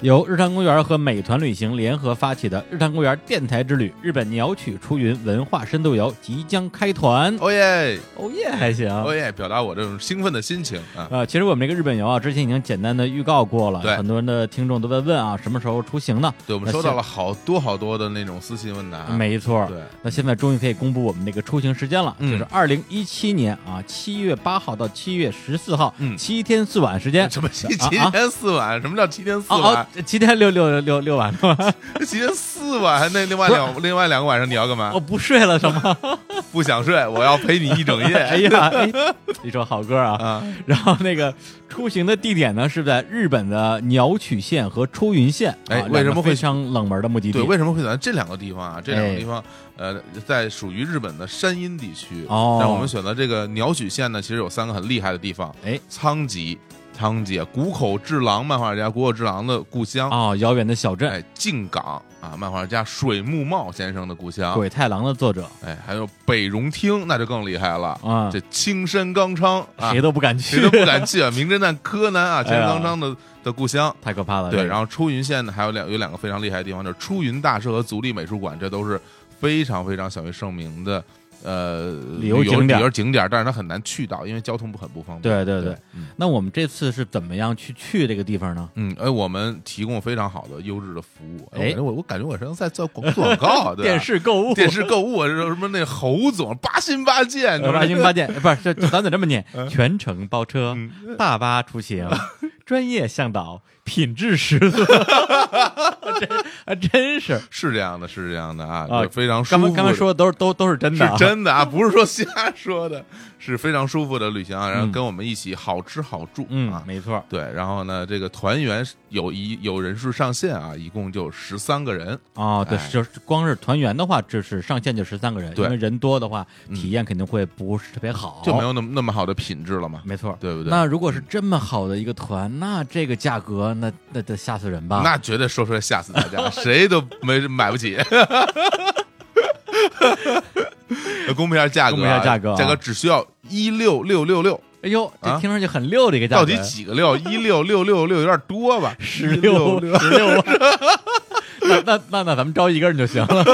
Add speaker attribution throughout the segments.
Speaker 1: 由日坛公园和美团旅行联合发起的日坛公园电台之旅日本鸟取出云文化深度游即将开团。
Speaker 2: 哦耶，
Speaker 1: 哦耶，还行。
Speaker 2: 哦耶，表达我这种兴奋的心情啊！
Speaker 1: 呃，其实我们这个日本游啊，之前已经简单的预告过了，
Speaker 2: 对
Speaker 1: 很多人的听众都在问啊，什么时候出行呢？
Speaker 2: 对，我们
Speaker 1: 那
Speaker 2: 收到
Speaker 1: 现
Speaker 2: 了好多好多的那种私信问答，
Speaker 1: 没错，
Speaker 2: 啊对，
Speaker 1: 那现在终于可以公布我们这个出行时间了，
Speaker 2: 嗯
Speaker 1: 就是二零一七年啊，七月八号到七月十四号，
Speaker 2: 嗯
Speaker 1: 七天四晚时间。
Speaker 2: 什么七
Speaker 1: 啊
Speaker 2: 七天四晚？ 什么叫七天四
Speaker 1: 哦
Speaker 2: 晚？
Speaker 1: 哦，七天六六六六晚是吧？
Speaker 2: 七天四晚？那另外两另外两个晚上你要干嘛
Speaker 1: 我？哦不睡了是吗？
Speaker 2: 不想睡，我要陪你一整
Speaker 1: 哎
Speaker 2: 夜
Speaker 1: 呀，哎一首好歌 啊！
Speaker 2: 啊！
Speaker 1: 然后那个出行的地点呢是在日本的鸟取县和出云县，
Speaker 2: 哎
Speaker 1: 啊、
Speaker 2: 为什
Speaker 1: 两
Speaker 2: 么会
Speaker 1: 个非常冷门的目的地？
Speaker 2: 对，为什么会选择这两个地方啊？这两
Speaker 1: 哎
Speaker 2: 个地方，呃，在属于日本的山阴地区。
Speaker 1: 哦
Speaker 2: 但我们选择这个鸟取县呢，其实有三个很厉害的地方：
Speaker 1: 哎，
Speaker 2: 仓吉、仓吉、啊谷口治郎漫画家谷口治郎的故乡，
Speaker 1: 哦，遥远的小镇，
Speaker 2: 哎，静冈啊，漫画家水木茂先生的故乡，
Speaker 1: 鬼太郎的作者
Speaker 2: 哎，还有北荣町，那就更厉害了，
Speaker 1: 啊，
Speaker 2: 这青山刚昌啊，
Speaker 1: 谁都哎不敢去，
Speaker 2: 谁都不敢去啊，名侦探柯南啊，青山刚昌的的故乡，
Speaker 1: 太可怕了。
Speaker 2: 对，
Speaker 1: 这个
Speaker 2: 然后出云县呢，还有两有两个非常厉害的地方，就是出云大社和足利美术馆，这都是非常非常小有盛名的呃
Speaker 1: 旅游景点
Speaker 2: 旅游景点，但是它很难去到，因为交通不很不方
Speaker 1: 对
Speaker 2: 便。
Speaker 1: 对
Speaker 2: 对
Speaker 1: 对，那我们这次是怎么样去去这个地方呢？
Speaker 2: 嗯，哎，我们提供非常好的优质的服务。
Speaker 1: 哎
Speaker 2: 哎，我感觉我我感觉我像在做广做广告啊，对吧
Speaker 1: 电视购物，
Speaker 2: 电视购物，啊什么那侯总八心八箭，你知道吗
Speaker 1: 八星八件，不是这咱得这么念，
Speaker 2: 嗯
Speaker 1: 全程包车，大巴出 行，专业向导，品质实测， 真还真是。
Speaker 2: 是这样的，是这样的啊，
Speaker 1: 啊
Speaker 2: 就非常舒
Speaker 1: 刚
Speaker 2: 服
Speaker 1: 刚
Speaker 2: 的。
Speaker 1: 刚才说的都是都都是真的啊，
Speaker 2: 是真的啊，不是说瞎说的，是非常舒服的旅行啊。然后
Speaker 1: 嗯
Speaker 2: 跟我们一起好吃好住啊
Speaker 1: 嗯，，没错，
Speaker 2: 对，然后呢，这个团员是有一有人数上限啊，一共就十三个人。
Speaker 1: 哦，对，
Speaker 2: 哎
Speaker 1: 就是光是团员的话，就是上限就十三个人，
Speaker 2: 对嗯
Speaker 1: 因为人多的话，体验肯定会不是特别好，
Speaker 2: 就没有那么那么好的品质了嘛，
Speaker 1: 没错，
Speaker 2: 对不对？嗯
Speaker 1: 那如果是这么好的一个团，那这个价格，那那得吓死人吧？
Speaker 2: 那绝对说出来吓死大 家，谁都没买不起。公布一下价格、啊，
Speaker 1: 公布一下价格啊
Speaker 2: 价格只需要一六六六六，
Speaker 1: 哎呦，这
Speaker 2: 啊
Speaker 1: 听上去很溜的一个价
Speaker 2: 到
Speaker 1: 格，
Speaker 2: 底几个 六？一六六六六有点多吧？
Speaker 1: 十六
Speaker 2: 16
Speaker 1: 十六？ 那那那那咱们招一个人就行了，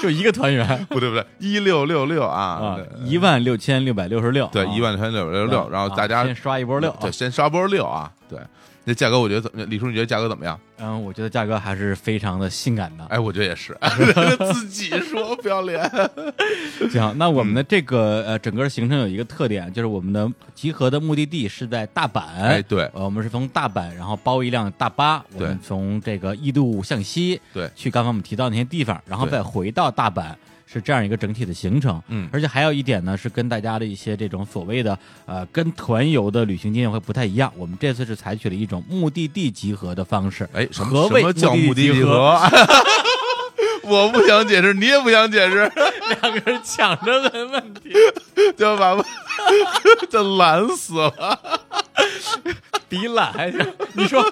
Speaker 1: 就一个团员
Speaker 2: 不对不对，一六六六
Speaker 1: 啊
Speaker 2: 啊，，
Speaker 1: 一万六千六百六十六，
Speaker 2: 对
Speaker 1: 啊
Speaker 2: 一万六六六六，然后
Speaker 1: 啊
Speaker 2: 大家
Speaker 1: 先刷一波六，
Speaker 2: 对，
Speaker 1: 啊
Speaker 2: 先刷波六啊，对。这价格我觉得怎么样？李叔，你觉得价格怎么样？
Speaker 1: 嗯，我觉得价格还是非常的性感的。
Speaker 2: 哎，我觉得也是， 自己说不要脸。
Speaker 1: 行，那我们的
Speaker 2: 嗯
Speaker 1: 这个呃整个行程有一个特点，就是我们的集合的目的地是在大阪。
Speaker 2: 哎，对
Speaker 1: 呃，我们是从大阪，然后包一辆大巴，我们
Speaker 2: 对
Speaker 1: 从这个伊豆向西，
Speaker 2: 对
Speaker 1: 去刚刚我们提到那些地方，然后
Speaker 2: 对
Speaker 1: 再回到大阪，是这样一个整体的行程。
Speaker 2: 嗯
Speaker 1: 而且还有一点呢，是跟大家的一些这种所谓的呃跟团游的旅行经验会不太一样。我们这次是采取了一种目的地集合的方式。
Speaker 2: 哎，什
Speaker 1: 何
Speaker 2: 么
Speaker 1: 谓
Speaker 2: 什么叫目
Speaker 1: 的
Speaker 2: 的
Speaker 1: 地
Speaker 2: 地
Speaker 1: 合？
Speaker 2: 合？ 我不想解释，你也不想解释，
Speaker 1: 两 个人抢着问问题，
Speaker 2: 对吧？ 这懒死了！
Speaker 1: 比懒还行。你 说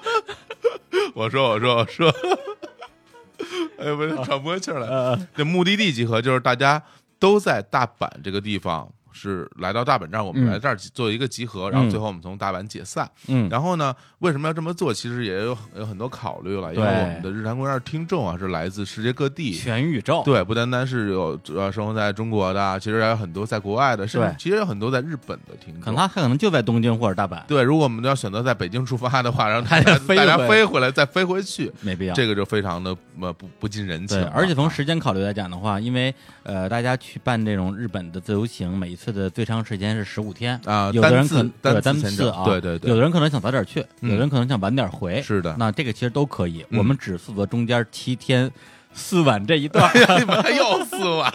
Speaker 2: 我说，我说，我说， 哎呦，我
Speaker 1: 啊
Speaker 2: 这喘不过气儿来。
Speaker 1: 呃，
Speaker 2: 这目的地集合就是大家都在大阪这个地方，是来到大阪站，我们
Speaker 1: 嗯
Speaker 2: 来这儿做一个集合，然后
Speaker 1: 嗯
Speaker 2: 最后我们从大阪解散。
Speaker 1: 嗯，
Speaker 2: 然后呢，为什么要这么做？其实也有有很多考虑了，因为
Speaker 1: 对
Speaker 2: 我们的日坛公园听众啊是来自世界各地。
Speaker 1: 全宇宙，
Speaker 2: 对，不单单是有呃生活在中国的啊，其实还有很多在国外的，甚
Speaker 1: 对
Speaker 2: 至其实有很多在日本的听
Speaker 1: 可能
Speaker 2: 众。
Speaker 1: 他可能就在东京或者大阪，
Speaker 2: 对，如果我们要选择在北京出发的话，然后大
Speaker 1: 还得
Speaker 2: 家
Speaker 1: 飞
Speaker 2: 大家
Speaker 1: 回来
Speaker 2: 飞回来再飞回去，
Speaker 1: 没必要。
Speaker 2: 这个就非常的呃不不近人情
Speaker 1: 对，
Speaker 2: 了。
Speaker 1: 而且从时间考虑来讲的话，因为呃，大家去办这种日本的自由行，每一次的最长时间是十五天
Speaker 2: 啊
Speaker 1: 有的人
Speaker 2: 单次
Speaker 1: 可能对
Speaker 2: 单次
Speaker 1: 单
Speaker 2: 签
Speaker 1: 次
Speaker 2: 证
Speaker 1: 啊，
Speaker 2: 对对对
Speaker 1: 有的人可能想早点去，有
Speaker 2: 嗯
Speaker 1: 的人可能想晚点回，
Speaker 2: 是的
Speaker 1: 那这个其实都可以，
Speaker 2: 嗯
Speaker 1: 我们只负责中间七天四晚这一段，
Speaker 2: 你们还 要死我！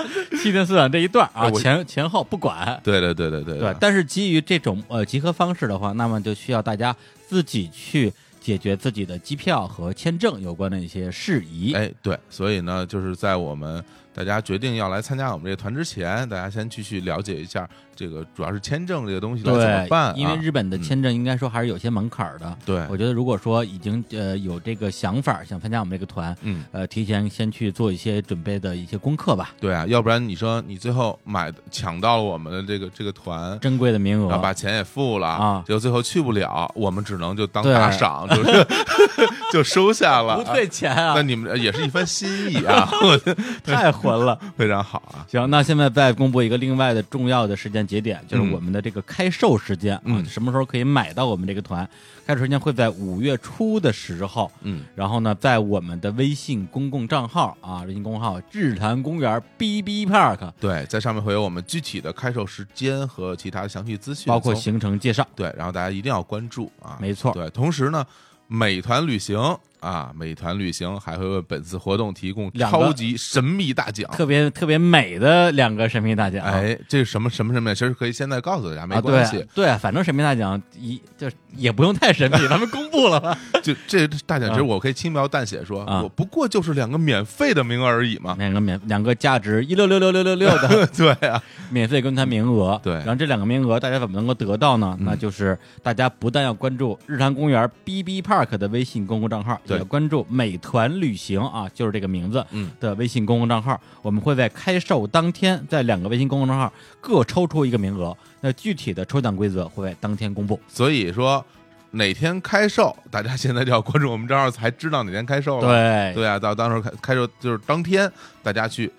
Speaker 1: 七天四晚这一段啊，
Speaker 2: 哎我
Speaker 1: 前前后不管。
Speaker 2: 对对对对对
Speaker 1: 对，但是基于这种呃集合方式的话，那么就需要大家自己去解决自己的机票和签证有关的一些事宜。
Speaker 2: 哎哎，对，所以呢，就是在我们大家决定要来参加我们这个团之前，大家先去去了解一下这个主要是签证这个东西来怎么办啊，
Speaker 1: 因为日本的签证应该说还是有些门槛儿的。
Speaker 2: 对
Speaker 1: 我觉得如果说已经呃有这个想法儿想参加我们这个团，
Speaker 2: 嗯，
Speaker 1: 呃，提前先去做一些准备的一些功课吧，
Speaker 2: 对啊，要不然你说你最后买的抢到了我们的这个这个团，
Speaker 1: 珍贵的名
Speaker 2: 然后把
Speaker 1: 额。
Speaker 2: 钱也付了
Speaker 1: 啊
Speaker 2: 结果最后去不了，我们只能就当
Speaker 1: 对啊
Speaker 2: 打赏，就是 就收下 了，
Speaker 3: 不退钱啊
Speaker 2: 那，你们也是一番心意啊，我觉得
Speaker 3: 太混了。
Speaker 2: 非常好啊，
Speaker 1: 行，那现在再公布一个另外的重要的时间节点，就是
Speaker 2: 嗯
Speaker 1: 我们的这个开售时间啊，
Speaker 2: 嗯
Speaker 1: 什么时候可以买到我们这个团？开售时间会在五月初的时候。
Speaker 2: 嗯，
Speaker 1: 然后呢，在我们的微信公共账号啊，微信公众号“日坛公园 B B Park”，
Speaker 2: 对，在上面会有我们具体的开售时间和其他详细资讯，
Speaker 1: 包括
Speaker 2: 从
Speaker 1: 行程介绍。
Speaker 2: 对，然后大家一定要关注啊，
Speaker 1: 没错
Speaker 2: 对，同时呢，美团旅行啊，美团旅行还会为本次活动提供
Speaker 1: 两个
Speaker 2: 超级神秘大奖。
Speaker 1: 特别特别美的两个神秘大奖。
Speaker 2: 哎，这是什么什么什么呀？其实可以现在告诉大家，没
Speaker 1: 啊，
Speaker 2: 关
Speaker 1: 对
Speaker 2: 系，
Speaker 1: 对，反正神秘大奖一就是也不用太神秘，咱们 公布了吧？
Speaker 2: 就这大奖，其实我可以轻描淡写说，
Speaker 1: 嗯啊
Speaker 2: 我不过就是两个免费的名额而已嘛。
Speaker 1: 两个免两个价值一六六六六六六的
Speaker 2: 对啊，
Speaker 1: 免费跟团名额，
Speaker 2: 对嗯
Speaker 1: 然后这两个名额大家怎么能够得到呢？那就是大家不但要关注日坛公园 B B Park 的微信公共账号，
Speaker 2: 对
Speaker 1: 也要关注美团旅行啊，就是这个名字
Speaker 2: 嗯
Speaker 1: 的微信公共账号。我们会在开售当天，在两个微信公共账号各抽出一个名额。那具体的抽奖规则会在当天公布。
Speaker 2: 所以说哪天开售，大家现在就要关注我们账号，才知道哪天开售了。
Speaker 1: 对
Speaker 2: 对啊，到当时候开开售就是当天，大家去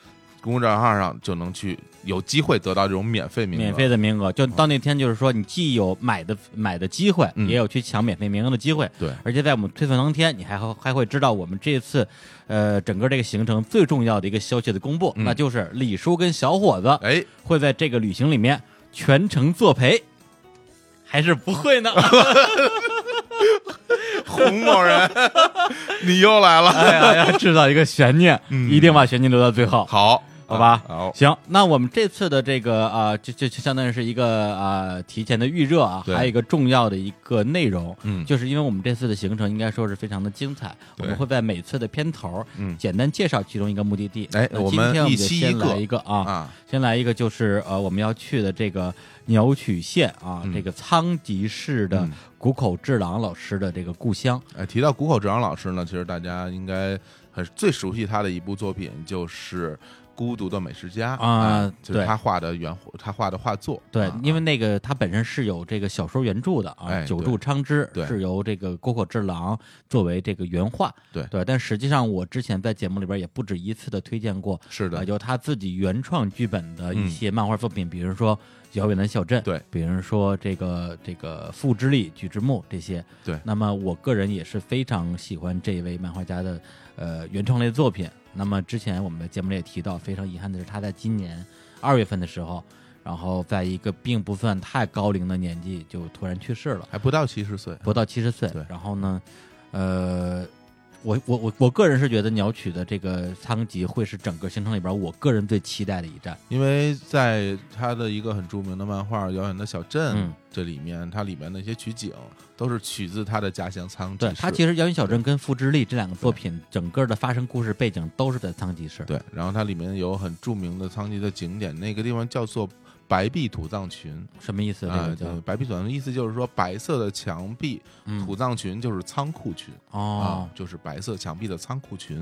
Speaker 2: 公众账号上就能去有机会得到这种免费名额。
Speaker 1: 免费的名额，就到那天就是说，你既有买的买的机会，
Speaker 2: 嗯
Speaker 1: 也有去抢免费名额的机会。
Speaker 2: 对
Speaker 1: 而且在我们推送当天，你还会还会知道我们这次，呃，整个这个行程最重要的一个消息的公布，
Speaker 2: 嗯
Speaker 1: 那就是李叔跟小伙子
Speaker 2: 哎，
Speaker 1: 会在这个旅行里面全程作陪， 还是不会呢？
Speaker 2: 洪某人， 你又来 了。
Speaker 1: 哎呀，要制造一个悬念，
Speaker 2: 嗯
Speaker 1: 一定把悬念留到最后。
Speaker 2: 好，
Speaker 1: 好吧，
Speaker 2: 啊好，
Speaker 1: 行，那我们这次的这个啊、这这这相当于是一个啊、提前的预热啊，
Speaker 2: 对
Speaker 1: 还有一个重要的一个内容，
Speaker 2: 嗯
Speaker 1: 就是因为我们这次的行程应该说是非常的精彩，我们
Speaker 2: 对
Speaker 1: 会在每次的片头，
Speaker 2: 嗯
Speaker 1: 简单介绍其中一个目的地。
Speaker 2: 哎
Speaker 1: 那
Speaker 2: 我
Speaker 1: 今
Speaker 2: 们
Speaker 1: 天我
Speaker 2: 一
Speaker 1: 们就
Speaker 2: 期一
Speaker 1: 先
Speaker 2: 个
Speaker 1: 来一个啊，
Speaker 2: 啊，
Speaker 1: 先来一个就是呃我们要去的这个呃鸟取县啊，
Speaker 2: 嗯
Speaker 1: 这个仓吉市的
Speaker 2: 嗯
Speaker 1: 谷口治郎老师的这个故乡，
Speaker 2: 哎，提到谷口直郎老师呢，其实大家应该很最熟悉他的一部作品就是《孤独的美食家》
Speaker 1: 啊
Speaker 2: 哎就是
Speaker 1: 对
Speaker 2: 他画的原他画的画作。
Speaker 1: 对，
Speaker 2: 啊
Speaker 1: 因为那个它本身是有这个小说原著的啊，
Speaker 2: 哎
Speaker 1: 九柱昌之》
Speaker 2: 对
Speaker 1: 是由这个沟口治郎作为这个原画，
Speaker 2: 对
Speaker 1: 对。但实际上，我之前在节目里边也不止一次的推荐过，
Speaker 2: 是的
Speaker 1: 呃，由他自己原创剧本的一
Speaker 2: 嗯
Speaker 1: 些漫画作品，比如说《遥远的小镇》，
Speaker 2: 对，
Speaker 1: 比如说这个这个《父之力》《举之木》这些，
Speaker 2: 对
Speaker 1: 那么我个人也是非常喜欢这位漫画家的呃原创类作品。那么之前我们的节目里也提到，非常遗憾的是他在今年二月份的时候，然后在一个并不算太高龄的年纪就突然去世了，
Speaker 2: 还不到七十岁，
Speaker 1: 不到七十岁
Speaker 2: 嗯对。
Speaker 1: 然后呢，呃，我我我我个人是觉得鸟取的这个仓吉会是整个行程里边我个人最期待的一站。
Speaker 2: 因为在他的一个很著名的漫画《遥远的小镇》
Speaker 1: 嗯
Speaker 2: 这里面，它里面的一些取景都是取自他的家乡仓吉
Speaker 1: 对
Speaker 2: 市。
Speaker 1: 他其实《遥远小镇》跟《付之力》这两个作品，整个的发生故事背景都是在仓吉市。
Speaker 2: 对，然后它里面有很著名的仓吉的景点，那个地方叫做白壁土葬群。
Speaker 1: 什么意思？这
Speaker 2: 啊
Speaker 1: 个，叫、
Speaker 2: 对白壁土葬群意思就是说白色的墙壁，
Speaker 1: 嗯
Speaker 2: 土葬群就是仓库群。
Speaker 1: 哦
Speaker 2: 啊，，就是白色墙壁的仓库群，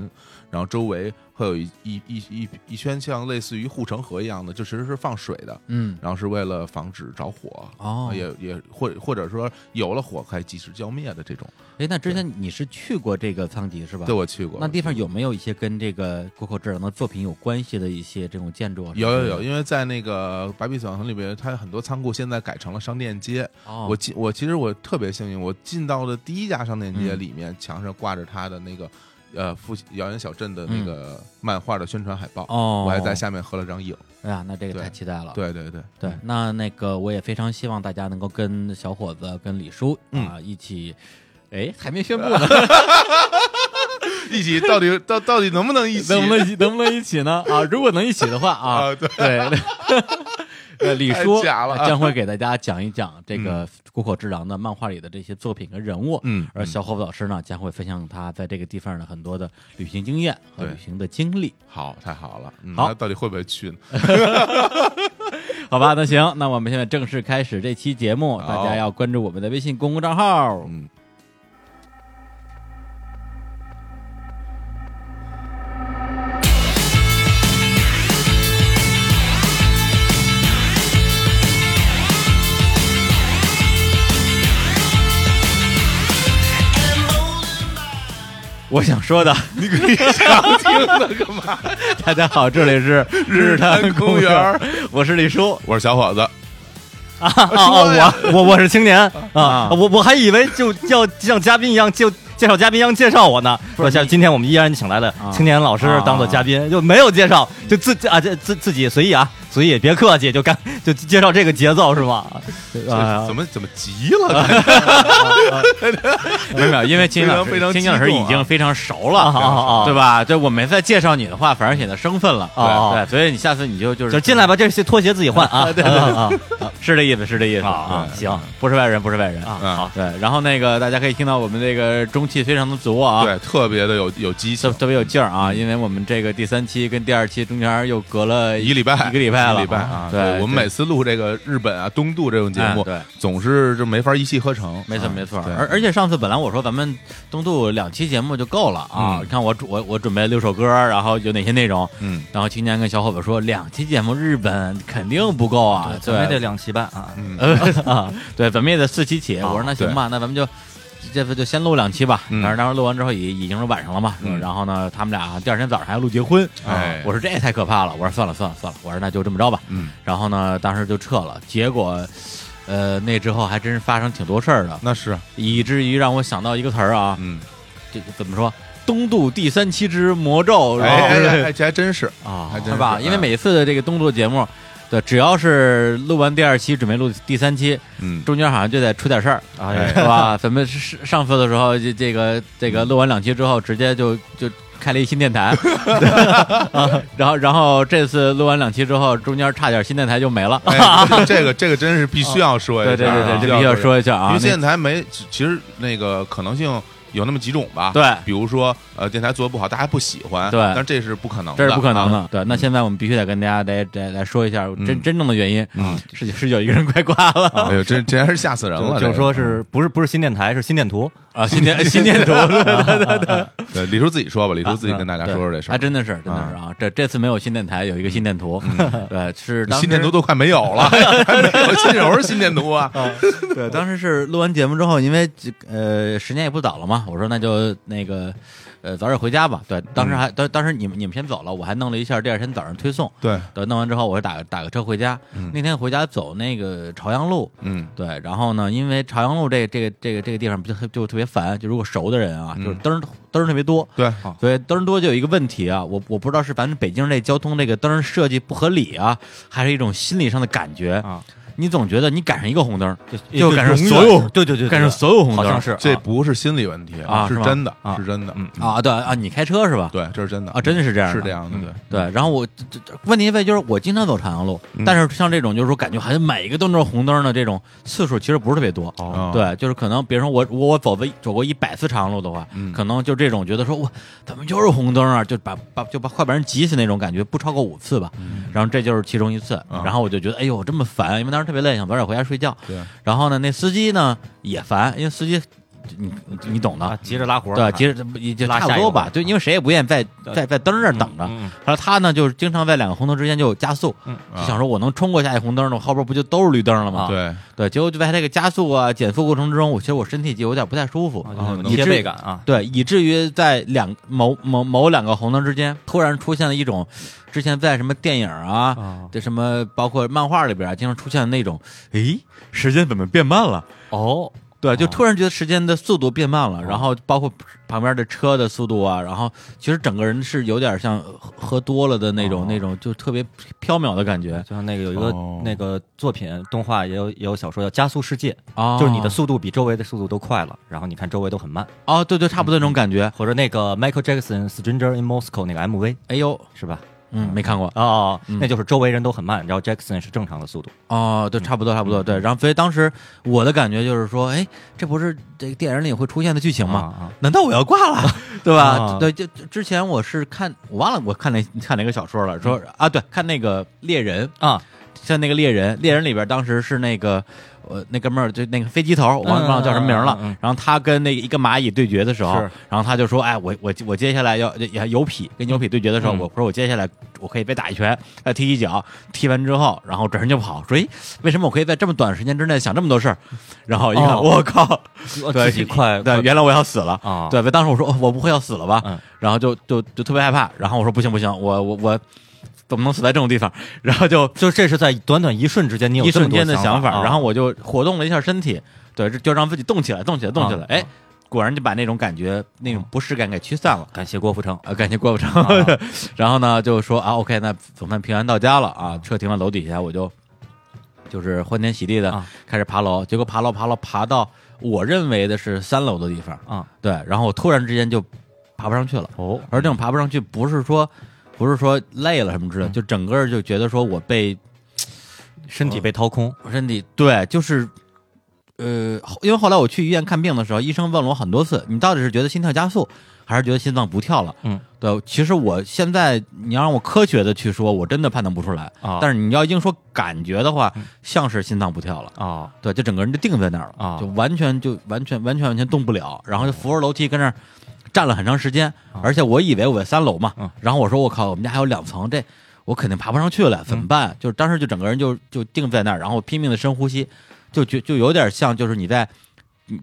Speaker 2: 然后周围会有一一一一一圈像类似于护城河一样的，就其实是放水的，
Speaker 1: 嗯，
Speaker 2: 然后是为了防止着火，
Speaker 1: 哦，
Speaker 2: 也也或或者说有了火可以及时浇灭的这种。
Speaker 1: 哎，那之前你是去过这个仓吉是吧？
Speaker 2: 对，。我去过
Speaker 1: 那地方有没有一些跟这个谷口智郎的作品有关系的一些这种建筑啊？
Speaker 2: 有有有，，因为在那个白壁小城里边，它很多仓库现在改成了商店街。
Speaker 1: 哦，
Speaker 2: 我进我其实我特别幸运，我进到的第一家商店街里面，墙上挂着它的那个呃复遥远小镇的那
Speaker 1: 嗯
Speaker 2: 个漫画的宣传海报，
Speaker 1: 哦，
Speaker 2: 我还在。下面合了张影。
Speaker 1: 哎呀，那这个
Speaker 2: 对
Speaker 1: 太期待了。
Speaker 2: 对对对
Speaker 1: 对，那那个我也非常希望大家能够跟小伙子、跟李叔
Speaker 2: 嗯
Speaker 1: 啊一起，哎，还没宣布呢，
Speaker 2: 一起到底到到底能 不能一起？
Speaker 1: 能不能一能不能一起呢？啊，如果能一起的话啊，
Speaker 2: 啊？对，
Speaker 1: 对，呃，李
Speaker 2: 太
Speaker 1: 叔
Speaker 2: 假了啊
Speaker 1: 将会给大家讲一讲这个谷口智郎的漫画里的这些作品和人物。
Speaker 2: 嗯
Speaker 1: 而小伙子老师呢，将会分享他在这个地方的很多的旅行经验和旅行的经历。
Speaker 2: 好，太好了。嗯
Speaker 1: 好
Speaker 2: 那到底会不会去呢？
Speaker 1: 好吧，那行，那我们现在正式开始这期节目，大家要关注我们的微信公众账号。
Speaker 2: 嗯，
Speaker 1: 我想说 的，
Speaker 2: 你你想听的干嘛？
Speaker 1: 大家好，这里是
Speaker 2: 日坛
Speaker 1: 坛
Speaker 2: 公园
Speaker 1: 园
Speaker 2: 儿，
Speaker 1: 我是李叔
Speaker 2: 我是小伙子，
Speaker 1: 啊，
Speaker 3: 哦
Speaker 1: 啊我我我是青年啊，
Speaker 3: 我我还以为就要像嘉宾一样就介绍嘉宾一样介绍我呢，
Speaker 1: 不是
Speaker 3: 说像
Speaker 1: 你
Speaker 3: 今天我们依然请来了
Speaker 1: 啊
Speaker 3: 青年老师当做嘉宾，就没有介绍，就自己啊这自自己随意啊，随意别客气，就干就介绍这个节奏是吗？
Speaker 2: 这
Speaker 3: 啊
Speaker 2: 怎么怎么急了？感觉
Speaker 1: 没有没有，因为金老师
Speaker 2: 非常非常
Speaker 1: 金老师
Speaker 2: 激动
Speaker 1: 已
Speaker 2: 啊
Speaker 1: 经非常熟
Speaker 3: 啊
Speaker 1: 了，
Speaker 3: 好好好
Speaker 1: 对吧？就我没再介绍你的话，反而显得生分了。
Speaker 3: 哦
Speaker 2: 啊
Speaker 3: 哦
Speaker 1: 对，所以你下次你就就是
Speaker 3: 就进来吧，这些拖鞋自己换啊，对啊
Speaker 1: 是这意思，是这意思
Speaker 3: 啊啊，行
Speaker 1: 不是外人，不是外人
Speaker 3: 啊。
Speaker 2: 嗯
Speaker 3: 好，
Speaker 1: 对，然后那个大家可以听到我们这个中气非常的足啊，
Speaker 2: 对，特别的有有激
Speaker 1: 特
Speaker 2: 情。
Speaker 1: 特别有劲儿啊，因为我们这个第三期跟第二期中间又隔了
Speaker 2: 一个礼拜，
Speaker 1: 一个礼拜了，
Speaker 2: 一个礼拜啊！
Speaker 1: 对，
Speaker 2: 我们每次录这个日本啊、东渡这种节目，
Speaker 1: 哎对
Speaker 2: 总是就没法一气呵成。
Speaker 1: 没错
Speaker 2: 啊
Speaker 1: 没错，
Speaker 2: 对
Speaker 1: 而而且上次本来我说咱们东渡两期节目就够了啊，
Speaker 2: 嗯
Speaker 1: 你看我准我我准备了六首歌，然后有哪些内容，
Speaker 2: 嗯，
Speaker 1: 然后青年跟小伙伴说两期节目日本肯定不够啊，
Speaker 3: 咱们也得
Speaker 1: 对，
Speaker 3: 两期半啊，
Speaker 1: 呃啊， 对，咱们也得四期起，我说那行
Speaker 2: 哦对
Speaker 1: 吧，那咱们就。这次就先录两期吧，
Speaker 2: 嗯
Speaker 1: 然后然后录完之后已已经是晚上了嘛，
Speaker 2: 嗯
Speaker 1: 然后呢，他们俩第二天早上还要录结婚，
Speaker 2: 哎
Speaker 1: 我说这也太可怕了，我说算了算了算了，我说那就这么着吧，
Speaker 2: 嗯，
Speaker 1: 然后呢，当时就撤了，结果，呃，那之后还真是发生挺多事儿的，
Speaker 2: 那是，啊
Speaker 1: 以至于让我想到一个词儿啊，
Speaker 2: 嗯，
Speaker 1: 这个怎么说？东渡第三期之魔咒，
Speaker 2: 哎
Speaker 1: 然后
Speaker 2: 哎哎哎，这还真是，
Speaker 1: 啊
Speaker 2: 还，真
Speaker 1: 是吧？
Speaker 2: 是
Speaker 1: 因为
Speaker 2: 嗯
Speaker 1: 每次的这个东渡节目，对，只要是录完第二期，准备录第三期，
Speaker 2: 嗯，
Speaker 1: 中间好像就得出点事儿，啊
Speaker 2: 哎
Speaker 1: 是吧？咱们是上次的时候，这这个这个录完两期之后，直接就就。开了一新电 台，啊然后然后这次录完两期之后，中间差点新电台就没了。
Speaker 2: 哎，这这个这个真是必须要说一下
Speaker 1: 对哦
Speaker 2: 啊，
Speaker 1: 对对对，这
Speaker 2: 必
Speaker 1: 必
Speaker 2: 须
Speaker 1: 须要
Speaker 2: 要
Speaker 1: 说一下
Speaker 2: 一下，
Speaker 1: 啊
Speaker 2: 因
Speaker 1: 那
Speaker 2: 为。电台没，其其实那个可能性有那么几种吧，
Speaker 1: 对
Speaker 2: 比如说呃，电台做的不好，大家不喜欢，
Speaker 1: 对
Speaker 2: 但这是不可能，
Speaker 1: 这是不可能
Speaker 2: 的
Speaker 1: 的。对，那现在我们必须得跟大家来来来说一下真
Speaker 2: 啊嗯
Speaker 1: 真正的原因，
Speaker 2: 嗯
Speaker 1: 是是有一个人 快挂
Speaker 2: 啊。
Speaker 1: 了
Speaker 2: 哎呦，这这还是吓死人
Speaker 3: 就
Speaker 2: 了！这
Speaker 3: 就
Speaker 2: 个
Speaker 3: 说是不是不是新电台是心电图，
Speaker 1: 啊，新年新 年头，
Speaker 2: 对李叔自己说吧，李叔自
Speaker 1: 啊
Speaker 2: 己跟大家说说这事
Speaker 1: 还
Speaker 2: 儿。
Speaker 1: 真的是真的是啊，这这次没有新电台，有一个新电图， 对，是当时
Speaker 2: 嗯新电图都快没有 了，还没有新手是新电图啊！
Speaker 1: 哦对，当时是录完节目之后，因为这呃时间也不早了嘛，我说那就那个呃早点回家吧。对，当时
Speaker 2: 嗯
Speaker 1: 还当当时你们你们先走了，我还弄了一下第二天早上推送。
Speaker 2: 对，
Speaker 1: 对，弄完之后我是打个打个车回家。那天回家走那个朝阳路，
Speaker 2: 嗯，
Speaker 1: 对，然后呢，因为朝阳路这这个这个这个地方就特就特别烦，就如果熟的人啊，就是
Speaker 2: 嗯
Speaker 1: 灯儿灯儿特别多。
Speaker 2: 对，
Speaker 1: 所以灯儿多就有一个问题啊，我我不知道是咱们北京这交通这个灯儿设计不合理啊，还是一种心理上的感觉
Speaker 3: 啊。
Speaker 1: 你总觉得你赶上一个红灯儿，就
Speaker 3: 就
Speaker 1: 赶上
Speaker 3: 永远
Speaker 1: 所有
Speaker 3: 对对对，对
Speaker 1: 赶上所有红
Speaker 3: 好
Speaker 1: 灯
Speaker 3: 像
Speaker 1: 儿
Speaker 3: 是
Speaker 2: 这
Speaker 3: 啊
Speaker 2: 不是心理问题
Speaker 1: 啊
Speaker 2: 是
Speaker 1: 是吗
Speaker 2: 真的
Speaker 3: 啊，
Speaker 2: 是真的，嗯，
Speaker 1: 啊，对啊，你开车是吧？
Speaker 2: 对，这是真的
Speaker 1: 啊，真的是这样的嗯
Speaker 2: 是这样的，对，
Speaker 1: 对，然后我这这这问题在就是我经常走朝阳路，
Speaker 2: 嗯
Speaker 1: 但是像这种就是说感觉好像每一个灯都是红灯的这种次数其实不是特别多。
Speaker 2: 哦
Speaker 1: 对，就是可能比如说我我我走过走过一百次朝阳路的话，
Speaker 2: 嗯
Speaker 1: 可能就这种觉得说我怎么就是红灯啊，就把把就把快把人急死那种感觉，不超过五次吧。
Speaker 3: 嗯
Speaker 1: 然后这就是其中一次，
Speaker 2: 啊
Speaker 1: 然后我就觉得哎呦这么烦，因为当时特别累，想早点回家睡觉。
Speaker 2: 对，
Speaker 1: 然后呢，那司机呢也烦，因为司机你你你懂的，
Speaker 3: 啊急着拉活儿，
Speaker 1: 对，
Speaker 3: 啊
Speaker 1: 其实也就
Speaker 3: 拉
Speaker 1: 差
Speaker 3: 下
Speaker 1: 不
Speaker 3: 一
Speaker 1: 多
Speaker 3: 个啊
Speaker 1: 吧，对，因为谁也不愿意在在在灯儿那儿等着。
Speaker 3: 嗯嗯
Speaker 1: 然后他呢，就是经常在两个红灯之间就加速，
Speaker 3: 啊
Speaker 1: 就想说我能冲过下一红灯呢，我后边不就都是绿灯了吗？
Speaker 2: 对，
Speaker 1: 对，结果就在这个加速啊、减速过程之中，我其实我身体就有点不太舒服，嗯
Speaker 3: 啊就是
Speaker 1: 以
Speaker 3: 贴
Speaker 1: 至
Speaker 3: 背感啊，
Speaker 1: 对，以至于在两某某某两个红灯之间，突然出现了一种之前在什么电影啊。
Speaker 3: 啊
Speaker 1: 这什么，包括漫画里边啊，经常出现的那种，诶，时间怎么变慢了？
Speaker 3: 哦，
Speaker 1: 对，就
Speaker 3: 哦
Speaker 1: 突然觉得时间的速度变慢了，然后包括旁边的车的速度啊，然后其实整个人是有点像喝喝多了的那种、
Speaker 3: 哦
Speaker 1: 那种，就特别飘渺的感觉
Speaker 3: 就像那个有一个
Speaker 2: 哦
Speaker 3: 那个作品动画也有也有小说叫《加速世界》，
Speaker 1: 啊
Speaker 3: 就是你的速度比周围的速度都快了，然后你看周围都很慢，
Speaker 1: 哦，对对，差不多那种感觉。
Speaker 3: 或者那个 Michael Jackson《Stranger in Moscow》那个 MV
Speaker 1: 哎呦，
Speaker 3: 是吧？
Speaker 1: 嗯，没看过
Speaker 4: 哦，
Speaker 1: 嗯
Speaker 4: 那就是周围人都很慢，然后 Jackson 是正常的速度。
Speaker 1: 哦，对，差不多，差不多，对。然后，所以当时我的感觉就是说，哎，这不是这个电影里会出现的剧情吗？
Speaker 4: 啊
Speaker 1: 难道我要挂 了，对吧？
Speaker 4: 啊
Speaker 1: 对，就就之前我是看，我忘了我看哪看哪个小说了，说啊，对，看那个猎人，
Speaker 4: 啊
Speaker 1: 像那个猎人，猎人里边当时是那个呃那哥们儿就那个飞机头，我忘
Speaker 4: 嗯
Speaker 1: 忘了叫什么名了。
Speaker 4: 嗯嗯嗯
Speaker 1: 然后他跟那个一个蚂蚁对决的时候
Speaker 4: 是，
Speaker 1: 然后他就说，哎，我我我接下来要要有匹跟牛匹对决的时候，
Speaker 4: 嗯
Speaker 1: 我说我接下来我可以被打一拳，再踢一脚，踢完之后，然后转身就跑，说，哎，为什么我可以在这么短时间之内想这么多事儿？然后一看，
Speaker 4: 哦
Speaker 1: 我靠，
Speaker 4: 啊，
Speaker 1: 对
Speaker 4: 自己快
Speaker 1: 对，原来我要死了。
Speaker 4: 啊，
Speaker 1: 对，当时我说、哦我不会要死了吧？
Speaker 4: 嗯
Speaker 1: 然后就就就特别害怕，然后我说不行不行，我我我怎么能死在这种地方？然后就
Speaker 4: 就这是在短短一瞬之间，你有
Speaker 1: 一
Speaker 4: 这么
Speaker 1: 瞬
Speaker 4: 多
Speaker 1: 间的
Speaker 4: 想
Speaker 1: 法，
Speaker 4: 啊
Speaker 1: 然后我就活动了一下身体，对，就让自己动起来，动起来，动起来，
Speaker 4: 啊
Speaker 1: 哎，果然就把那种感觉那种不适感给驱散了。
Speaker 4: 感谢郭富城
Speaker 1: 啊，感谢郭富城。 然后呢，就说啊，OK，那总算平安到家了啊。车停到楼底下，我就就是欢天喜地的
Speaker 4: 啊
Speaker 1: 开始爬楼，结果爬楼爬楼爬到我认为的是三楼的地方，
Speaker 4: 啊，
Speaker 1: 对，然后我突然之间就爬不上去了。
Speaker 4: 哦，
Speaker 1: 而这种爬不上去，不是说不是说累了什么之类
Speaker 4: 嗯
Speaker 1: 的，就整个就觉得说我被
Speaker 4: 身体被掏空，
Speaker 1: 身体对，就是呃，后因为后来我去医院看病的时候，医生问了我很多次，你到底是觉得心跳加速，还是觉得心脏不跳了？
Speaker 4: 嗯，
Speaker 1: 对，其实我现在你要让我科学的去说，我真的判断不出来。
Speaker 4: 啊
Speaker 1: 哦但是你要硬说感觉的话，像是心脏不跳了。
Speaker 4: 啊
Speaker 1: 对，就整个人就定在那儿了
Speaker 4: 啊
Speaker 1: 就完全就完全完全完全动不了，然后就扶着楼梯跟那儿站了很长时间，而且我以为我在三楼嘛，
Speaker 4: 啊嗯
Speaker 1: 然后我说我靠，我们家还有两层，这我肯定爬不上去了，怎
Speaker 4: 嗯
Speaker 1: 么办？就是当时就整个人就就定在那儿，然后拼命的深呼吸，就就就有点像就是你在，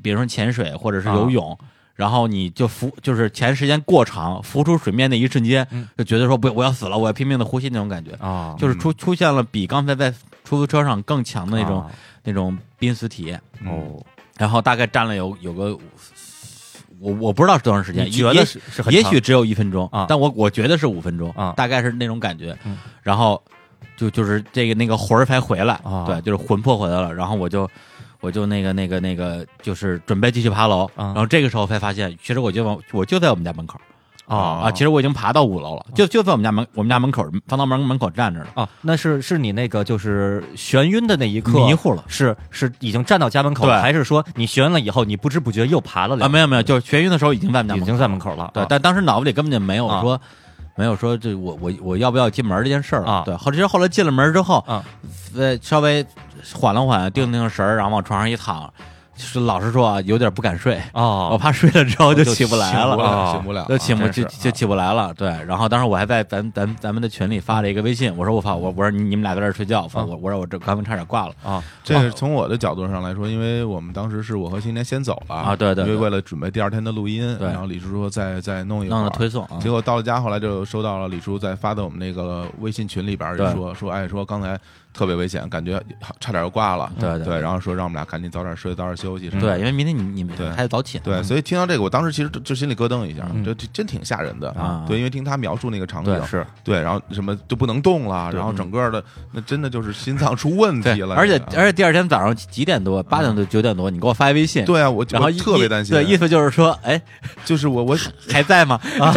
Speaker 1: 比如说潜水或者是
Speaker 4: 啊
Speaker 1: 游泳。然后你就浮，就是潜时间过长，浮出水面那一瞬间，
Speaker 4: 嗯
Speaker 1: 就觉得说不，我要死了，我要拼命的呼吸那种感觉，
Speaker 4: 啊
Speaker 1: 就是出出现了比刚才在出租车上更强的那种、
Speaker 4: 啊
Speaker 1: 那种濒死体验。
Speaker 2: 嗯
Speaker 4: 哦，
Speaker 1: 然后大概站了有有个，我我不知道是多长时间，
Speaker 4: 嗯你觉
Speaker 1: 也
Speaker 4: 得是是很
Speaker 1: 也
Speaker 4: 长
Speaker 1: 许只有一分钟
Speaker 4: 啊
Speaker 1: 但我我觉得是五分钟
Speaker 4: 啊
Speaker 1: 大概是那种感觉。
Speaker 4: 嗯
Speaker 1: 然后就就是这个那个魂儿才回来、
Speaker 4: 啊
Speaker 1: 对，就是魂魄回来了。然后我就我就那个那个那个，就是准备继续爬楼。
Speaker 4: 啊
Speaker 1: 然后这个时候才发现，其实我就往我就在我们家门口
Speaker 4: 啊
Speaker 1: 啊，其实我已经爬到五楼了，就就在我们家门我们家门口防盗门门口站着呢，
Speaker 4: 啊，那是是你那个就是眩晕的那一刻
Speaker 1: 迷糊了。
Speaker 4: 是是已经站到家门口，
Speaker 1: 对
Speaker 4: 还是说你学完了以后，你不知不觉又爬了
Speaker 1: 啊，
Speaker 4: 两
Speaker 1: 没有没有，就是眩晕的时候已经在我们家
Speaker 4: 已
Speaker 1: 门口
Speaker 4: 经在门口了。
Speaker 1: 对
Speaker 4: 啊，
Speaker 1: 但当时脑子里根本就没有
Speaker 4: 啊
Speaker 1: 说、没有说这我我我要不要进门这件事儿了
Speaker 4: 啊
Speaker 1: 对，后其实后来进了门之后，
Speaker 4: 啊
Speaker 1: 呃，稍微缓了缓，定定神儿，然后往床上一躺，就是老实说啊，有点不敢睡，我
Speaker 4: 哦
Speaker 1: 怕睡了之后就
Speaker 4: 就
Speaker 1: 起不来了。
Speaker 4: 啊
Speaker 2: 醒不了，
Speaker 1: 就起不
Speaker 2: 真是
Speaker 1: 就就起不来了，对。然后当时我还在咱咱咱们的群里发了一个微信，我说我靠，我我说你你们俩在这儿睡觉，我说我我说我这刚才差点挂了，
Speaker 4: 啊
Speaker 2: 这
Speaker 1: 哦
Speaker 2: 是从我的角度上来说，因为我们当时是我和新年先走了
Speaker 1: 啊对对对
Speaker 2: 因为为了准备第二天的录音，
Speaker 1: 对
Speaker 2: 然后李叔说再再弄一会
Speaker 1: 弄
Speaker 2: 儿
Speaker 1: 了推送啊
Speaker 2: 结果到了家，后来就收到了李叔在发到我们那个微信群里边儿
Speaker 1: 对
Speaker 2: 说说，哎，说刚才特别危险，感觉差点要挂了，
Speaker 1: 对
Speaker 2: 对
Speaker 1: 对
Speaker 2: 然后说让我们俩赶紧早点睡，早点休息，是吧
Speaker 1: 对，因为明天你你们
Speaker 2: 对
Speaker 1: 还得早起呢，
Speaker 2: 对，所以听到这个，我当时其实就就心里咯噔一下，这这真挺吓人的
Speaker 1: 嗯啊
Speaker 2: 对，因为听他描述那个场景
Speaker 1: 对，嗯
Speaker 4: 是
Speaker 2: 对，然后什么就不能动了，然后整个的那真的就是心脏出问
Speaker 1: 对
Speaker 2: 题了，
Speaker 1: 而且
Speaker 2: 这个
Speaker 1: 而且第二天早上几点多，八点多九点多，你给我发一微信，
Speaker 2: 对啊，我
Speaker 1: 然后
Speaker 2: 我
Speaker 1: 意
Speaker 2: 特别担心，
Speaker 1: 对，意思就是说，哎，
Speaker 2: 就是我 我
Speaker 1: 还在吗？
Speaker 4: 啊，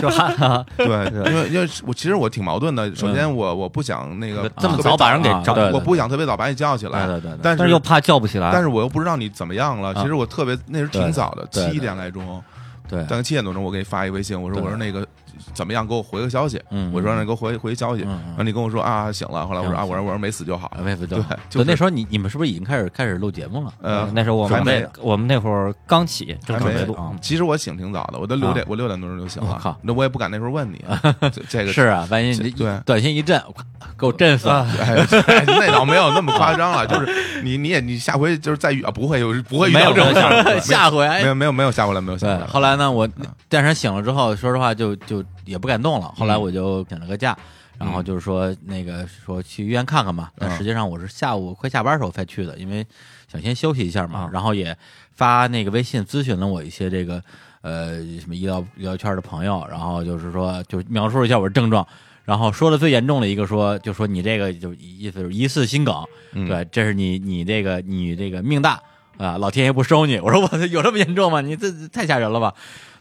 Speaker 4: 就还
Speaker 2: 对，因为因为我其实我挺矛盾的。首
Speaker 1: 嗯
Speaker 2: 先我我不想那个
Speaker 4: 这么
Speaker 2: 特别
Speaker 4: 早把人给
Speaker 1: 啊
Speaker 4: 找，
Speaker 1: 对
Speaker 2: 我不想特别早把你叫起来，
Speaker 1: 对对对对
Speaker 2: 但
Speaker 4: 但
Speaker 2: 是
Speaker 4: 是又怕叫不起来。
Speaker 2: 但是我又不知道你怎么样了。
Speaker 1: 啊
Speaker 2: 其实我特别那时候挺早的，
Speaker 1: 对对对
Speaker 2: 七点来钟，
Speaker 1: 对，
Speaker 2: 大概七点多钟，我给你发一微信，我说
Speaker 1: 对
Speaker 2: 我说那个怎么样，给我回个消息。
Speaker 1: 嗯
Speaker 2: 我说让你给我回回一消息，
Speaker 1: 嗯嗯
Speaker 2: 然后你跟我说啊醒了，后来我说
Speaker 1: 行
Speaker 2: 啊我说我说没死就好。
Speaker 1: 为不
Speaker 2: 对
Speaker 1: 对，
Speaker 2: 就是
Speaker 1: 那时候你你们是不是已经开始开始录节目了？
Speaker 2: 呃
Speaker 4: 嗯，那时候我
Speaker 2: 还
Speaker 4: 们
Speaker 2: 没
Speaker 4: 那我们那会儿刚起，正
Speaker 2: 还
Speaker 4: 准
Speaker 2: 没
Speaker 4: 备录嗯
Speaker 1: 啊
Speaker 2: 其实我醒挺早的，我都六点
Speaker 1: 啊
Speaker 2: 我六点多钟就醒
Speaker 1: 我
Speaker 2: 了
Speaker 1: 靠。
Speaker 2: 那我也不敢那时候问你， 这这个
Speaker 1: 是啊，万一
Speaker 2: 这
Speaker 1: 你
Speaker 2: 对
Speaker 1: 短信一震，哇给我震死
Speaker 4: 啊
Speaker 1: 了。
Speaker 2: 哎，哎那倒没有那么夸张了，就是你你也你下回就是再遇啊，不会有不会遇
Speaker 1: 没
Speaker 2: 到
Speaker 1: 有
Speaker 2: 这种事儿，
Speaker 1: 下下回哎
Speaker 2: 没有没有没有下回来没有下
Speaker 1: 对
Speaker 2: 回，来。
Speaker 1: 后来呢，我第二天醒了之后，说实话就就也不敢动了。后来
Speaker 2: 嗯
Speaker 1: 我就请了个假，然后就是说那个说去医院看看吧。但
Speaker 2: 嗯
Speaker 1: 实际上我是下午快下班的时候才去的，因为想先休息一下嘛
Speaker 2: 嗯
Speaker 4: 啊。
Speaker 1: 然后也发那个微信咨询了我一些这个呃什么医疗医疗圈的朋友，然后就是说就描述了一下我的症状。然后说的最严重的一个说，就说你这个就意思就是疑似心梗，
Speaker 2: 嗯
Speaker 1: 对，这是你你这个你这个命大啊，老天爷不收你。我说我有这么严重吗？你这这太吓人了吧？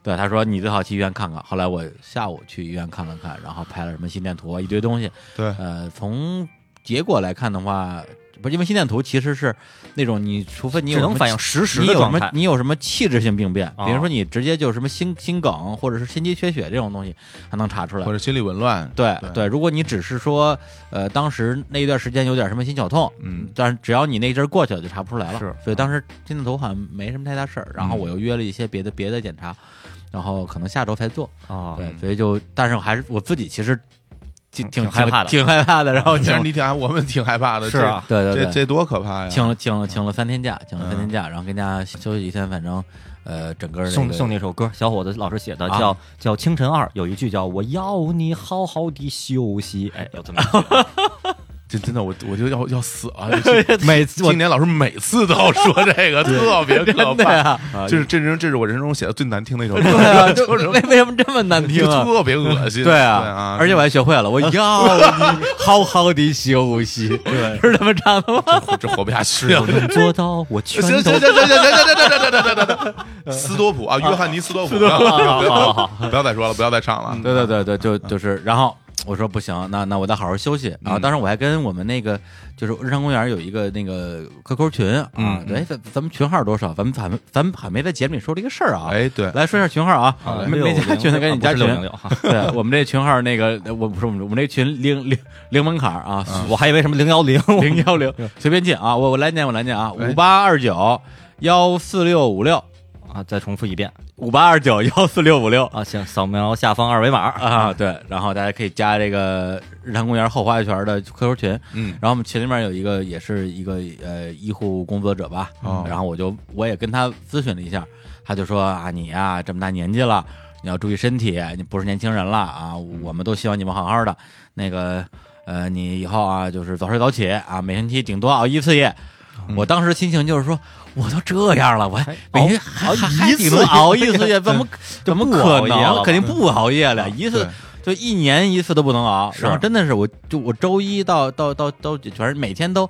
Speaker 1: 对，他说你最好去医院看看。后来我下午去医院看了看，然后拍了什么心电图啊，一堆东西。
Speaker 2: 对，
Speaker 1: 呃，从结果来看的话，不是因为心电图其实是那种你除非你有
Speaker 4: 只
Speaker 1: 什么
Speaker 4: 能反映实时
Speaker 1: 你
Speaker 4: 的
Speaker 1: 有什
Speaker 4: 状
Speaker 1: 么
Speaker 4: 态。
Speaker 1: 你有什么器质性病变，
Speaker 4: 啊
Speaker 1: 比如说你直接就是什么心心梗或者是心肌缺血这种东西，还能查出来
Speaker 2: 或。者心理紊乱，
Speaker 1: 对
Speaker 2: 对
Speaker 1: 对，如果你只是说，呃，当时那一段时间有点什么心绞痛，
Speaker 2: 嗯，
Speaker 1: 但是只要你那阵儿过去了，就查不出来了。
Speaker 4: 是
Speaker 1: 所以当时心电图好像没什么太大事儿。然后我又约了一些别的别的检查，然后可能下周才做。
Speaker 4: 啊，
Speaker 1: 对，所以就，但是我还是我自己其实挺挺
Speaker 4: 挺害怕的
Speaker 1: 挺害怕的。然后
Speaker 2: 其
Speaker 1: 请
Speaker 2: 实你嗯挺害，我们挺害怕的，
Speaker 4: 是啊，
Speaker 1: 对
Speaker 2: 这，
Speaker 1: 对
Speaker 2: 这
Speaker 1: 对，
Speaker 2: 这多可怕呀！
Speaker 1: 请了请了请了三天假，请了三天假，然后跟家休息一天，反正呃，整个
Speaker 4: 送送
Speaker 1: 你
Speaker 4: 你一首歌，小伙子老师写的，
Speaker 1: 啊
Speaker 4: 叫叫《清晨二》，有一句叫“我要你好好的休息”，哎，有这么一
Speaker 2: 这
Speaker 4: 句
Speaker 2: 真的，我我就要要死啊！这
Speaker 1: 每次我
Speaker 2: 今年老师每次都说这 个，特别可
Speaker 1: 真的
Speaker 2: 怕，
Speaker 1: 呀，
Speaker 2: 这是这是这是我人生中写的最难听的一首歌，
Speaker 1: 对啊， 就
Speaker 2: 啊 就是
Speaker 1: 为为什么这么难听啊？
Speaker 2: 特别恶心。
Speaker 1: 对
Speaker 2: 啊，
Speaker 1: 啊，而且我还学会了，我要你好好的休息，是这么唱的吗？
Speaker 2: 这这活不下去 了。
Speaker 4: 能做到我全
Speaker 2: 行行
Speaker 4: 都
Speaker 2: 行行行行行行行行行行行行，斯多普啊，约翰尼斯多普，不要 不要再说了，不要再唱了。
Speaker 1: 嗯对对对对，就就是，然后我说不行，那那我得好好休息。然后当时我还跟我们那个就是日常公园有一个那个 QQ 群啊，
Speaker 2: 嗯
Speaker 1: 对，哎咱咱们群号是多少？咱们咱们咱们好像没在节目里说这个事儿啊。
Speaker 2: 哎，对，
Speaker 1: 来说一下群号啊，没没加群的赶紧加群
Speaker 4: 六。零六哈，
Speaker 1: 对我们这群号那个，我不是我们我们这群零零零门槛儿啊，
Speaker 4: 我还以为什么零幺零，
Speaker 1: 零幺零随便进啊，我我来念我来念啊，五八二九幺四六五六
Speaker 4: 啊，再重复一遍
Speaker 1: 五八二九幺四六五六
Speaker 4: 啊，行，扫描下方二维码，
Speaker 1: 啊，对，然后大家可以加这个日坛公园后花园的 QQ 群，
Speaker 2: 嗯，
Speaker 1: 然后我们群里面有一个也是一个呃医护工作者吧，
Speaker 2: 哦
Speaker 1: 然后我就我也跟他咨询了一下，他就说啊你呀、这么大年纪了，你要注意身体，你不是年轻人了啊，
Speaker 2: 嗯
Speaker 1: 我们都希望你们好好的，那个呃你以后啊就是早睡早起啊，每星期顶多熬一次夜。
Speaker 2: 嗯
Speaker 1: 我当时心情就是说，我都这样 了，我还
Speaker 4: 哦
Speaker 1: 每天还还还顶多熬一次夜，怎么怎么
Speaker 4: 不
Speaker 1: 可
Speaker 4: 熬夜了嗯
Speaker 1: 能？
Speaker 4: 吧
Speaker 1: 肯定不熬夜了，一次
Speaker 2: 对
Speaker 1: 就一年一次都不能熬，
Speaker 4: 是
Speaker 1: 然后真的是我就我周一到到到到全是每天都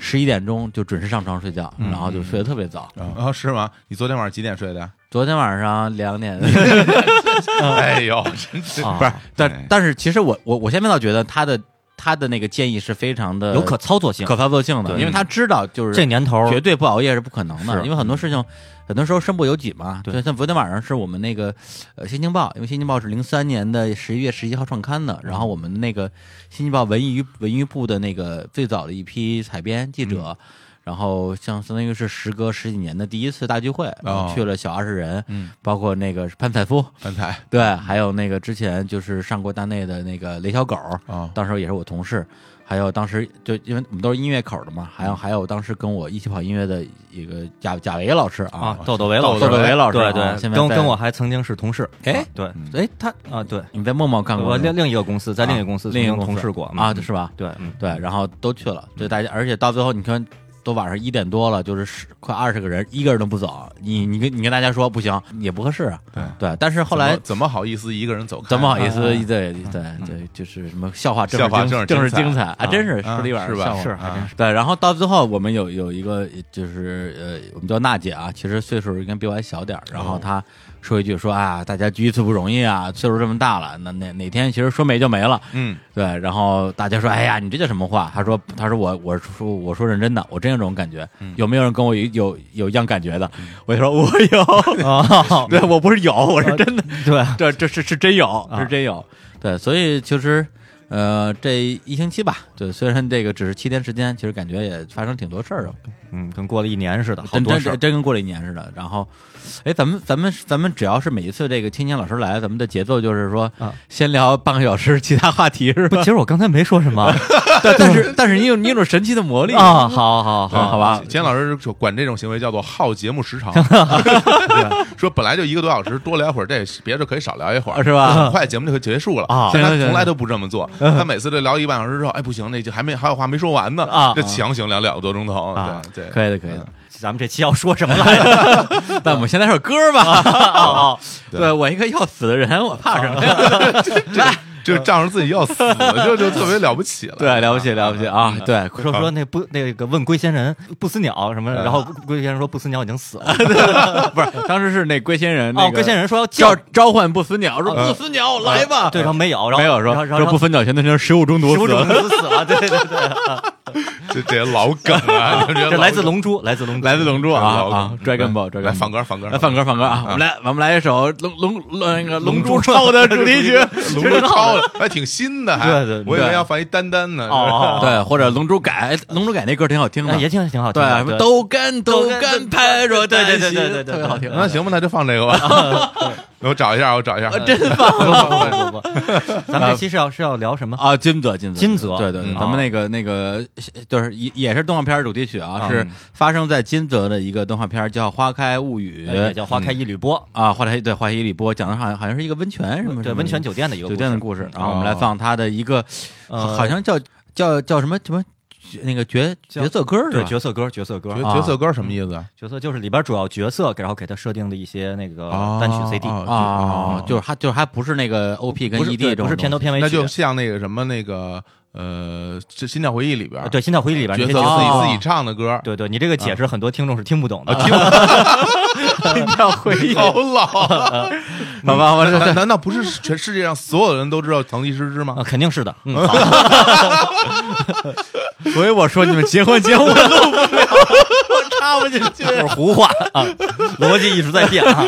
Speaker 1: 十一点钟就准时上床睡觉，
Speaker 4: 嗯
Speaker 1: 然后就睡得特别早。
Speaker 2: 啊是吗？你昨天晚上几点睡的？
Speaker 1: 昨天晚上两点，嗯
Speaker 2: 哎呦，真是
Speaker 4: 啊
Speaker 2: 不是，
Speaker 1: 但但是其实我我我现在倒觉得他的他的那个建议是非常的
Speaker 4: 有可操作性。
Speaker 1: 哦可操作性的，
Speaker 4: 对
Speaker 1: 因为他知道就是
Speaker 4: 这年头
Speaker 1: 绝对不熬夜是不可能的，
Speaker 4: 是嗯
Speaker 1: 因为很多事情，很多时候身不由己嘛。
Speaker 4: 对
Speaker 1: 像昨天晚上是我们那个呃《新京报》，因为《新京报》是零三年的十一月十一号创刊
Speaker 4: 嗯
Speaker 1: 的，然后我们那个《新京报》文娱文娱部的那个最早的一批采编记者。
Speaker 4: 嗯
Speaker 1: 然后像相当于是时隔十几年的第一次大聚会，
Speaker 4: 哦
Speaker 1: 然后去了小二十人，
Speaker 2: 嗯
Speaker 1: 包括那个潘采夫，
Speaker 2: 安排
Speaker 1: 对，还有那个之前就是上过大内的那个雷小狗，
Speaker 2: 啊，
Speaker 1: 当时也是我同事，还有当时就因为我们都是音乐口的嘛，还
Speaker 4: 嗯
Speaker 1: 有还有当时跟我一起跑音乐的一个贾贾维老师啊
Speaker 4: 啊，，窦窦唯老师，
Speaker 2: 窦
Speaker 1: 唯老师
Speaker 4: 对
Speaker 1: 啊
Speaker 4: 对，
Speaker 1: 现在
Speaker 4: 跟
Speaker 1: 在
Speaker 4: 跟我还曾经是同事，
Speaker 1: 哎
Speaker 4: 啊对
Speaker 1: 哎他
Speaker 4: 啊对，
Speaker 1: 你在陌陌干过
Speaker 4: 我
Speaker 1: 是
Speaker 4: 另
Speaker 1: 吗
Speaker 4: 另一个公司在另一个公司
Speaker 1: 另一个
Speaker 4: 曾经
Speaker 1: 公
Speaker 4: 同
Speaker 1: 司
Speaker 4: 事过嗯
Speaker 1: 啊，是吧？
Speaker 4: 对，嗯
Speaker 1: 对，然后都去了，对大家，而且到最后你看。都晚上一点多了，就是十快二十个人，一个人都不走。你你跟你跟大家说不行，也不合适啊。
Speaker 2: 对
Speaker 1: 对，但是后来
Speaker 2: 怎么怎么好意思一个人走开？
Speaker 1: 怎么好意思？
Speaker 4: 啊啊
Speaker 1: 对对对，就是什么笑话正
Speaker 2: 笑话
Speaker 1: 是精
Speaker 2: 正
Speaker 1: 正
Speaker 2: 是
Speaker 1: 是精
Speaker 2: 精
Speaker 1: 彩啊！真是
Speaker 2: 啊
Speaker 1: 说了一晚上
Speaker 2: 是吧
Speaker 1: 笑话
Speaker 2: 是
Speaker 4: 还
Speaker 2: 真是
Speaker 1: 对，然后到最后我们有有一个就是呃，我们叫娜姐啊，其实岁数应该比我还小点儿。然
Speaker 2: 哦
Speaker 1: 后她说一句说啊，大家聚一次不容易啊，岁数这么大了，那哪哪天其实说没就没了。
Speaker 2: 嗯，
Speaker 1: 对，然后大家说哎呀，你这叫什么话？她说她说我我说我说认真的，我真有这种感觉。
Speaker 4: 嗯
Speaker 1: 有没有人跟我有有有一样感觉的？我就说我有，
Speaker 4: 啊，
Speaker 1: 对我不是有，我是真的，
Speaker 4: 哦对，啊
Speaker 1: 这这是是真有，是真有。对，所以其实。呃，这一星期吧，对，虽然这个只是七天时间，其实感觉也发生挺多事儿的。
Speaker 4: 嗯，跟过了一年似的，好
Speaker 1: 真
Speaker 4: 多
Speaker 1: 真
Speaker 4: 事儿
Speaker 1: 真跟过了一年似的。然后，哎，咱们咱们咱们只要是每一次这个青年老师来，咱们的节奏就是说，
Speaker 4: 啊
Speaker 1: 先聊半个小时其他话题是
Speaker 4: 不，
Speaker 1: 吧
Speaker 4: 其？实我刚才没说什么
Speaker 1: 但但 是但是你有你有种神奇的魔力
Speaker 4: 啊，！好好
Speaker 1: 对嗯
Speaker 4: 好，
Speaker 1: 好吧
Speaker 2: 简啊老师就管这种行为叫做耗节目时 长， 说本来就一个多小时，多聊一会儿这别的可以少聊一会儿，
Speaker 1: 哦是吧
Speaker 2: 很快节目就可以结束了
Speaker 4: 啊
Speaker 1: 行嗯
Speaker 2: 但他
Speaker 1: 行
Speaker 2: 从来都不这么做，他每次都聊一半小时之后，哎，不行，那就还没还有话没说完呢
Speaker 4: 啊
Speaker 2: 这强行聊两个多钟头，
Speaker 4: 啊
Speaker 2: 对对，
Speaker 1: 可以的，可以的。
Speaker 4: 咱们这期要说什么来着？
Speaker 1: 但我们先 来首歌吧。
Speaker 4: 哦
Speaker 2: 对
Speaker 4: 啊
Speaker 1: 对我一个要死的人，我怕什么呀？来
Speaker 2: 就仗着自己要死， 就就特别了不起了。
Speaker 1: 对，了不起，了不起啊！
Speaker 4: 嗯
Speaker 1: 对，
Speaker 4: 说说那不那个问龟仙人不死鸟什么，
Speaker 1: 呃
Speaker 4: 然后龟仙人说不死鸟已经死了，
Speaker 1: 不是，当时是那龟仙人， 那
Speaker 4: 哦，
Speaker 1: 个
Speaker 4: 龟仙人说要叫
Speaker 1: 召召唤不死鸟，说
Speaker 2: 嗯
Speaker 4: 啊
Speaker 1: 不死鸟来 吧，
Speaker 2: 啊
Speaker 4: 对，然后没有，然后
Speaker 1: 没有说
Speaker 4: 然后然
Speaker 1: 说
Speaker 4: 后
Speaker 1: 不死鸟全都成食物中毒
Speaker 4: 食物
Speaker 1: 死
Speaker 4: 中
Speaker 1: 了，
Speaker 4: 毒死了，对对对，
Speaker 2: 这这老梗 啊，这
Speaker 4: 这
Speaker 2: 老
Speaker 4: 来自龙珠，来自龙珠，
Speaker 1: 来自龙珠啊
Speaker 2: 老梗
Speaker 1: 啊，Dragon
Speaker 2: 嗯
Speaker 1: Ball，
Speaker 2: 来放歌，放歌，
Speaker 1: 来放歌放歌啊！
Speaker 2: 嗯
Speaker 1: 我们来我们来一首龙龙那个龙珠
Speaker 4: 珠
Speaker 1: 超的主题曲，
Speaker 2: 龙珠超了，还挺新的，还
Speaker 4: 对对对
Speaker 2: 我以为要放一丹丹呢。
Speaker 4: 哦，哦，
Speaker 1: 对，或者龙珠改龙珠改那歌挺好听
Speaker 4: 哦
Speaker 1: 的，
Speaker 4: 也挺挺好听的，
Speaker 1: 嗯对，豆干豆干派若丹
Speaker 4: 对对
Speaker 1: 心
Speaker 4: 对对对对
Speaker 1: 特别好听。
Speaker 2: 那行吧，那就放这个吧。我找一下，我找一下。
Speaker 1: 真 棒
Speaker 4: 不不不不不，咱们这期是要是要聊什么？
Speaker 1: 啊！金泽，金泽，
Speaker 4: 金泽
Speaker 1: 对对，对
Speaker 4: 嗯
Speaker 1: 咱们那个那个就是也也是动画片主题曲啊，
Speaker 4: 嗯
Speaker 1: 是发生在金泽的一个动画片叫《花开物语
Speaker 4: 呃也》叫花开一缕波，
Speaker 1: 啊，花开对花开一里波讲的好像好像是一个温泉什么
Speaker 4: 对，温泉酒店的一个
Speaker 1: 酒店的故事，然后我们来
Speaker 2: 哦
Speaker 1: 放他的一个
Speaker 4: 呃
Speaker 1: 好像叫叫叫什么什么那个角
Speaker 4: 叫
Speaker 1: 角色歌是啊
Speaker 4: 对
Speaker 1: 吧？
Speaker 4: 角色歌，角色歌
Speaker 2: 角，
Speaker 1: 啊
Speaker 2: 角色歌什么意思啊？
Speaker 4: 角色就是里边主要角色，然后给他设定的一些那个
Speaker 2: 哦
Speaker 4: 单曲 CD，
Speaker 2: 哦
Speaker 1: 啊，就是还就是还不是那个 OP 跟
Speaker 4: 不是
Speaker 1: ED E 这
Speaker 4: 对
Speaker 1: 种
Speaker 4: 不
Speaker 1: 东
Speaker 4: 是片头
Speaker 1: 西
Speaker 4: 片尾
Speaker 2: 那
Speaker 4: 曲
Speaker 2: 就，像那个什么那个呃，这《心跳回忆》里边
Speaker 4: 呃，对，《心跳回忆》里边
Speaker 2: 角
Speaker 4: 那
Speaker 2: 色
Speaker 4: 些
Speaker 2: 自己、
Speaker 4: 角
Speaker 1: 哦
Speaker 2: 自己唱的歌，
Speaker 4: 对对，你这个解释很多听众是听不懂的，
Speaker 2: 啊，听我
Speaker 4: 心跳回 忆
Speaker 2: 好老。啊
Speaker 1: 好吧，我
Speaker 2: 难难道不是全世界上所有人都知道藤吉诗织吗
Speaker 4: 啊，？肯定是的，嗯，
Speaker 1: 所以我说你们结婚结婚我录不了，我插不进去，
Speaker 4: 就是胡话啊，逻辑一直在变啊，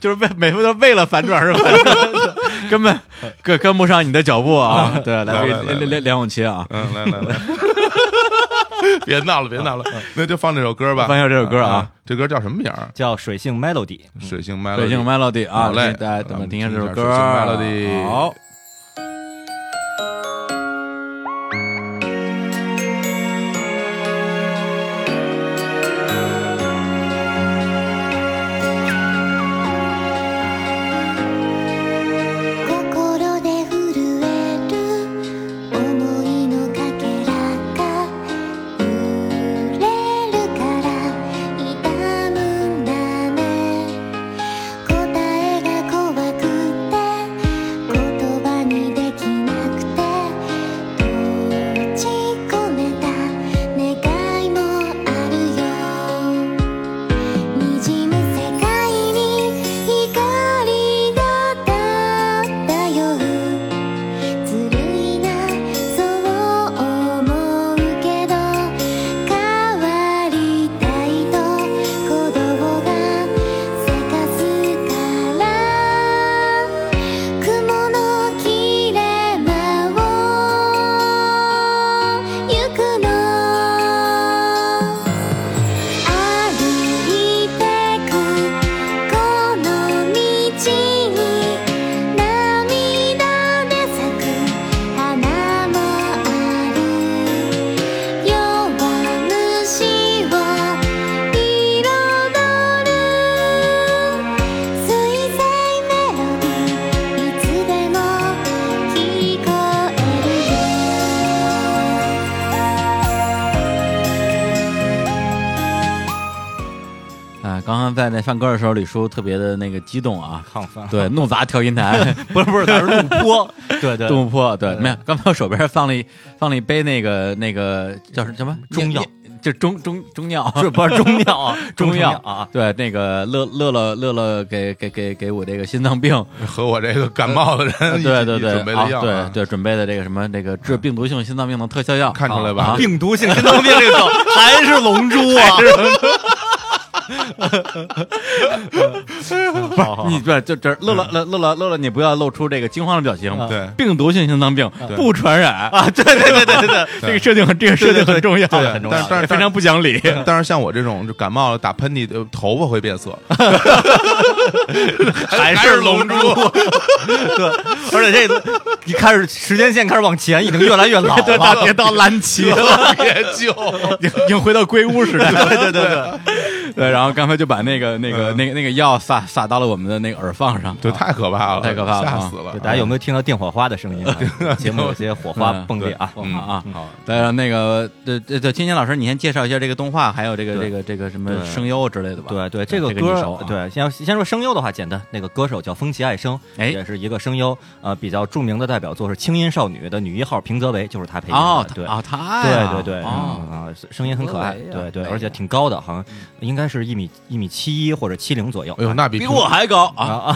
Speaker 1: 就是为每次都为了反转而反转，根本跟跟不上你的脚步啊！对，来
Speaker 2: 来来
Speaker 1: 梁
Speaker 2: 来
Speaker 1: 梁梁梁咏琪啊，
Speaker 2: 嗯，来来 来，别闹了，别闹了，那就放这首歌吧。
Speaker 1: 放一下这首歌啊
Speaker 2: 嗯，这歌叫什么名儿？
Speaker 4: 叫水性 melody，
Speaker 2: 水性 melody。
Speaker 1: 北京 Melody 啊，
Speaker 2: 好嘞
Speaker 1: 大家怎么听一下这首歌啊
Speaker 2: 我们听一下水晶 Melody
Speaker 1: 好。
Speaker 5: 心で震える思いのかけらが揺れるから痛むんだね答えが怖くて言葉にできなくて閉じ込めた願いもあるよ「にじむ世界に光が漂う」「ずるいなそう思うけど」「変わりたいと鼓動がせかすから」「雲の切れ間を行くの」「歩いてくこの道に」「涙で咲く花もある」「弱虫を彩る」「水星メロディーいつでも聞こえるよ」
Speaker 1: 啊，刚刚在那放歌的时候，李叔特别的那个激动 啊，
Speaker 4: 亢奋，
Speaker 1: 对，怒砸调音台，
Speaker 4: 不是不是，咱是怒泼， 对对，
Speaker 1: 杜甫，对，
Speaker 4: 对
Speaker 1: 没有，刚才我手边放了一放了一杯那个那个叫什么
Speaker 4: 中药，
Speaker 1: 就中中中药，
Speaker 4: 是不是中药啊？
Speaker 1: 中
Speaker 4: 药
Speaker 1: 药
Speaker 4: 啊，
Speaker 1: 对，那个乐乐乐乐乐给给给给我这个心脏病，
Speaker 2: 和我这个感冒的 人
Speaker 1: 嗯
Speaker 2: 一起
Speaker 1: 对对对，
Speaker 2: 准备的
Speaker 1: 啊
Speaker 2: 药
Speaker 1: 对
Speaker 2: 啊，
Speaker 1: 对准备的这个什么那个治病毒性心脏病的特效药，
Speaker 2: 看出来吧
Speaker 1: 啊
Speaker 4: 病毒性心脏病这 个梗还是龙珠啊，不
Speaker 1: 你对，就这乐乐乐乐乐乐乐，你不要露出这个惊慌的表情。
Speaker 2: 嗯对
Speaker 1: 病毒性心脏病不传染啊！对对对对对， 这个设定很这个设定很重要，
Speaker 2: 对很重要但但
Speaker 1: 也非常不讲理。
Speaker 2: 但是像我这种就感冒了打喷嚏，呃头发会变色，还
Speaker 4: 还
Speaker 2: 是
Speaker 4: 是
Speaker 2: 龙珠，
Speaker 4: 对，而且这个一开始时间线开始往前，已经越来越老
Speaker 1: 对，
Speaker 4: 了。
Speaker 1: 别到蓝旗了，
Speaker 2: 别救。
Speaker 1: 已经回到龟屋时代。
Speaker 4: 对对对对嗯
Speaker 1: 对，然后刚才就把那个那个那个那个药撒撒到了我们的那个耳放上，
Speaker 2: 对，
Speaker 1: 啊
Speaker 2: 太可怕了，
Speaker 1: 太可怕了
Speaker 2: 吓
Speaker 1: 啊
Speaker 2: 死了
Speaker 1: 对。
Speaker 4: 大家有没有听到电火花的声音啊？ 节目有些火花
Speaker 1: 嗯
Speaker 4: 迸裂啊！
Speaker 2: 嗯
Speaker 1: 啊啊！
Speaker 2: 好，
Speaker 1: 对，然后那个对对对，青年老师，你先介绍一下这个动画，还有这个这个这个什么
Speaker 4: 对
Speaker 1: 声优之类的吧？
Speaker 4: 对对，这个
Speaker 1: 个
Speaker 4: 歌
Speaker 1: 你
Speaker 4: 儿
Speaker 1: 熟啊
Speaker 4: 对，先先说声优的话，简单，那个歌手叫风崎爱生，
Speaker 1: 哎
Speaker 4: 也是一个声优，呃，比较著名的代表作是《轻音少女》的女一号平泽唯，就是她配音
Speaker 1: 哦
Speaker 4: 的，，
Speaker 1: 他
Speaker 4: 对。
Speaker 1: 哦，他
Speaker 4: 对
Speaker 1: 呀
Speaker 4: 对对，
Speaker 1: 哦
Speaker 4: 嗯啊，声音很可爱，
Speaker 1: 平泽唯
Speaker 4: 对
Speaker 1: 呀
Speaker 4: 对，
Speaker 1: 哎
Speaker 4: 而且挺高的，好像应该是一米一米七一或者七零左右
Speaker 2: 哎。呦，那比
Speaker 1: 比
Speaker 2: 平
Speaker 1: 我还高啊！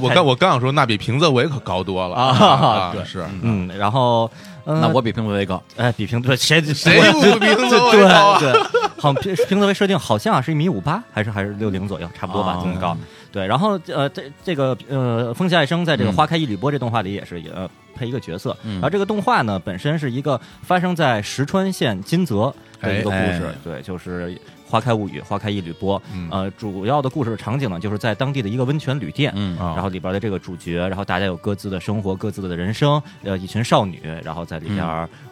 Speaker 2: 不是我刚我刚想说，那比平仄维可高多了
Speaker 4: 啊
Speaker 2: 啊！
Speaker 4: 对
Speaker 2: 是
Speaker 4: 嗯，然后，嗯，
Speaker 1: 那我比评委高，
Speaker 4: 哎，比平对谁
Speaker 2: 谁不比平仄维
Speaker 4: 对
Speaker 2: 高啊？
Speaker 4: 对，好像平平泽唯设定好像是一米五八，还是还是六零左右，差不多吧
Speaker 1: 哦，
Speaker 4: 这么高。对，然后呃，这这个呃，风下爱生在这个《
Speaker 1: 嗯
Speaker 4: 花开一缕波》这动画里也是也呃配一个角色，
Speaker 1: 嗯
Speaker 4: 然后这个动画呢本身是一个发生在石川县金泽的一个故
Speaker 1: 哎
Speaker 4: 事
Speaker 1: 哎，
Speaker 4: 对，就是《花开物语》《花开一缕波》
Speaker 2: 嗯
Speaker 4: 呃，主要的故事场景呢就是在当地的一个温泉旅店，
Speaker 1: 嗯
Speaker 2: 啊
Speaker 4: 然后里边的这个主角，然后大家有各自的生活、各自的人生，呃，一群少女，然后在里边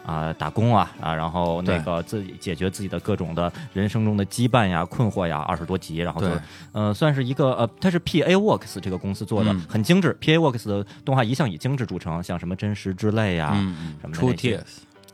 Speaker 4: 啊、打工啊啊，然后那
Speaker 1: 嗯对
Speaker 4: 个自己解决自己的各种的人生中的羁绊呀、困惑呀，二十多集，然后就
Speaker 1: 对
Speaker 4: 呃算是一个呃，它是 P A Works 这个公司做的，
Speaker 1: 嗯
Speaker 4: 很精致。P A Works 的动画一向以精致著称，像什么真实之泪呀、
Speaker 1: 嗯
Speaker 4: 什么的
Speaker 1: 出
Speaker 4: 那些
Speaker 1: 帖，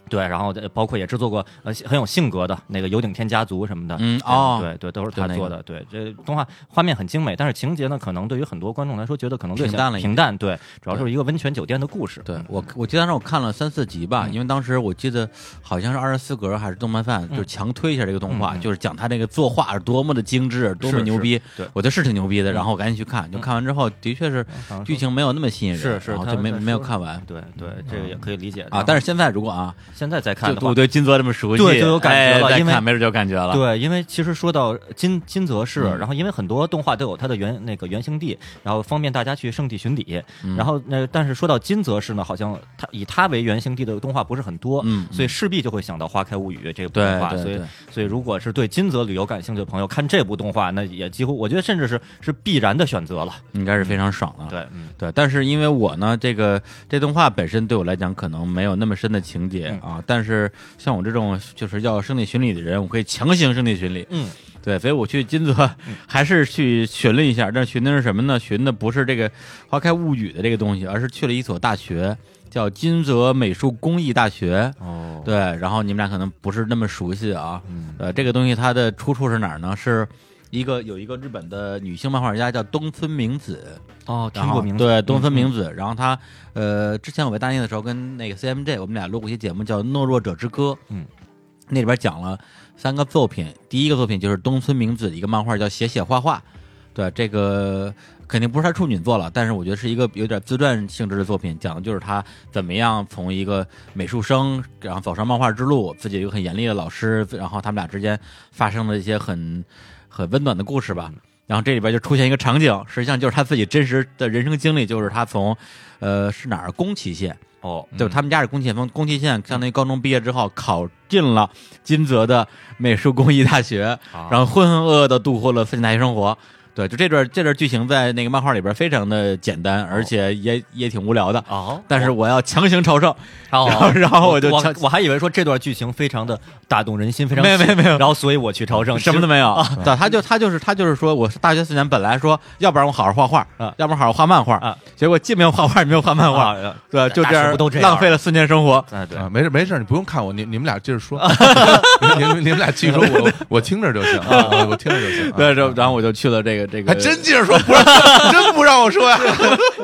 Speaker 4: 对，然后呃包括也制作过呃很有性格的那个《有顶天家族》什么的，
Speaker 1: 嗯哦，
Speaker 4: 对对，都是他
Speaker 1: 对那
Speaker 4: 做的。对，这动画画面很精美，但是情节呢，可能对于很多观众来说，觉得可能略
Speaker 1: 平
Speaker 4: 显
Speaker 1: 淡了一
Speaker 4: 平
Speaker 1: 点
Speaker 4: 淡。对，主要就是一个温泉酒店的故事。
Speaker 1: 对
Speaker 4: 嗯
Speaker 1: 我，我记得当时我看了三四集吧，因为当时我记得好像是二十四格还是动漫饭，就是强推一下这个动画，
Speaker 4: 嗯嗯嗯
Speaker 1: 就是讲他这个作画是多么的精致，多么牛逼。
Speaker 4: 对嗯
Speaker 1: 我觉得是挺牛逼的，然后我赶紧去看，就看完之后，的确是
Speaker 4: 好像
Speaker 1: 剧情没有那么吸引人，
Speaker 4: 是是
Speaker 1: 然后
Speaker 4: 他
Speaker 1: 就没
Speaker 4: 在
Speaker 1: 没有
Speaker 4: 说
Speaker 1: 看完
Speaker 4: 嗯对对，这个也可以理解
Speaker 1: 啊。但是现在如果啊，
Speaker 4: 是现在再看
Speaker 1: 就
Speaker 4: 的
Speaker 1: 我
Speaker 4: 话。
Speaker 1: 对金泽这么熟悉，
Speaker 4: 对就有感觉
Speaker 1: 哎
Speaker 4: 了
Speaker 1: 再
Speaker 4: 因为
Speaker 1: 看没准就有感觉了。
Speaker 4: 对，因为其实说到金金泽市，
Speaker 1: 嗯
Speaker 4: 然后因为很多动画都有它的原那个原型地，然后方便大家去圣地巡礼。
Speaker 1: 嗯
Speaker 4: 然后那但是说到金泽市呢，好像它以它为原型地的动画不是很多，
Speaker 1: 嗯
Speaker 4: 所以势必就会想到《花开物语》这部
Speaker 1: 对
Speaker 4: 动画。
Speaker 1: 对
Speaker 4: 所以
Speaker 1: 对
Speaker 4: 所以如果是对金泽旅游感兴趣的朋友，看这部动画，那也几乎我觉得甚至是是必然的选择了。
Speaker 1: 应该是非常爽了。
Speaker 4: 对，嗯，
Speaker 1: 对，但是因为我呢，这个这动画本身对我来讲可能没有那么深的情节
Speaker 4: 嗯
Speaker 1: 啊，但是像我这种就是要圣地巡礼的人，我可以强行圣地巡礼。
Speaker 4: 嗯，
Speaker 1: 对，所以我去金泽还是去寻了一下，但是寻的是什么呢？寻的不是这个《花开物语》的这个东西，而是去了一所大学，叫金泽美术工艺大学。
Speaker 4: 哦，嗯
Speaker 1: 对，然后你们俩可能不是那么熟悉啊。呃，这个东西它的出处是哪儿呢？是一个有一个日本的女性漫画家叫东村明子。
Speaker 4: 哦，听
Speaker 1: 然后
Speaker 4: 过名字，嗯
Speaker 1: 对东森明子，然后他呃，之前我在大内的时候跟那个 CMJ 我们俩录过一期节目叫《懦弱者之歌》，
Speaker 4: 嗯，
Speaker 1: 那里边讲了三个作品，第一个作品就是东村明子的一个漫画叫《写写画画》，对这个。肯定不是他处女作了，但是我觉得是一个有点自传性质的作品，讲的就是他怎么样从一个美术生，然后走上漫画之路，自己有一个很严厉的老师，然后他们俩之间发生了一些很很温暖的故事吧。然后这里边就出现一个场景，实际上就是他自己真实的人生经历，就是他从，呃，是哪儿宫崎县，
Speaker 4: 哦，
Speaker 1: 就是他们家是宫崎县，从宫崎县相当于高中毕业之后考进了金泽的美术工艺大学，
Speaker 4: 啊
Speaker 1: 然后浑浑噩噩的度过了四年大学生活。对，就这段这段剧情在那个漫画里边非常的简单，而且也也挺无聊的。
Speaker 4: 哦，
Speaker 1: 但是我要强行朝圣，
Speaker 4: 哦
Speaker 1: 然后然后我
Speaker 4: 我
Speaker 1: 就
Speaker 4: 我
Speaker 1: 强
Speaker 4: 我还以为说这段剧情非常的打动人心，非常
Speaker 1: 没有
Speaker 4: 喜
Speaker 1: 没有没有
Speaker 4: 然后所以我去朝圣，
Speaker 1: 什么都没有。对，他就他就是他就是说，我是大学四年本来说，要不然我好好画画，
Speaker 4: 啊
Speaker 1: 要不然好好画漫画，
Speaker 4: 啊
Speaker 1: 结果既没有画画，也没有画漫
Speaker 4: 动
Speaker 1: 画，
Speaker 4: 啊，
Speaker 1: 对，就
Speaker 4: 大
Speaker 1: 这
Speaker 4: 学
Speaker 1: 样
Speaker 4: 不都这样
Speaker 1: 浪费了四年生活。
Speaker 4: 哎对，
Speaker 2: 啊，没事没事，你不用看我，你你们俩接 着说，你们你们俩继续说，我我听着就行，啊我我听着就行。啊
Speaker 1: 对，然后然后我就去了这个这个，
Speaker 2: 还真接着说，不是真不让 我说呀？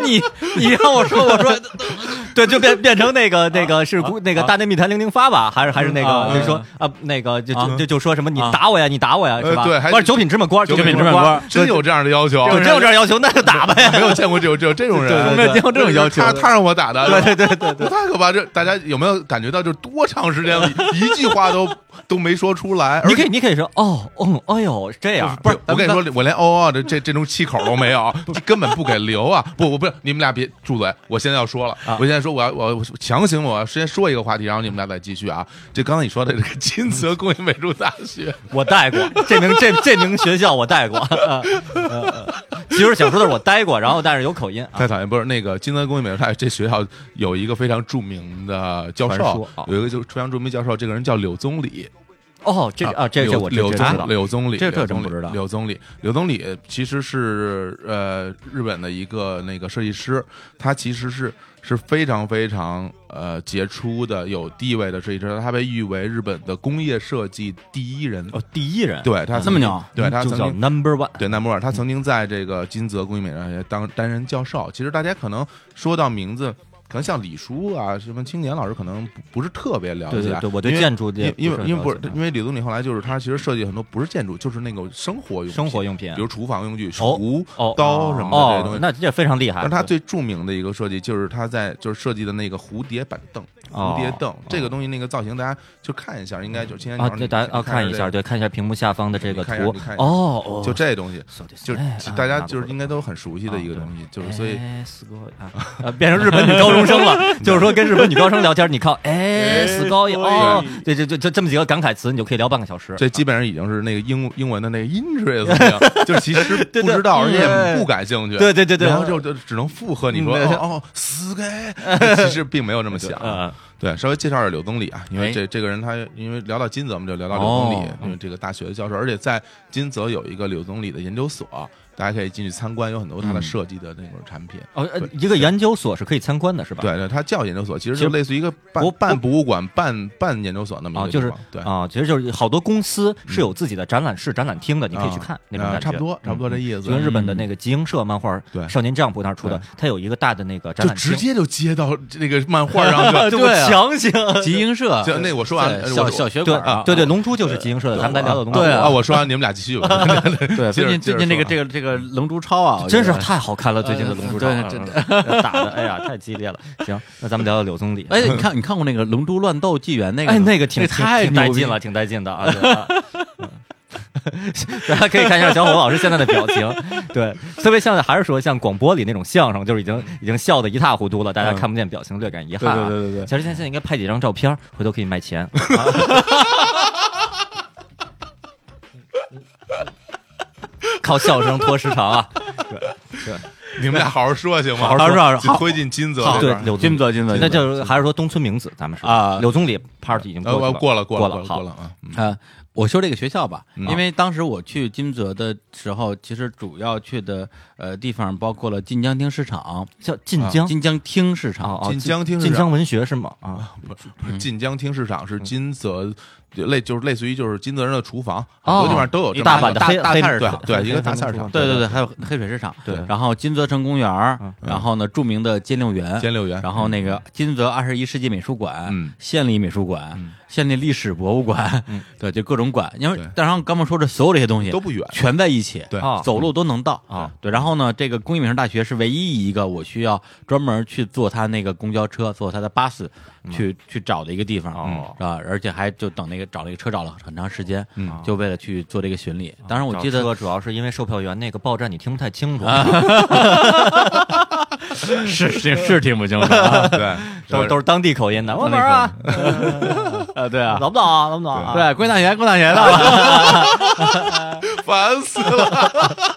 Speaker 1: 你你让我说，我说
Speaker 4: 对，就变变成那个那个
Speaker 2: 啊
Speaker 4: 是不那个大内密谈零零发吧，还是还
Speaker 2: 嗯
Speaker 4: 是那
Speaker 1: 啊
Speaker 4: 个就说
Speaker 1: 啊
Speaker 4: 啊那个就
Speaker 1: 啊
Speaker 4: 就就就说什么你
Speaker 1: 啊
Speaker 4: 打我呀，你打我呀，
Speaker 2: 呃
Speaker 4: 是吧？
Speaker 2: 对还
Speaker 4: 不是九品芝麻官，
Speaker 2: 九
Speaker 1: 品
Speaker 2: 品
Speaker 1: 芝
Speaker 2: 芝
Speaker 1: 麻
Speaker 2: 麻
Speaker 1: 官
Speaker 2: 真有这样的要求，
Speaker 4: 有这有这样要求，那就打呗。
Speaker 2: 没有见过有有这种人，
Speaker 4: 对
Speaker 1: 没有见过这种要求
Speaker 2: 他他让我打的，
Speaker 4: 对对对对
Speaker 2: 不太可怕。这大家有没有感觉到，就是多长时间了，一句话都都没说出来？而
Speaker 4: 你可以，你可以说哦，嗯，哎呦，这样
Speaker 2: 不是，我跟你说，我连哦哦这这这种气口都没有，根本不给留啊！不，我不是，你们俩别住嘴，我现在要说了，我现在说我要我我强行我要先说一个话题，然后你们俩再继续啊。这刚才你说的这个金泽工业美术大学，
Speaker 4: 我带过这名这这名学校，我带 过。呃呃其实想说的是我待过，然后但是有口音啊。
Speaker 2: 太讨厌，不是那个金泽工业美术大学这学校有一个非常著名的教
Speaker 4: 传说
Speaker 2: 授
Speaker 4: 啊，
Speaker 2: 有一个就是非常著名教授，这个人叫柳宗理。
Speaker 4: 哦，这啊，这这
Speaker 2: 柳
Speaker 4: 我
Speaker 2: 柳
Speaker 4: 这知道
Speaker 2: 宗。柳宗理，
Speaker 1: 这这
Speaker 2: 柳
Speaker 1: 我真
Speaker 2: 宗
Speaker 1: 不
Speaker 2: 理
Speaker 1: 知道
Speaker 2: 柳宗理，柳宗理其实是呃日本的一个那个设计师，他其实是是非常非常呃杰出的有地位的设计师，他被誉为日本的工业设计第一人。
Speaker 4: 哦，第一人，
Speaker 2: 对他
Speaker 1: 这么牛，
Speaker 2: 对他
Speaker 4: 啊就
Speaker 2: 曾
Speaker 4: 叫
Speaker 2: 经
Speaker 4: Number One。
Speaker 2: 对，南摩尔，他曾经在这个金泽工艺美术大学当担任教授。其实大家可能说到名字，可能像李叔啊，什么青年老师，可能不不是特别了解。啊
Speaker 4: 对对对，我对
Speaker 2: 因为
Speaker 4: 建筑
Speaker 2: 因
Speaker 4: 界
Speaker 2: 因为因为不
Speaker 4: 不是
Speaker 2: 是
Speaker 4: 很了解
Speaker 2: 因为李宗理后来就是他其实设计很多不是建筑，就是那个生活用品
Speaker 4: 生活，用品啊
Speaker 2: 比，如厨房用具、
Speaker 4: 哦
Speaker 2: 厨、
Speaker 4: 哦
Speaker 2: 刀什么的这些东
Speaker 4: 哦
Speaker 2: 西。，
Speaker 4: 那这非常厉害。
Speaker 2: 但他最著名的一个设计就是他在就是设计的那个蝴蝶板凳、
Speaker 4: 哦
Speaker 2: 蝴蝶凳这个东西，那个造型大家就看一下，应该就青年
Speaker 4: 啊，
Speaker 2: 老师
Speaker 4: 对，
Speaker 2: 你
Speaker 4: 大家啊看
Speaker 2: 着
Speaker 4: 一
Speaker 2: 这
Speaker 4: 下，
Speaker 2: 个，
Speaker 4: 对，看一下屏幕下方的这个
Speaker 2: 你看一下
Speaker 4: 图
Speaker 2: 你看一。下
Speaker 4: 哦，哦
Speaker 2: 就这东西。
Speaker 4: そうです
Speaker 2: 就
Speaker 4: ね
Speaker 2: 就
Speaker 4: 啊
Speaker 2: 大家
Speaker 4: なるほ
Speaker 2: 就是
Speaker 4: ど
Speaker 2: 应该都很熟悉的一个东西，就是所以
Speaker 4: 哎，すごい 啊，呃变成日本女高中生了，就是说跟日本女高中生聊天，你靠，哎，すごい哦，对，就就就这么几个感慨词，你就可以聊半个小时。
Speaker 2: 这基本上已经是那个英英文的那个 interest，一样就是其 实不知道，而且也不感兴趣。
Speaker 4: 对对对对
Speaker 2: 然后就就只能附和你说
Speaker 4: 嗯对
Speaker 2: 哦哦，死 该，其实并没有这么想。
Speaker 4: 呃，
Speaker 2: 对，稍微介绍一下柳宗理啊，因为
Speaker 1: 哎
Speaker 2: 这这个人他因为聊到金泽，我们就聊到柳宗理
Speaker 1: 哦，
Speaker 2: 因为这个大学的教授，而且在金泽有一个柳宗理的研究所，大家可以进去参观，有很多他的设计的那种产品。
Speaker 4: 嗯哦，呃
Speaker 2: 对
Speaker 4: 一个研究所是可以参观的，是吧？
Speaker 2: 对对，他叫研究所，其实
Speaker 4: 其实
Speaker 2: 就类似于一个半
Speaker 4: 博
Speaker 2: 半博物馆、半半研究所那么一
Speaker 4: 啊，
Speaker 2: 个
Speaker 4: 就
Speaker 2: 地
Speaker 4: 是
Speaker 2: 方。对嗯
Speaker 4: 啊，其实就是好多公司是有自己的展览室、展览厅的，你可以去看那种
Speaker 2: 啊
Speaker 4: 感觉，
Speaker 2: 差不多差不多这意思
Speaker 4: 嗯就跟日本的那个集英社漫画
Speaker 2: 对
Speaker 4: 《少年丈夫》那儿出的
Speaker 2: 对，
Speaker 4: 它有一个大的那个展
Speaker 2: 就
Speaker 4: 览厅，
Speaker 2: 直接就接到那个漫画上就
Speaker 4: 这么
Speaker 1: 对啊
Speaker 4: 强行。
Speaker 1: 集英社，
Speaker 2: 就那我说完
Speaker 1: 对
Speaker 2: 呃
Speaker 1: 小
Speaker 2: 我
Speaker 1: 小学
Speaker 4: 对
Speaker 1: 馆啊，
Speaker 4: 对对，《龙珠》就是集英社的，咱们该聊聊《龙珠》
Speaker 1: 对
Speaker 2: 啊，我说完你们俩继续 吧。
Speaker 1: 对，
Speaker 2: 接
Speaker 1: 最
Speaker 2: 着
Speaker 1: 近最近这个这
Speaker 2: 个
Speaker 1: 个这个龙珠超啊，
Speaker 4: 真是
Speaker 1: 我觉得
Speaker 4: 太好看了，最近的《龙珠超》
Speaker 1: 呃对真
Speaker 4: 的 打的，哎呀，太激烈了。行，那咱们聊聊柳宗理。
Speaker 1: 哎，你看你看过那个《龙珠乱斗纪元》那个吗？
Speaker 4: 哎，那个挺挺
Speaker 1: 太
Speaker 4: 挺带
Speaker 1: 牛逼
Speaker 4: 劲了，，挺带劲的啊！对啊 大家可以看一下小火老师现在的表情，对，特别像还是说像广播里那种相声，就是已经已经笑得一塌糊涂了，大家看不见表情，略感遗憾、啊。
Speaker 1: 嗯对 对对对对
Speaker 4: 其实现在应该拍几张照片，回头可以 卖钱。靠笑声拖时 长啊！
Speaker 2: 你们俩好好说行吗？
Speaker 4: 好好说好好
Speaker 2: 就推进金泽
Speaker 1: 好
Speaker 2: 这边
Speaker 4: 对，柳宗理
Speaker 1: 金泽金泽，
Speaker 4: 那就是还是说东村明子，咱们说
Speaker 1: 啊
Speaker 4: 柳宗理 part 已经
Speaker 2: 呃，我
Speaker 4: 过
Speaker 2: 过了
Speaker 4: 过
Speaker 2: 过
Speaker 4: 了
Speaker 2: 了
Speaker 4: 好
Speaker 2: 过了啊，嗯
Speaker 1: 啊，我说这个学校吧，
Speaker 2: 嗯
Speaker 1: 因为当时我去金泽的时候，其实主要去的呃地方包括了晋江町市场、
Speaker 4: 叫晋江
Speaker 1: 晋江町市场，
Speaker 4: 啊，啊
Speaker 2: 晋江听市
Speaker 4: 晋
Speaker 2: 场
Speaker 4: 江文学是吗？啊，
Speaker 2: 不是不是晋江听市场是
Speaker 4: 嗯
Speaker 2: 金泽类就是类似于就是金泽人的厨房，很
Speaker 4: 哦
Speaker 2: 多地方都有这么
Speaker 4: 大
Speaker 2: 一个
Speaker 4: 阪的
Speaker 1: 大
Speaker 4: 黑
Speaker 1: 大
Speaker 4: 黑
Speaker 1: 菜市场
Speaker 2: 对对
Speaker 4: 黑
Speaker 2: 一个大
Speaker 4: 黑
Speaker 2: 菜市
Speaker 4: 黑
Speaker 2: 场
Speaker 1: 对对对，还有黑水市场，
Speaker 2: 对嗯
Speaker 1: 然后金泽城公园儿，然后呢著名的金六园，
Speaker 2: 兼六园，
Speaker 1: 然后那个金泽二十一世纪美术馆、
Speaker 2: 嗯
Speaker 1: 县立美术馆、县立历史博物馆， 对，就各种馆。因为
Speaker 2: 对
Speaker 1: 当然我刚刚说的所有这些
Speaker 4: 嗯
Speaker 1: 东西
Speaker 2: 都不远
Speaker 1: 全在一起，
Speaker 2: 对
Speaker 4: 啊
Speaker 1: 走路都能到
Speaker 4: 啊。
Speaker 1: 对，然后呢，这个工艺美术大学是唯一一个我需要专门去坐他那个公交车、坐他的巴士
Speaker 2: 嗯
Speaker 1: 去、去找的一个地方
Speaker 4: 哦
Speaker 1: 啊，而且还就等那个找那个车找了很长时间，
Speaker 2: 嗯哦
Speaker 1: 就为了去做这个巡礼。当然我
Speaker 4: 找
Speaker 1: 记得
Speaker 4: 车主要是因为售票员那个报站你听不太 清楚，
Speaker 1: 是是是听不清楚啊
Speaker 2: 对，
Speaker 4: 都是都是当地口音的。我
Speaker 1: 哪
Speaker 4: 哪
Speaker 1: 儿
Speaker 4: 儿
Speaker 1: 啊
Speaker 4: 啊？
Speaker 1: 啊，对啊。
Speaker 4: 老不懂啊？老不懂啊？
Speaker 1: 对，归哎大学，归大学到了。
Speaker 2: 烦死 了，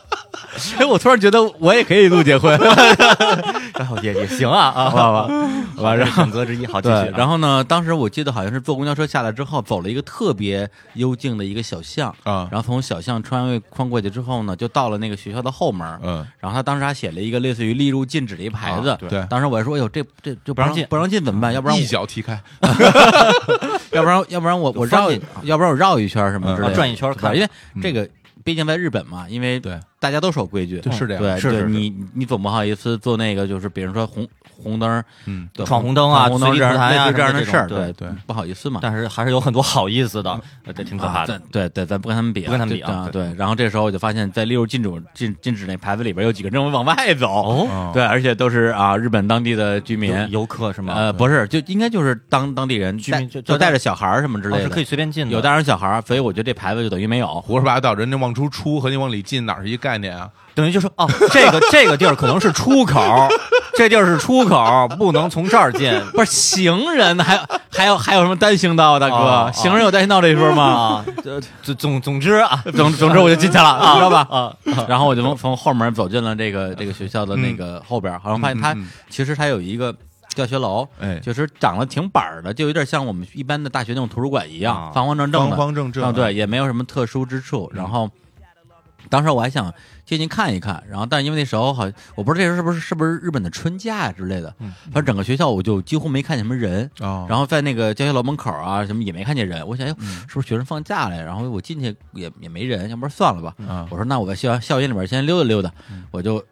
Speaker 1: 哎，我突然觉得我也可以录结 婚，
Speaker 4: 哎呦，也也行啊啊，好吧，好吧，选择之一，好继续
Speaker 1: 对。
Speaker 4: 啊。
Speaker 1: 然后呢，当时我记得好像是坐公交车下来之后，走了一个特别幽静的一个小巷
Speaker 2: 啊
Speaker 1: 然后从小巷穿越穿过去之后呢，就到了那个学校的后门。
Speaker 2: 嗯，
Speaker 1: 然后他当时还写了一个类似于“列入禁止”的一牌子。
Speaker 2: 对对
Speaker 1: 当时我还说：“哎呦，这这这不
Speaker 4: 让
Speaker 1: 让
Speaker 4: 进
Speaker 1: 不让进怎么办？要不然
Speaker 2: 一
Speaker 1: 我
Speaker 2: 脚踢开，
Speaker 1: 要不然要不然我我绕
Speaker 4: 翻进去啊，
Speaker 1: 要不然我绕一圈什么之类的，
Speaker 4: 啊转一圈
Speaker 1: 对
Speaker 4: 看
Speaker 1: 因为这个毕竟在日本嘛，因为
Speaker 2: 对
Speaker 1: 大家都守规矩，
Speaker 2: 对是这样
Speaker 1: 对，
Speaker 4: 是
Speaker 1: 对
Speaker 4: 是是
Speaker 1: 你你总不好意思做那个，就是比如说红红灯儿，
Speaker 2: 嗯
Speaker 1: 对，
Speaker 4: 闯红灯啊
Speaker 1: 闯红灯
Speaker 4: 随
Speaker 1: 这样
Speaker 4: 地吐痰啊
Speaker 1: 类似这样的
Speaker 4: 什么这
Speaker 1: 事儿，
Speaker 4: 种对
Speaker 1: 对
Speaker 2: 对，
Speaker 1: 不好意思嘛。
Speaker 4: 但是还是有很多好意思的，呃这挺可怕
Speaker 1: 啊，对
Speaker 4: 的。
Speaker 1: 对对，咱不跟他们比啊，
Speaker 4: 不跟他们比啊
Speaker 1: 对对。然后这时候我就发现，在列入禁止禁禁止那牌子里边有几个正往外走，
Speaker 4: 哦
Speaker 1: 对，而且都是啊日本当地的居民，
Speaker 4: 游游客是吗？哦
Speaker 1: 呃，不是，就应该就是当当地人
Speaker 4: 居
Speaker 1: 带
Speaker 4: 民就
Speaker 1: 就
Speaker 4: 就
Speaker 1: 带
Speaker 4: 带
Speaker 1: 着小孩儿什么之
Speaker 4: 哦，
Speaker 1: 类
Speaker 4: 是
Speaker 1: 的
Speaker 4: 可以，随便进的，
Speaker 1: 有大人小孩儿，所以我觉得这牌子就等于没有。
Speaker 2: 胡说八道，人家往出出和你往里进哪是一概念啊？
Speaker 4: 等于就说哦，这个这个地儿可能是出口， 这地儿是出口，不能从这儿进。
Speaker 1: 不是行人，还 有还有还有什么单行道啊，大哥？
Speaker 4: 哦哦
Speaker 1: 行人有单行道这一说吗？
Speaker 4: 啊，这总总总之啊，
Speaker 1: 总总之我就进去了，你知道吧？
Speaker 4: 啊，
Speaker 1: 然后我
Speaker 4: 嗯
Speaker 1: 就从从后门走进了这个这个学校的那个后边儿，好像发现它其实它有一个教学楼，
Speaker 2: 哎
Speaker 1: 确实长得挺板儿的，就有点像我们一般的大学那种图书馆一
Speaker 4: 哦
Speaker 1: 样，
Speaker 2: 啊
Speaker 1: 方方正正的，
Speaker 2: 方方正正
Speaker 1: 啊，
Speaker 2: 啊
Speaker 1: 对，也没有什么特殊之处。然后当时我还想进去看一看，然后但是因为那时候好像，我不知道这时候是不是是不是日本的春假呀之类的，反正整个学校我就几乎没看见什么人。
Speaker 2: 哦
Speaker 1: 然后在那个教学楼门口啊，什么也没看见人。我想，哎呦，是不是学生放假了呀？然后我进去也也没人，要不然算了吧。
Speaker 2: 啊
Speaker 1: 我说那我在校校园里边先溜达溜达，我就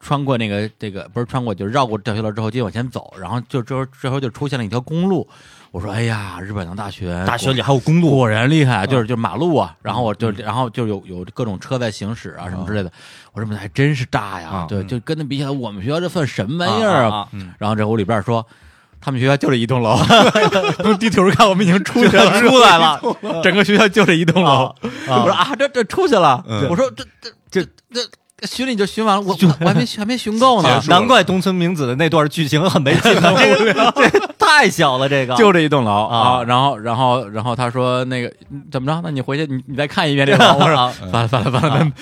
Speaker 1: 穿过那个这个不是穿过，就是绕过教学楼之后继续往前走，然后就这这时候就出现了一条公路。我说哎呀，日本的大学果
Speaker 4: 大学里还有公路，
Speaker 1: 果然厉害，就是就是马路啊，然后我就然后就有有各种车在行驶啊什么之类的，我说还真是大呀
Speaker 2: 啊，
Speaker 1: 对，就跟那比起来，我们学校这算什么玩意儿
Speaker 4: 啊 啊啊？
Speaker 1: 然后这屋里边说。他们学校就这一栋楼，从地图上看我们已经出去了，
Speaker 4: 出来了，
Speaker 1: 整个学校就这一栋楼。我说啊，这这出去了。
Speaker 2: 嗯
Speaker 1: 我说这这这这巡礼就巡完了，我我我还没还没巡够呢
Speaker 2: 结束，了
Speaker 4: 啊难怪东村明子的那段剧情很没劲 啊呢，这个这个太小了，这个
Speaker 1: 就这一栋楼
Speaker 4: 啊
Speaker 1: 然后然后然后他说那个嗯怎么着？那你回去你你再看一遍这个楼。我说
Speaker 4: 啊
Speaker 1: 算了算了算了，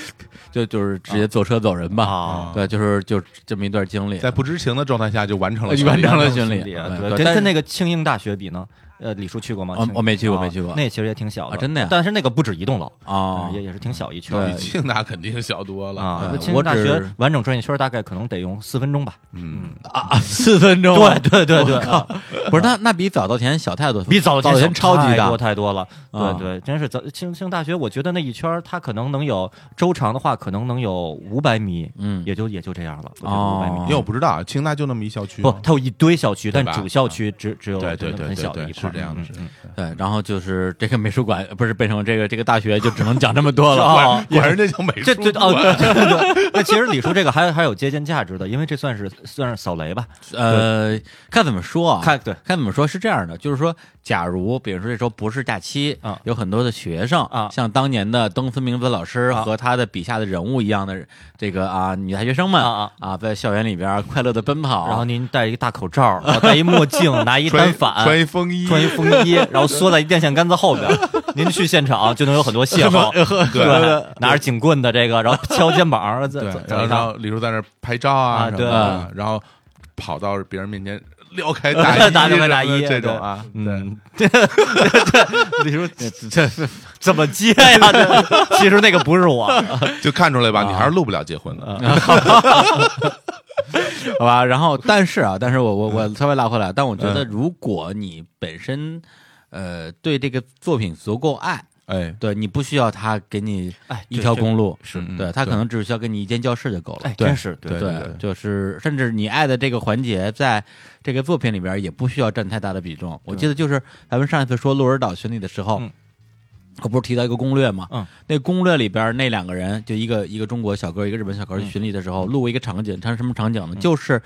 Speaker 1: 就就是直接坐车走人吧
Speaker 4: 啊。
Speaker 1: 对，就是就这么一段经历，
Speaker 2: 在不知情的状态下就完成了
Speaker 1: 呃
Speaker 2: 胜利，
Speaker 1: 完成了
Speaker 4: 兄弟，
Speaker 1: 啊对对
Speaker 4: 对
Speaker 1: 但
Speaker 4: 跟
Speaker 1: 是
Speaker 4: 跟那个庆应大学比呢，呃，李叔去过吗？
Speaker 1: 哦
Speaker 4: 庆应
Speaker 1: 我没去过
Speaker 4: 啊
Speaker 1: 没去过
Speaker 4: 那其实也挺小
Speaker 1: 啊真的呀
Speaker 4: 但是那个不止一栋楼
Speaker 1: 啊
Speaker 4: 嗯也也是挺小一圈
Speaker 1: 对
Speaker 4: 儿
Speaker 2: 比庆大肯定小多了
Speaker 4: 啊。
Speaker 1: 对
Speaker 4: 庆
Speaker 1: 我
Speaker 4: 应大学
Speaker 1: 只
Speaker 4: 完整转一圈儿大概可能得用四分钟吧，
Speaker 2: 嗯，
Speaker 1: 啊四分钟啊，
Speaker 4: 对对对对，啊
Speaker 1: 不是那那比早稻田小太多，
Speaker 4: 比早
Speaker 1: 稻田超级
Speaker 4: 太
Speaker 1: 大
Speaker 4: 多，太多了。
Speaker 1: 啊
Speaker 4: 对对，真是早庆庆大学，我觉得那一圈儿它可能能有周长的话，可能能有五百米，
Speaker 1: 嗯
Speaker 4: 也就也就这样了，我觉得
Speaker 1: 哦
Speaker 4: 五百米。
Speaker 2: 因为我不知道庆大就那么一校区
Speaker 4: 不
Speaker 2: 吗，，
Speaker 4: 它有一堆校区，
Speaker 2: 对
Speaker 4: 但
Speaker 2: 吧
Speaker 4: 主校区只只有
Speaker 2: 对对
Speaker 4: 真的
Speaker 2: 对
Speaker 4: 很
Speaker 2: 对
Speaker 4: 小的
Speaker 2: 对，
Speaker 4: 一
Speaker 2: 是
Speaker 4: 块儿，
Speaker 2: 这样的，
Speaker 4: 嗯
Speaker 2: 是
Speaker 1: 对，然后就是这个美术馆不是变成这个这个大学就只能讲这么多了
Speaker 2: 果
Speaker 1: 啊
Speaker 2: 然果然这叫美术
Speaker 4: 这这哦，对对对，那其实李叔这个还还有借鉴价值的，因为这算是算是扫雷吧。
Speaker 1: 呃，看怎么说啊，
Speaker 4: 看对
Speaker 1: 看怎么说是这样的，就是说，假如比如说这时候不是假期
Speaker 4: 啊
Speaker 1: 有很多的学生
Speaker 4: 啊
Speaker 1: 像当年的东森明子老师
Speaker 4: 啊
Speaker 1: 和他的笔下的人物一样的这个啊女大学生们
Speaker 4: 啊
Speaker 1: 在校园里边快乐的奔跑，
Speaker 4: 然后您戴一个大口罩，然后戴一墨镜，拿一
Speaker 2: 穿
Speaker 4: 单
Speaker 2: 一
Speaker 4: 反，
Speaker 2: 穿一风衣，
Speaker 4: 穿一风衣，然后缩在一电线杆子后边。您去现场就能有很多邂逅，对，拿着警棍的这个，然后敲肩膀，走
Speaker 2: 对
Speaker 4: 走，
Speaker 2: 然后
Speaker 4: 走一
Speaker 2: 然
Speaker 4: 趟
Speaker 2: 后李叔在那儿拍照啊
Speaker 4: 啊
Speaker 2: 什么
Speaker 4: 对
Speaker 2: 的，然后跑到别人面前撩开大衣，
Speaker 4: 大
Speaker 2: 什
Speaker 4: 开
Speaker 2: 么
Speaker 4: 大
Speaker 2: 的
Speaker 4: 衣
Speaker 2: 这种啊，对，
Speaker 4: 嗯，李叔这怎么接呀？这其实那个不是我，
Speaker 2: 就看出来吧，你还是录不了结婚的，
Speaker 1: 好吧，然后但是 啊，但是我我
Speaker 4: 嗯
Speaker 1: 我稍微拉回来，但我觉得如果你本身呃对这个作品足够爱，
Speaker 2: 哎，
Speaker 1: 对你不需要他给你
Speaker 4: 哎
Speaker 1: 一条公路，
Speaker 2: 是嗯
Speaker 1: 对他可能只需要给你一间教室就够了，
Speaker 4: 哎，真是对
Speaker 2: 对
Speaker 1: 对，嗯
Speaker 2: 对
Speaker 1: 就是甚至你爱的这个环节，在这个作品里边也不需要占太大的比重。我记得就是咱们上一次说鹿儿岛巡礼的时候。
Speaker 4: 嗯
Speaker 1: 我不是提到一个攻略吗？
Speaker 4: 嗯，
Speaker 1: 那攻略里边那两个人，就一个一个中国小哥，一个日本小哥巡礼的时候，
Speaker 4: 嗯
Speaker 1: 路过一个场景，它是什么场景呢？就是，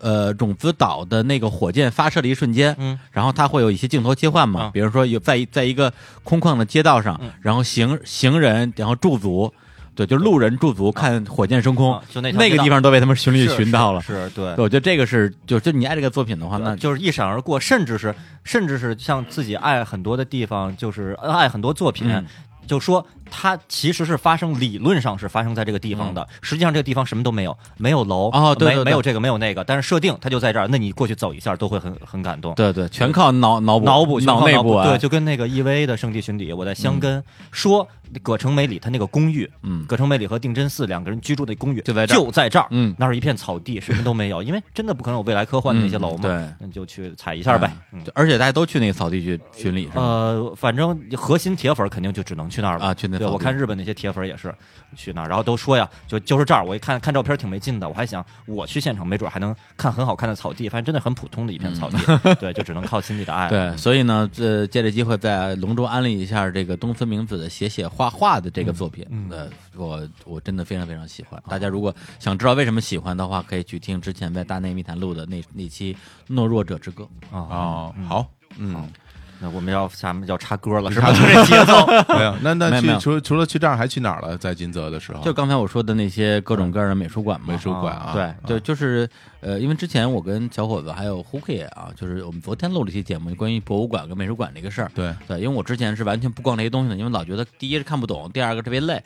Speaker 1: 呃，种子岛的那个火箭发射的一瞬间，
Speaker 4: 嗯，
Speaker 1: 然后它会有一些镜头切换嘛，
Speaker 4: 啊
Speaker 1: 比如说有在一在一个空旷的街道
Speaker 4: 嗯
Speaker 1: 上，然后行行人，然后驻足，对，就路人驻
Speaker 4: 嗯
Speaker 1: 足看火箭升空，
Speaker 4: 啊就那条
Speaker 1: 那个
Speaker 4: 街道
Speaker 1: 地方都被他们巡礼
Speaker 4: 是
Speaker 1: 巡到了。
Speaker 4: 是对啊
Speaker 1: 对，。我觉得这个是，就就你爱这个作品的话，那
Speaker 4: 就是一闪而过，甚至是甚至是像自己爱很多的地方，就是呃爱很多作品，
Speaker 1: 嗯
Speaker 4: 就说它其实是发生理论上是发生在这个地方的，实际上这个地方什么都没有，没有楼，
Speaker 1: 嗯哦对对对
Speaker 4: 没没有这个没有那个，但是设定它就在这儿，那你过去走一下都会很很感动。
Speaker 1: 对对，全靠脑脑补
Speaker 4: 脑补全靠
Speaker 1: 脑内部啊，
Speaker 4: 对，就跟那个 EVA 的圣地巡礼，我在香根、说葛城美里他那个公寓，
Speaker 1: 嗯
Speaker 4: 葛城美里和定真寺两个人居住的公寓
Speaker 1: 就在这儿
Speaker 4: 就在这儿，
Speaker 1: 嗯
Speaker 4: 那儿一片草地，什么都没有，因为真的不可能有未来科幻的那些楼嘛，
Speaker 1: 嗯
Speaker 4: 那你就去踩一下呗。嗯
Speaker 1: 就而且大家都去那个草地去巡礼是吧？
Speaker 4: 呃，反正核心铁粉肯定就只能去那儿了
Speaker 1: 啊去那
Speaker 4: 对，
Speaker 1: 草地
Speaker 4: 我看日本那些铁粉也是去那儿，然后都说呀，就就是这儿。我一看看照片挺没劲的，我还想我去现场没准还能看很好看的草地，反正真的很普通的一片草地。对，就只能靠心里的
Speaker 1: 嗯
Speaker 4: 爱。啊
Speaker 1: 对，所以呢，这借这机会再隆重安利一下这个东村明子的写写画画的这个作品。嗯，呃、我我真的非常非常喜欢。大家如果想知道为什么喜欢的话，可以去听之前在《大内密谈录》的那那期《懦弱者之歌》。
Speaker 4: 啊，
Speaker 2: 哦，好，嗯，
Speaker 4: 那我们要下面要插歌了，是吧？这节奏。
Speaker 2: 没有，那
Speaker 1: 没
Speaker 2: 那
Speaker 1: 有没有
Speaker 2: 去除除了去这儿还去哪儿了？在金泽的时候，
Speaker 1: 就刚才我说的那些各种各样的美术馆嘛，
Speaker 2: 美术馆啊，
Speaker 1: 哎对，就就是呃，因为之前我跟小伙子还有 h o o k y 啊，就是我们昨天录了一期节目，关于博物馆跟美术馆这个事儿。
Speaker 2: 对
Speaker 1: 对，因为我之前是完全不逛这些东西的，因为老觉得第一是看不懂，第二个特别累。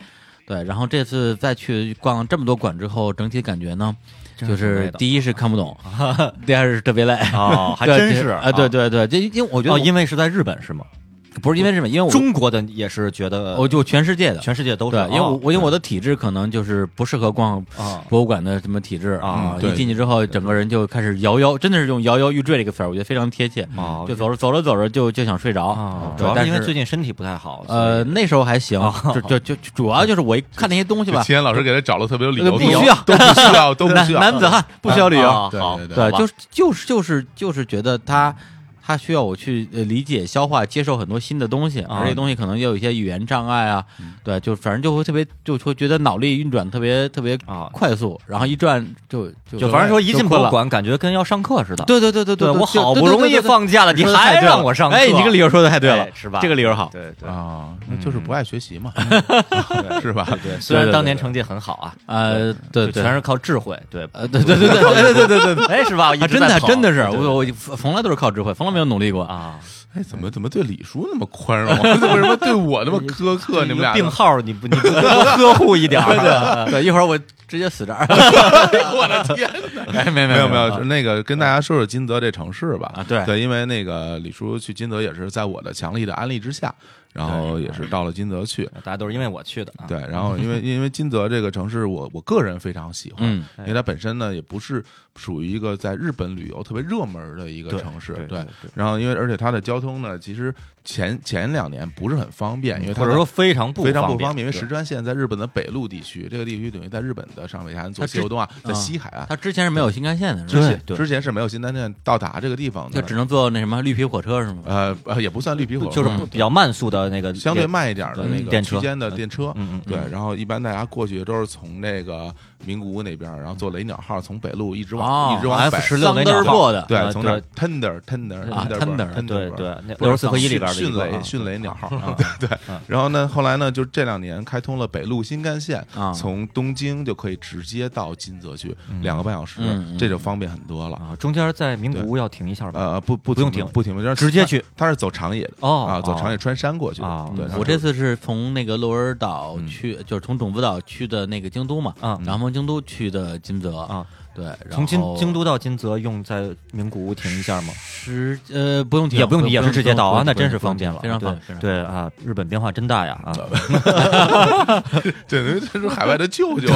Speaker 1: 对，然后这次再去逛这么多馆之后，整体感觉呢，
Speaker 4: 真
Speaker 1: 就是
Speaker 4: 挺累
Speaker 1: 是
Speaker 4: 的
Speaker 1: 第一是看不 懂，第二是特别累
Speaker 4: 哦，还
Speaker 1: 对
Speaker 4: 真
Speaker 1: 这
Speaker 4: 是
Speaker 1: 啊，对对对，这因为我觉得
Speaker 4: 哦，
Speaker 1: 我
Speaker 4: 因为是在日本是吗？
Speaker 1: 不是因为什么，因为我呃
Speaker 4: 中国的也是觉得，
Speaker 1: 我就全世界的，
Speaker 4: 全世界都是，
Speaker 1: 对，因为我
Speaker 4: 哦
Speaker 1: 我因为我的体质可能就是不适合逛
Speaker 4: 啊
Speaker 1: 博物馆的什么体质
Speaker 4: 啊
Speaker 1: 一
Speaker 2: 对
Speaker 1: 进去之后，整个人就开始摇摇，真的是用摇摇欲坠这个词儿，我觉得非常贴切。
Speaker 4: 哦
Speaker 1: 就走着走着走着就就想睡着
Speaker 4: 哦，，
Speaker 1: 对
Speaker 4: 主要
Speaker 1: 但
Speaker 4: 是
Speaker 1: 是
Speaker 4: 因为最近身体不太好，所以啊
Speaker 1: 呃那时候还行，就就就就主要就是我一看那些东西吧，呃
Speaker 2: 齐岩老师给他找了特别有理由，
Speaker 1: 不
Speaker 2: 都
Speaker 1: 需要
Speaker 2: 都不需 要，都不需要。嗯
Speaker 1: 男男子汉不需要理由，
Speaker 4: 啊
Speaker 2: 对
Speaker 4: 好
Speaker 2: 对
Speaker 1: 对，
Speaker 4: 吧
Speaker 1: 就是就是就是就是觉得他他需要我去呃理解、消化、接受很多新的东西，
Speaker 4: 啊嗯
Speaker 1: 而这些东西可能也有一些语言障碍啊，对，就反正就会特别就会觉得脑力运转特别特别
Speaker 4: 啊
Speaker 1: 快速，然后一转就就
Speaker 4: 就反正说一
Speaker 1: 就
Speaker 4: 进博物
Speaker 1: 困了。
Speaker 4: 馆，感觉跟要上课似的。
Speaker 1: 对对对啊对
Speaker 4: 对，
Speaker 1: 对，
Speaker 4: 我
Speaker 1: 就
Speaker 4: 好
Speaker 1: 对
Speaker 4: 不
Speaker 1: 对
Speaker 4: 容
Speaker 1: 对
Speaker 4: 易
Speaker 1: 对对
Speaker 4: 放假了，你
Speaker 1: 说得太
Speaker 4: 还
Speaker 1: 对了
Speaker 4: 让我上课，
Speaker 1: 哎，你这个理由说的太对了
Speaker 4: 对，是吧
Speaker 1: 这个理由好，
Speaker 4: 对对
Speaker 2: 啊，那
Speaker 1: 嗯
Speaker 2: 就是不爱学 习嘛，是吧？
Speaker 4: 对，虽然当年成绩很好啊，
Speaker 1: 呃，对
Speaker 4: 就
Speaker 1: 对，
Speaker 4: 全是靠智慧，对，
Speaker 1: 呃，对对对对对对对对对。
Speaker 4: 哎，是吧？
Speaker 1: 啊，真的真的是，
Speaker 4: 我
Speaker 1: 我我呃从来都是靠智慧，从来没有努力过。
Speaker 4: 啊，
Speaker 2: 哎，怎么怎么对李叔那么宽容？啊 为什么对我那么 苛刻？你们俩
Speaker 4: 病号，你不你不多呵护一点 儿？
Speaker 1: 对，一会儿我直接死这儿。
Speaker 2: 我的天哪！
Speaker 1: 哎，没有
Speaker 2: 没有没
Speaker 1: 没
Speaker 2: 有，就是那个跟大家说说金泽这城市吧。
Speaker 1: 啊对
Speaker 2: 对，因为那个李叔去金泽也是在我的强力的安利之下，然后也是到了金泽去。
Speaker 4: 大家都是因为我去的啊，
Speaker 2: 对，然后因为因为金泽这个城市我，我个人非常喜欢，
Speaker 1: 嗯
Speaker 2: 因为它本身呢也不是属于一个在日本旅游特别热门的一个城市，
Speaker 4: 对对对对
Speaker 2: 然后因为而且它的交通呢，其实前前两年不是很方便，因为它
Speaker 4: 或者
Speaker 2: 的
Speaker 4: 说非常不
Speaker 2: 非常不
Speaker 4: 方
Speaker 2: 方便，因为
Speaker 4: 对
Speaker 2: 石川县在日本的北陆地区，这个地区等于在日本的上北海岸
Speaker 1: 它
Speaker 2: 左
Speaker 1: 之
Speaker 2: 西流东啊，在
Speaker 1: 啊
Speaker 2: 西海岸，
Speaker 1: 他之前是没有新干线的，是
Speaker 4: 之
Speaker 1: 吧
Speaker 4: 前对
Speaker 2: 之前是没有新干线到达这个地方
Speaker 1: 就
Speaker 2: 的，
Speaker 1: 只能坐那什么绿皮火车是吗？
Speaker 2: 呃呃也不算绿皮火车，
Speaker 4: 就是比较慢速的那个，
Speaker 2: 相对慢一点的那个
Speaker 4: 电车
Speaker 2: 区间的电车，
Speaker 4: 嗯嗯嗯
Speaker 2: 对，然后一般大家过去都是从那个名古屋那边，然后坐雷鸟号从北路一直往
Speaker 1: 哦
Speaker 2: 一直往北，
Speaker 4: F16
Speaker 1: 桑
Speaker 4: 雷鸟
Speaker 1: 德尔珀的
Speaker 2: 对，
Speaker 4: 啊
Speaker 2: 从
Speaker 4: 对
Speaker 2: 那儿 tender tender
Speaker 1: 啊
Speaker 2: tender
Speaker 1: Tender，
Speaker 4: 对
Speaker 2: tender
Speaker 4: 对，那
Speaker 2: 不是
Speaker 4: 六十四合一里边的
Speaker 2: 迅
Speaker 4: 一
Speaker 2: 迅
Speaker 4: 个啊
Speaker 2: 雷迅雷鸟号， 对对。然后呢，后来呢，就是这两年开通了北陆新干线
Speaker 1: 啊，
Speaker 2: 从东京就可以直接到金泽去，两个半小时
Speaker 1: 嗯，嗯
Speaker 2: 这就方便很多了。
Speaker 4: 啊，中间在名古屋要停一下吧？
Speaker 2: 呃，不不
Speaker 4: 不用
Speaker 2: 停
Speaker 4: 停
Speaker 2: 不停，就是
Speaker 4: 直接去，
Speaker 2: 他是走长野的
Speaker 4: 哦
Speaker 2: 啊，走长野
Speaker 4: 哦
Speaker 2: 穿山过去的
Speaker 4: 哦
Speaker 2: 对，它
Speaker 1: 我
Speaker 2: 是
Speaker 1: 这次是从那个鹿儿岛去，就是从种子岛去的那个京都嘛，
Speaker 4: 嗯
Speaker 1: 然后从京都去的金泽
Speaker 4: 啊，
Speaker 1: 对，然后
Speaker 4: 从京京都到金泽用在名古屋停一下吗？
Speaker 1: 十呃不用停，
Speaker 4: 也不用
Speaker 1: 不
Speaker 4: 也是直接到啊，那真是
Speaker 1: 不用
Speaker 4: 方便了，
Speaker 1: 非常方
Speaker 4: 对
Speaker 1: 便，
Speaker 4: 对啊，日本变化真大呀啊！
Speaker 2: 对，这是海外的舅舅，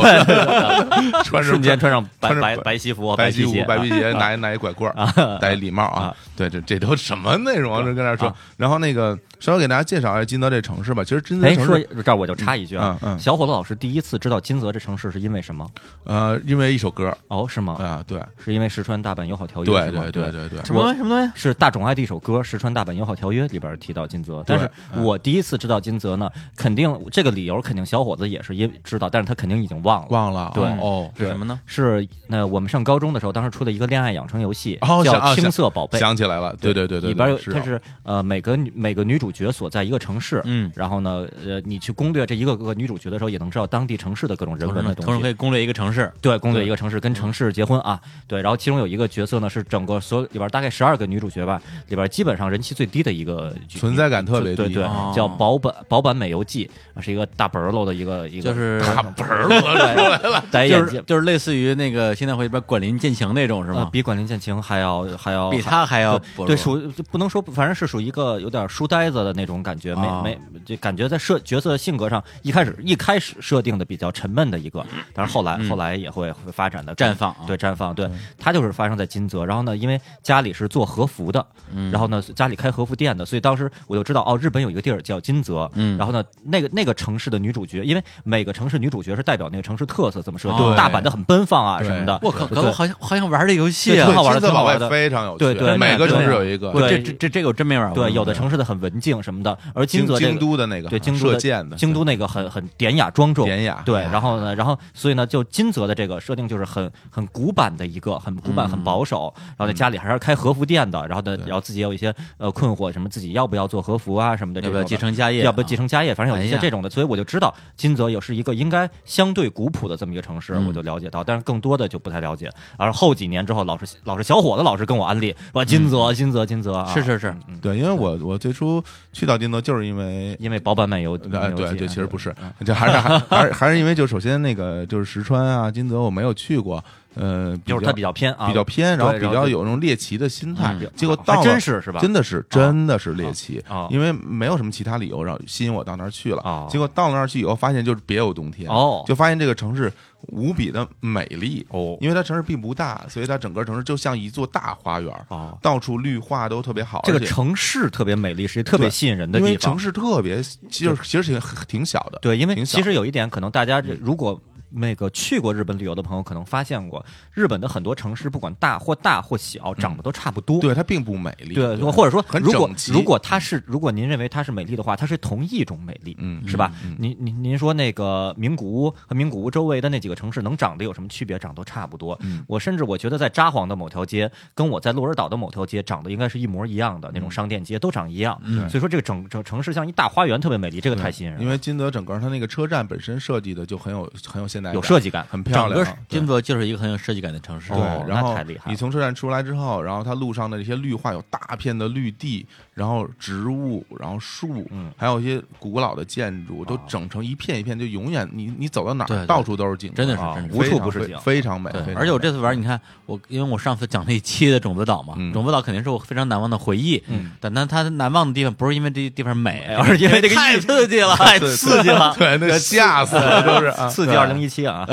Speaker 2: 穿着
Speaker 4: 瞬间穿上白
Speaker 2: 穿着
Speaker 4: 白白西服、
Speaker 2: 白
Speaker 4: 西
Speaker 2: 西
Speaker 4: 鞋
Speaker 2: 服、
Speaker 4: 啊
Speaker 2: 白皮鞋，拿一拿一拐棍儿，戴一礼帽啊
Speaker 4: 啊。
Speaker 2: 对，这这都什么内容啊？这跟那说。然后那个稍微给大家介绍一下金泽这城市吧。其实金泽
Speaker 4: 哎，
Speaker 2: 城
Speaker 4: 说
Speaker 2: 市，
Speaker 4: 这儿我就插一句啊，
Speaker 2: 嗯嗯嗯
Speaker 4: 小伙子老师第一次知道金泽这城市是因为什么？
Speaker 2: 呃，因为一首歌
Speaker 4: 哦，是吗？
Speaker 2: 啊，对，
Speaker 4: 是因为石川大阪友好条约
Speaker 2: 对
Speaker 4: 是吗？
Speaker 2: 对对对对，
Speaker 1: 什么东西什么东西？啊
Speaker 4: 是大冢爱的一首歌《石川大阪友好条约》里边提到金泽，但是
Speaker 2: 嗯
Speaker 4: 我第一次知道金泽呢，肯定这个理由肯定小伙子也是因知道，但是他肯定已经忘了。
Speaker 2: 忘了。
Speaker 4: 对
Speaker 2: 哦，
Speaker 1: 是什么呢？
Speaker 4: 是那我们上高中的时候，当时出的一个恋爱养成游戏，
Speaker 2: 哦
Speaker 4: 叫
Speaker 2: 想啊
Speaker 4: 《青
Speaker 2: 想
Speaker 4: 色宝贝》。
Speaker 2: 想起来了，对对对对，
Speaker 4: 里边有，
Speaker 2: 是啊
Speaker 4: 它是呃每个女每个女主角所在一个城市，
Speaker 1: 嗯
Speaker 4: 然后呢，呃，你去攻略这一个个女主角的时候，也能知道当地城市的各种人文的
Speaker 1: 同
Speaker 4: 东
Speaker 1: 时可
Speaker 4: 西。
Speaker 1: 以攻略一个城市，
Speaker 4: 对，攻略一个城市，跟城市结婚啊，对，然后其中有一个角色呢是整个所有里边大概十二个女主角吧，里边基本上人气最低的一个角
Speaker 2: 存在感特别
Speaker 4: 对
Speaker 2: 低啊
Speaker 4: 对，对
Speaker 1: 哦，
Speaker 4: 叫保本保本美游记，啊是一个大本儿楼的一个一个，
Speaker 1: 就是
Speaker 2: 大本儿了，
Speaker 4: 戴眼
Speaker 1: 就是
Speaker 4: 镜，
Speaker 1: 就是类似于那个现在会边管林建强那种是
Speaker 4: 呃
Speaker 1: 吗？哦
Speaker 4: 比管林剑情还要还要
Speaker 1: 比他还要薄
Speaker 4: 对
Speaker 1: 弱
Speaker 4: 对属就不能说，反正是属于一个有点书呆子的那种感觉，
Speaker 1: 啊
Speaker 4: 没没就感觉在设角色性格上一开始一开始设定的比较沉闷的一个，但是后来、后来也会会发展的
Speaker 1: 嗯绽放啊
Speaker 4: 对绽放，对、他就是发生在金泽，然后呢，因为家里是做和服的，
Speaker 1: 嗯
Speaker 4: 然后呢家里开和服店的，所以当时我就知道哦，日本有一个地儿叫金泽，
Speaker 1: 嗯
Speaker 4: 然后呢那个那个城市的女主角，因为每个城市女主角是代表那个城市特色，怎么设定
Speaker 2: 对，
Speaker 4: 大阪的很奔放啊
Speaker 2: 对
Speaker 4: 什么的，
Speaker 1: 我靠，
Speaker 4: 对
Speaker 1: 我好像好像玩这游戏
Speaker 4: 对
Speaker 1: 啊
Speaker 4: 挺！好玩
Speaker 2: 金
Speaker 4: 的
Speaker 2: 泽
Speaker 4: 挺好
Speaker 2: 宝
Speaker 4: 玩
Speaker 2: 贝
Speaker 4: 的
Speaker 2: 非常有趣，
Speaker 4: 对对
Speaker 2: 每个
Speaker 4: 对
Speaker 2: 城市
Speaker 4: 对
Speaker 2: 有一个，
Speaker 1: 我这
Speaker 4: 对
Speaker 1: 这这这个我真没玩过。
Speaker 4: 对，有的城市的很文静什么的，而
Speaker 2: 京
Speaker 4: 金泽这个
Speaker 2: 京都的那个
Speaker 4: 对京都
Speaker 2: 射
Speaker 4: 的
Speaker 2: 箭的
Speaker 4: 京都那个很很典雅庄重，
Speaker 2: 典雅
Speaker 4: 对，然后呢，然后所以呢，就金泽的这个设定就是很很古板的一个，很古板、
Speaker 2: 嗯
Speaker 4: 很保守，然后在家里还是开和服店的，然后呢，然后自己也有一些呃困惑，什么自己要不要做和服啊什么的，
Speaker 1: 要不要继承家业啊？
Speaker 4: 要不继承家业，反正有一
Speaker 1: 哎
Speaker 4: 些
Speaker 1: 呀
Speaker 4: 这种的，所以我就知道金泽也是一个应该相对古朴的这么一个城市，我
Speaker 2: 嗯
Speaker 4: 就了解到，但是更多的就不太了解。而后几年之后，老师老师小伙子老师跟我安利，哇，
Speaker 2: 嗯
Speaker 4: 金泽金泽金泽啊，
Speaker 1: 是是是，
Speaker 2: 对，因为我我最初去到金泽就是因为。
Speaker 4: 因为保本漫游，
Speaker 2: 呃，
Speaker 4: 漫游
Speaker 2: 对
Speaker 4: 记
Speaker 2: 对，其实不
Speaker 4: 是
Speaker 2: 是，这还是还还是还是因为就首先那个就是石川啊、金泽我没有去过，呃，比
Speaker 4: 就是
Speaker 2: 较
Speaker 4: 它比较偏啊，
Speaker 2: 比较偏，然后
Speaker 4: 对
Speaker 2: 比较有那种猎奇的心态
Speaker 4: 嗯，
Speaker 2: 结果
Speaker 4: 还
Speaker 2: 到了
Speaker 4: 真是是吧啊
Speaker 2: 真的是真的是猎奇
Speaker 4: 啊啊，
Speaker 2: 因为没有什么其他理由让吸引我到那儿去
Speaker 4: 啊
Speaker 2: 了。结果到了那儿去以后，发现就是别有洞天
Speaker 4: 哦
Speaker 2: 就发现这个城市无比的美丽
Speaker 4: 哦
Speaker 2: 因为它城市并不大，所以它整个城市就像一座大花园
Speaker 4: 哦
Speaker 2: 到处绿化都特别好，
Speaker 4: 这个
Speaker 2: 而且
Speaker 4: 城市特别美丽，是一个特别
Speaker 2: 对
Speaker 4: 吸引人的
Speaker 2: 因为
Speaker 4: 地
Speaker 2: 城
Speaker 4: 方。
Speaker 2: 市特别，其实其实挺挺小的，
Speaker 4: 对，因为
Speaker 2: 挺小嗯
Speaker 4: 其实有一点，可能大家如果那个去过日本旅游的朋友，可能发现过日本的很多城市，不管大或大或
Speaker 2: 嗯
Speaker 4: 小，长得都差不多。
Speaker 2: 对它并不美丽，
Speaker 4: 对，或者说，
Speaker 2: 很
Speaker 4: 如果
Speaker 2: 整齐
Speaker 4: 如果它是如果您认为它是美丽的话，它是同一种美丽，
Speaker 2: 嗯
Speaker 4: 是吧？您您您说那个名古屋和名古屋周围的那几个城市能长得有什么区别？长得都差不多。
Speaker 2: 嗯
Speaker 4: 我甚至我觉得在札幌的某条街跟我在鹿儿岛的某条街长得应该是一模一样的，那
Speaker 2: 嗯
Speaker 4: 种商店街都长一样。所以说这个整整城市像一大花园，特别美丽，这个太吸引人
Speaker 2: 因
Speaker 4: 了，
Speaker 2: 为金泽整个它那个车站本身设计的就很有很有现代感，
Speaker 4: 有设计感。
Speaker 2: 很漂
Speaker 1: 整
Speaker 2: 亮
Speaker 1: 个
Speaker 2: 啊。对
Speaker 1: 金泽就是一个很有设计感的城市。
Speaker 4: 哦
Speaker 2: 对，然
Speaker 4: 那
Speaker 2: 后
Speaker 4: 太厉害了
Speaker 2: 你从车站出来之后，然后它路上的这些绿化有大片的绿地，然后植物，然后树，
Speaker 4: 嗯哦
Speaker 2: 还有一些古老的建筑，都整成一片一片，就永远你你走到哪
Speaker 1: 对对
Speaker 2: 儿，到处都是景色，
Speaker 1: 真的是
Speaker 4: 啊
Speaker 1: 真是
Speaker 4: 无
Speaker 2: 非
Speaker 4: 处
Speaker 2: 常
Speaker 4: 不是
Speaker 2: 非
Speaker 4: 景，
Speaker 2: 非常美。非
Speaker 1: 对，
Speaker 2: 常
Speaker 1: 而且我
Speaker 2: 美
Speaker 1: 这次玩，你看我，因为我上次讲了一期的种子岛嘛，
Speaker 2: 嗯
Speaker 1: 种子岛肯定是我非常难忘的回忆。
Speaker 4: 嗯，
Speaker 1: 但它它难忘的地方不是因为这地方美，
Speaker 4: 而是因为这个
Speaker 1: 太
Speaker 4: 意
Speaker 1: 刺激了， 太刺激了。
Speaker 2: 对，那吓死 了，都是啊
Speaker 4: 刺激
Speaker 2: 对
Speaker 4: 二零一七啊！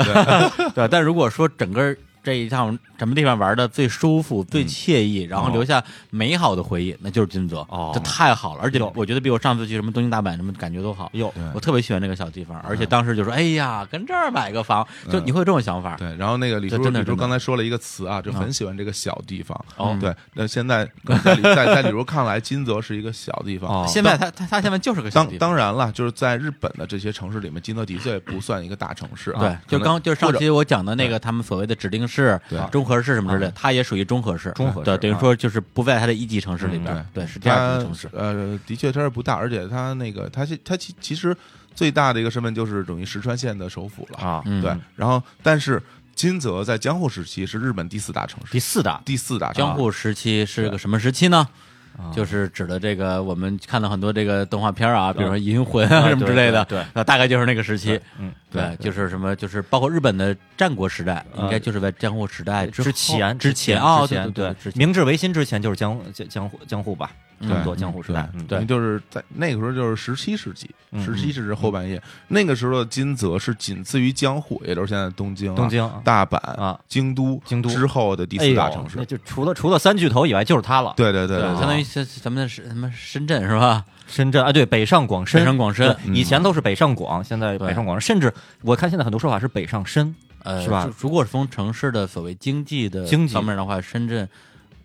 Speaker 1: 对，但如果说整个这一趟什么地方玩的最舒服、最惬意，然后留下美好的回忆，那就是金泽。
Speaker 4: 哦
Speaker 1: 这太好了，而且
Speaker 4: 有
Speaker 1: 我觉得比我上次去什么东京、大阪什么感觉都好。
Speaker 4: 哟，
Speaker 1: 我特别喜欢这个小地方，而且当时就说：“哎呀，跟这儿买个房，就你会有这种想法。
Speaker 2: 对，然后那个李
Speaker 1: 这
Speaker 2: 叔，
Speaker 1: 真的
Speaker 2: 李
Speaker 1: 真
Speaker 2: 叔
Speaker 1: 的
Speaker 2: 刚才说了一个词啊，就
Speaker 1: 啊
Speaker 2: 很喜欢这个小地方。
Speaker 1: 哦
Speaker 2: 对，那现在 在李在在李叔看来，金泽是一个小地方。
Speaker 4: 哦
Speaker 1: 现在它它它现在就是个小
Speaker 2: 当
Speaker 1: 地方，
Speaker 2: 当然了，就是在日本的这些城市里面，金泽的确不算一个大城市啊。
Speaker 1: 对，就
Speaker 2: 可能
Speaker 1: 刚就是上
Speaker 2: 或者
Speaker 1: 期我讲的那个他们所谓的指定市
Speaker 2: 对、
Speaker 1: 中和市什么之类的，它也属于中和市。
Speaker 4: 中和市
Speaker 1: 对，等于说就是不在它的一级城市里边
Speaker 2: 嗯，
Speaker 1: 对，是第二
Speaker 2: 它
Speaker 1: 级城市。
Speaker 2: 呃，的确它是不大，而且它那个它其它其其实最大的一个身份就是等于石川县的首府了。
Speaker 4: 啊，
Speaker 1: 嗯
Speaker 2: 对，然后但是金泽在江户时期是日本第四大城市，
Speaker 4: 第四大
Speaker 2: 第四大城市
Speaker 1: 江户时期是个什么时期呢？就是指的这个我们看到很多这个动画片啊，比如说《银魂》啊
Speaker 4: 啊
Speaker 1: 什么之类的，
Speaker 4: 对对对
Speaker 1: 那大概就是那个时期。
Speaker 4: 嗯，
Speaker 1: 对，就是什么，就是包括日本的战国时代，应该就是在江户时代后
Speaker 4: 哎之前
Speaker 1: 之
Speaker 4: 前
Speaker 1: 啊，哦
Speaker 4: 之前
Speaker 1: 对对，之前
Speaker 4: 明治维新之前就是江江江户江户吧，差不多江户时代，嗯
Speaker 1: 对
Speaker 2: 因为就是在那个时候就是十七世纪，
Speaker 4: 嗯
Speaker 2: 十七世纪后半叶，那个时候的金泽是仅次于江户，也就是现在东京啊、
Speaker 4: 东京啊
Speaker 2: 大阪
Speaker 4: 啊、
Speaker 2: 京都、
Speaker 4: 京都
Speaker 2: 之后的第
Speaker 4: 哎
Speaker 2: 四大
Speaker 4: 呦
Speaker 2: 城市
Speaker 4: 那。就除了除了三巨头以外就是它了。，
Speaker 2: 对对对
Speaker 1: 对
Speaker 2: 对
Speaker 1: 相当于是咱们的是什么深圳是吧？
Speaker 4: 深圳啊，对，北上广深，
Speaker 1: 北上广深
Speaker 4: 对以前都是北上广，现在北上广深，甚至我看现在很多说法是北上深，
Speaker 1: 呃，
Speaker 4: 是吧
Speaker 1: 如？如果是从城市的所谓经济的
Speaker 4: 经济
Speaker 1: 方面的话，深圳，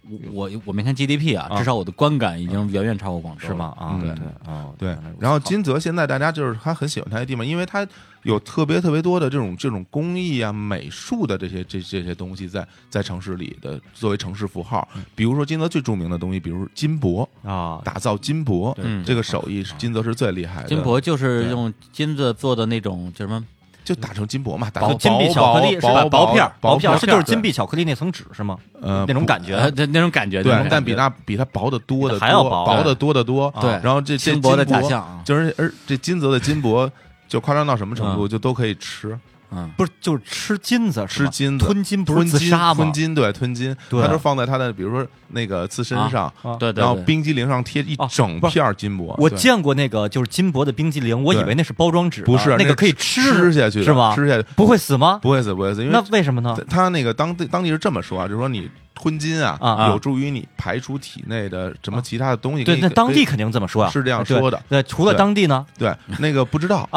Speaker 1: 我我我没看 GDP 啊，
Speaker 4: 啊
Speaker 1: 至少我的观感已经远远超过广州，
Speaker 4: 是？吗？啊，
Speaker 2: 嗯
Speaker 4: 对哦，
Speaker 2: 对
Speaker 4: 原来如，此
Speaker 2: 然后金泽现在大家就是他很喜欢他的地方，因为它有特别特别多的这种这种工艺啊、美术的这些这这些东西在在城市里的作为城市符号，比如说金泽最著名的东西，比如金箔，
Speaker 4: 嗯啊，
Speaker 2: 打造金箔
Speaker 1: 嗯
Speaker 2: 这个手艺是金泽是最厉害的，
Speaker 1: 金箔就是
Speaker 2: 哎对
Speaker 1: 用金子做的那种叫什么？
Speaker 2: 就打成金箔嘛，打
Speaker 4: 就
Speaker 2: 成
Speaker 4: 金币巧克力是吧？
Speaker 2: 薄
Speaker 4: 薄片儿，
Speaker 2: 薄
Speaker 4: 片儿，这就是金
Speaker 2: 币，
Speaker 4: 币巧克力那层纸是吗？
Speaker 2: 呃，
Speaker 4: 那种
Speaker 2: 不
Speaker 4: 感觉
Speaker 1: 呃，对那种感觉，那种
Speaker 2: 对，
Speaker 1: 感
Speaker 2: 但比
Speaker 1: 觉
Speaker 2: 那比它薄的多的
Speaker 4: 还要薄啊
Speaker 2: 薄，薄的多的多。
Speaker 1: 对
Speaker 2: 然后这这
Speaker 1: 轻薄的
Speaker 2: 金箔
Speaker 1: 假象啊
Speaker 2: 就是而这金泽的金 箔就夸张到什么程度，就都可以吃，
Speaker 1: 嗯
Speaker 4: 不是，就是吃金子嗯是
Speaker 2: 吃
Speaker 4: 吧，
Speaker 2: 金子，
Speaker 4: 吞金不
Speaker 2: 吞
Speaker 4: 是自
Speaker 2: 金
Speaker 4: 杀吗
Speaker 2: 吞？金对，吞金，
Speaker 4: 对
Speaker 2: 它都放在它的比如说那个刺身上，
Speaker 4: 啊
Speaker 1: 对对
Speaker 2: 然后
Speaker 1: 对
Speaker 2: 冰激凌上贴一
Speaker 4: 啊
Speaker 2: 整
Speaker 4: 不是
Speaker 2: 片金箔。
Speaker 4: 我
Speaker 2: 哦对
Speaker 4: 见过那个就是金箔的冰激凌，我以
Speaker 2: 对
Speaker 4: 为那是包装纸的，啊
Speaker 2: 不是
Speaker 4: 那个可以
Speaker 2: 吃下去的
Speaker 4: 是吗？
Speaker 2: 吃下去
Speaker 4: 不会死吗？
Speaker 2: 不会死，不会死，因为
Speaker 4: 那为什么
Speaker 1: 啊
Speaker 4: 呢？
Speaker 2: 他那个当地当地是这么说啊，就是说你吞金啊，
Speaker 4: 啊啊
Speaker 2: 有助于你排出体内的什么其他的东西。
Speaker 4: 对，
Speaker 2: 给你
Speaker 4: 那当地
Speaker 2: 给
Speaker 4: 肯定这么说啊，
Speaker 2: 是这样
Speaker 4: 对
Speaker 2: 说的
Speaker 4: 对，除了
Speaker 2: 对
Speaker 4: 当地呢，
Speaker 2: 对那个不知道，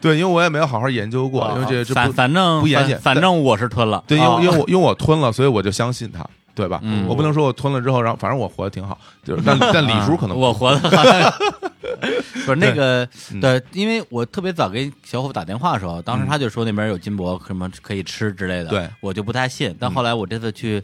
Speaker 2: 对，因为我也没有
Speaker 1: 哦
Speaker 2: 好好研究过，因为这这
Speaker 1: 反
Speaker 2: 不
Speaker 1: 反正
Speaker 2: 不严
Speaker 1: 反
Speaker 2: 谨
Speaker 1: 反正我是吞了，
Speaker 2: 对，因
Speaker 1: 啊
Speaker 2: 为因为我因为我吞了，所以我就相信他。对吧？
Speaker 1: 嗯
Speaker 2: 我不能说我吞了之后，然后反正我活得挺好， 就是但但李叔可
Speaker 1: 啊
Speaker 2: 能
Speaker 1: 我活的 不是那个
Speaker 2: 嗯
Speaker 1: 对，因为我特别早给小伙子打电话的时候，当时他就说那边有金箔什么可以吃之类的，
Speaker 2: 对
Speaker 1: 我就不太信。但后来我这次去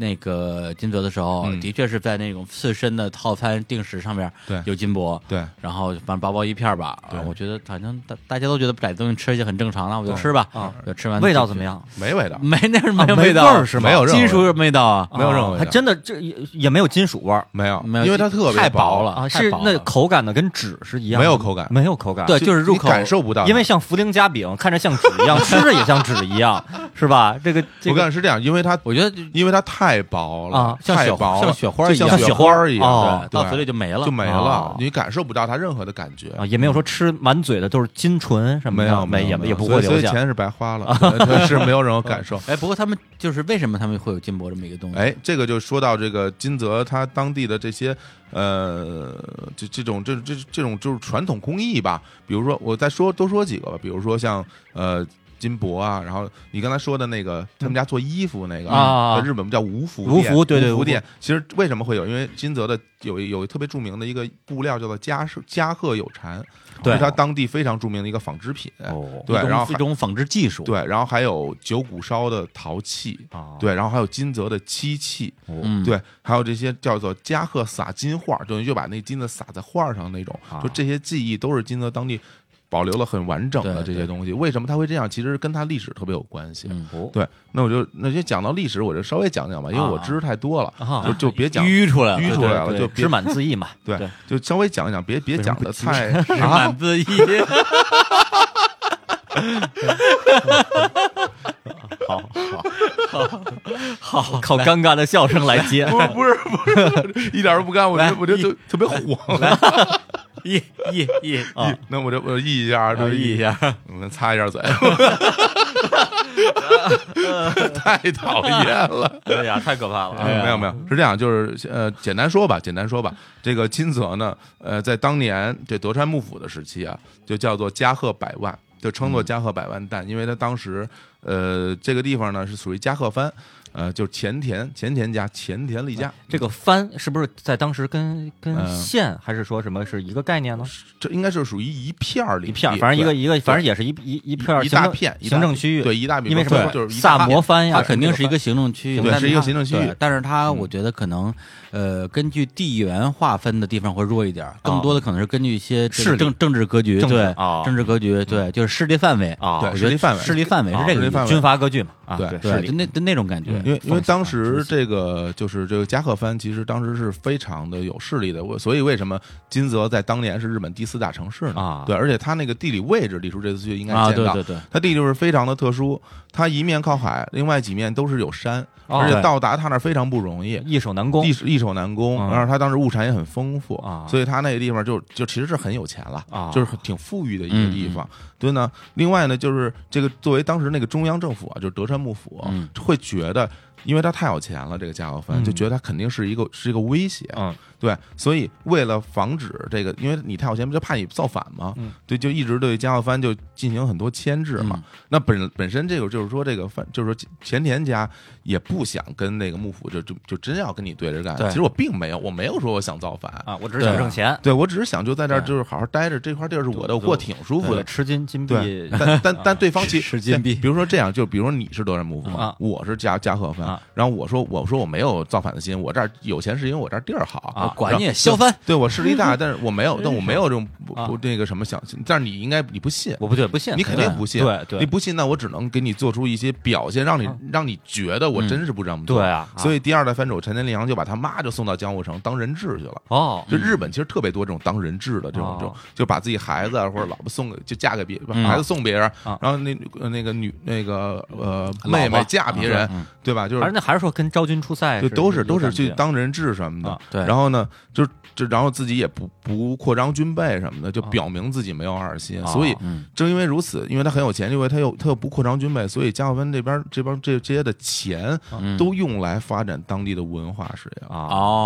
Speaker 1: 那个金泽的时候，
Speaker 2: 嗯
Speaker 1: 的确是在那种刺身的套餐定时上面
Speaker 2: 对
Speaker 1: 有金箔，
Speaker 2: 对
Speaker 1: 然后反正薄薄一片儿吧，
Speaker 2: 对
Speaker 1: 啊我觉得反正大大家都觉得改东西吃一下很正常，那我就吃吧，
Speaker 4: 啊
Speaker 1: 就吃完
Speaker 4: 味道
Speaker 1: 就
Speaker 4: 怎么样？
Speaker 2: 没味道，
Speaker 1: 没那是没有
Speaker 4: 啊没
Speaker 1: 味道，
Speaker 4: 味儿是
Speaker 2: 吗没有任何
Speaker 1: 金属
Speaker 2: 味
Speaker 1: 有味道啊，
Speaker 2: 没有任何味
Speaker 4: 啊
Speaker 2: 道
Speaker 4: 还真的这也也没有金属味儿
Speaker 2: 没有，
Speaker 1: 没有
Speaker 2: 因为它特别
Speaker 1: 太薄了
Speaker 4: 啊，
Speaker 1: 太
Speaker 4: 是
Speaker 1: 薄
Speaker 4: 那
Speaker 1: 了
Speaker 4: 口感的跟纸是一样的，
Speaker 2: 没有口感
Speaker 4: 没有口感，
Speaker 1: 对就是入
Speaker 2: 你
Speaker 1: 口
Speaker 2: 感受不到它，
Speaker 4: 因为像茯苓夹饼，看着像纸一样，吃着也像纸一样，是吧？这个这
Speaker 2: 我
Speaker 4: 个
Speaker 2: 感觉是这样，因为它
Speaker 1: 我觉得
Speaker 2: 因为它太薄了，
Speaker 4: 啊
Speaker 1: 像
Speaker 2: 太
Speaker 1: 雪
Speaker 2: 薄了，
Speaker 1: 像雪花
Speaker 2: 就
Speaker 1: 一样
Speaker 2: 像
Speaker 4: 像
Speaker 2: 雪
Speaker 4: 雪
Speaker 2: 花
Speaker 4: 花
Speaker 2: 儿一样，
Speaker 4: 哦
Speaker 2: 对
Speaker 1: 到嘴里就没了，
Speaker 2: 就没了
Speaker 4: 哦，
Speaker 2: 你感受不到它任何的感觉。
Speaker 4: 啊，也没有说吃满嘴的都是金唇什么
Speaker 2: 没
Speaker 4: 的，
Speaker 2: 有，
Speaker 4: 没
Speaker 2: 有
Speaker 4: 也
Speaker 2: 没有
Speaker 4: 也不
Speaker 2: 所
Speaker 4: 会
Speaker 2: 以所
Speaker 4: 留
Speaker 2: 以
Speaker 4: 下。
Speaker 2: 钱是白花了， 对对是没有任何感受。
Speaker 1: 哎，不过他们就是为什么他们会有金箔这么一个东西？
Speaker 2: 哎，这个就说到这个金泽，它当地的这些呃，这这种这这这种就是传统工艺吧。比如说，我再说多说几个吧，比如说像呃金箔啊，然后你刚才说的那个他们家做衣服那个
Speaker 4: 啊
Speaker 2: 在日本我们叫无服
Speaker 4: 无
Speaker 2: 店
Speaker 4: 服对对
Speaker 2: 无
Speaker 4: 无
Speaker 2: 服
Speaker 4: 服
Speaker 2: 店。其实为什么会有？因为金泽的有一有一特别著名的一个布料叫做加是加贺有蝉，
Speaker 4: 对
Speaker 2: 是它当地非常著名的一个纺织品。
Speaker 4: 哦
Speaker 2: 对，
Speaker 1: 一种
Speaker 2: 然后
Speaker 1: 一
Speaker 2: 还
Speaker 1: 种纺织技术，
Speaker 2: 对，然后还有九谷烧的陶器，
Speaker 4: 啊，
Speaker 2: 对，然后还有金泽的漆器，
Speaker 1: 嗯，
Speaker 2: 对，还有这些叫做加贺撒金画，就是就把那金子撒在画上那种，
Speaker 4: 啊
Speaker 2: 就这些技艺都是金泽当地保留了很完整的
Speaker 1: 对
Speaker 2: 这些东西。为什么它会这样？其实跟它历史特别有关系。
Speaker 1: 嗯
Speaker 4: 哦
Speaker 2: 对，那我就那就讲到历史，我就稍微讲讲吧，因为
Speaker 1: 啊
Speaker 2: 我知识太多了，
Speaker 4: 啊
Speaker 2: 就就别讲。
Speaker 1: 淤出来了，
Speaker 2: 淤出来了，
Speaker 4: 对
Speaker 2: 就别
Speaker 4: 吃满自溢嘛。
Speaker 2: 对，就稍微讲讲，别别讲的太
Speaker 1: 是满自溢，
Speaker 4: 好 好好，靠尴尬的笑声来 接。
Speaker 2: 不不是不是， 一点儿都不干，我觉得我觉得就特别晃。
Speaker 1: 一一 一
Speaker 4: 啊
Speaker 2: 那我就我就意一下，就
Speaker 1: 一下，
Speaker 2: 我们擦一下 嘴，太讨厌了。啊
Speaker 4: 哎呀，太可怕了
Speaker 1: 哎呀
Speaker 2: 没有没有，是这样，就是呃，简单说吧，简单说吧。这个金泽呢，呃，在当年这德川幕府的时期啊，就叫做加贺百万，就称
Speaker 4: 嗯
Speaker 2: 作加贺百万担，因为他当时呃这个地方呢是属于加贺藩，呃，就前田前田家前田利家，
Speaker 4: 这个藩是不是在当时跟跟
Speaker 2: 嗯
Speaker 4: 县还是说什么是一个概念呢？
Speaker 2: 这应该是属于一片儿领
Speaker 4: 一
Speaker 2: 地
Speaker 4: 片儿，反正一个
Speaker 2: 对
Speaker 4: 一个，反正也是一一一片儿
Speaker 2: 一
Speaker 4: 行
Speaker 2: 大
Speaker 4: 政
Speaker 2: 片一大
Speaker 4: 行政区域。
Speaker 2: 对一大片
Speaker 4: 因为什么？
Speaker 2: 就是一大
Speaker 4: 萨摩藩呀，
Speaker 1: 它肯定是一个行政区域，
Speaker 2: 对
Speaker 1: 但
Speaker 2: 是一个
Speaker 1: 它
Speaker 2: 行政区域嗯
Speaker 1: 对但是它我觉得可能，呃，根据地缘划分的地方会弱一点儿，
Speaker 2: 啊
Speaker 1: 更多的可能是根据一些这
Speaker 4: 势
Speaker 1: 个
Speaker 4: 力
Speaker 1: 政政治格局，
Speaker 4: 政治
Speaker 1: 对
Speaker 4: 啊，
Speaker 1: 政治格局，对，就是势力范围
Speaker 4: 啊
Speaker 2: 对
Speaker 1: 我觉
Speaker 2: 嗯势
Speaker 1: 得
Speaker 2: 力范围
Speaker 1: 势力范围是
Speaker 4: 啊
Speaker 1: 这个
Speaker 2: 势
Speaker 1: 意思
Speaker 2: 力范围
Speaker 4: 军阀割据嘛，啊，
Speaker 2: 对
Speaker 4: 势
Speaker 1: 对，就
Speaker 4: 力
Speaker 1: 那就那种感觉，
Speaker 2: 嗯
Speaker 1: 啊
Speaker 2: 因为因为当时
Speaker 1: 风险
Speaker 2: 这个就是这个加贺藩，其实当时是非常的有势力的，我所以为什么金泽在当年是日本第四大城市呢？
Speaker 4: 啊
Speaker 2: 对，而且它那个地理位置，李叔这次去应该
Speaker 1: 啊，
Speaker 2: 见
Speaker 1: 对
Speaker 2: 到，
Speaker 1: 对对，
Speaker 2: 它地理就是非常的特殊，它一面靠海，另外几面都是有山，
Speaker 4: 哦
Speaker 2: 而且到达它那儿非常不容易。
Speaker 4: 易守难攻
Speaker 2: 易守易守难攻，
Speaker 4: 嗯
Speaker 2: 然后它当时物产也很丰富
Speaker 4: 啊
Speaker 2: 所以它那个地方就就其实是很有钱了，
Speaker 4: 啊嗯
Speaker 2: 就是挺富裕的一个地方。对呢，另外呢，就是这个作为当时那个中央政府啊，就是德川幕府，
Speaker 1: 嗯
Speaker 2: 会觉得，因为他太有钱了，这个加贺藩、
Speaker 4: 嗯
Speaker 2: 就觉得他肯定是一个是一个威胁，
Speaker 4: 嗯
Speaker 2: 对，所以为了防止这个，因为你太有钱，不就怕你造反吗？
Speaker 4: 嗯
Speaker 2: 对，就一直对加贺藩就进行很多牵制嘛。那本本身这个就是说这个藩，就是说前田家也不想跟那个幕府就就就真要跟你对着干。
Speaker 4: 对
Speaker 2: 其实我并没有，我没有说我想造反。
Speaker 4: 啊，我只是想挣钱，
Speaker 2: 对，我只是想就在这儿，
Speaker 4: 对
Speaker 2: 就是好好待着，这块地儿是我的，
Speaker 4: 对
Speaker 2: 我过挺舒服
Speaker 4: 我
Speaker 2: 的。
Speaker 4: 吃金金
Speaker 2: 对
Speaker 4: 币，
Speaker 2: 但但但对方其哎
Speaker 1: 吃金币
Speaker 2: 对比如说这样，就比如说你是德仁幕府
Speaker 4: 啊，
Speaker 2: 我是加加贺藩
Speaker 4: 啊，
Speaker 2: 然后我说我说我没有造反的心，我这儿有钱是因为我这儿地儿好
Speaker 4: 啊
Speaker 1: 管你
Speaker 2: 然后
Speaker 1: 削藩
Speaker 2: 对我势力大，但是我没有，但我没有这种不
Speaker 4: 啊
Speaker 2: 不那个什么想，但是你应该你不信。
Speaker 4: 我不对不信，
Speaker 2: 你肯定不信，
Speaker 4: 对对
Speaker 2: 你不信，那我只能给你做出一些表现，让你
Speaker 4: 啊
Speaker 2: 让你觉得我真是不这么做。
Speaker 4: 嗯对啊啊
Speaker 2: 所以第二代藩主陈天利阳就把他妈就送到江户城当人质去了。
Speaker 4: 哦
Speaker 2: 就
Speaker 1: 嗯
Speaker 2: 日本其实特别多这种当人质的这种
Speaker 4: 哦，
Speaker 2: 这种就把自己孩子啊或者老婆送给，就嫁给别
Speaker 1: 嗯
Speaker 2: 孩子送别人
Speaker 4: 啊，
Speaker 2: 然后那呃那个女那个呃
Speaker 1: 老婆嗯
Speaker 2: 妹妹嫁别人，对吧？就
Speaker 4: 反正
Speaker 2: 是
Speaker 4: 那还是说跟昭君出塞
Speaker 2: 就都是
Speaker 4: 有
Speaker 2: 都是
Speaker 4: 感
Speaker 2: 去
Speaker 4: 觉
Speaker 2: 当人质什么的
Speaker 4: 啊。
Speaker 1: 嗯对
Speaker 2: 然后呢，就就然后自己也不不扩张军备什么的，就
Speaker 4: 啊
Speaker 2: 表明自己没有二心。
Speaker 4: 啊
Speaker 2: 所以
Speaker 1: 嗯
Speaker 2: 正因为如此，因为他很有钱，因为他又他又不扩张军备，所以加贺藩这边这帮这这些的钱
Speaker 1: 嗯
Speaker 2: 都用来发展当地的文化事业。
Speaker 4: 啊
Speaker 1: 哦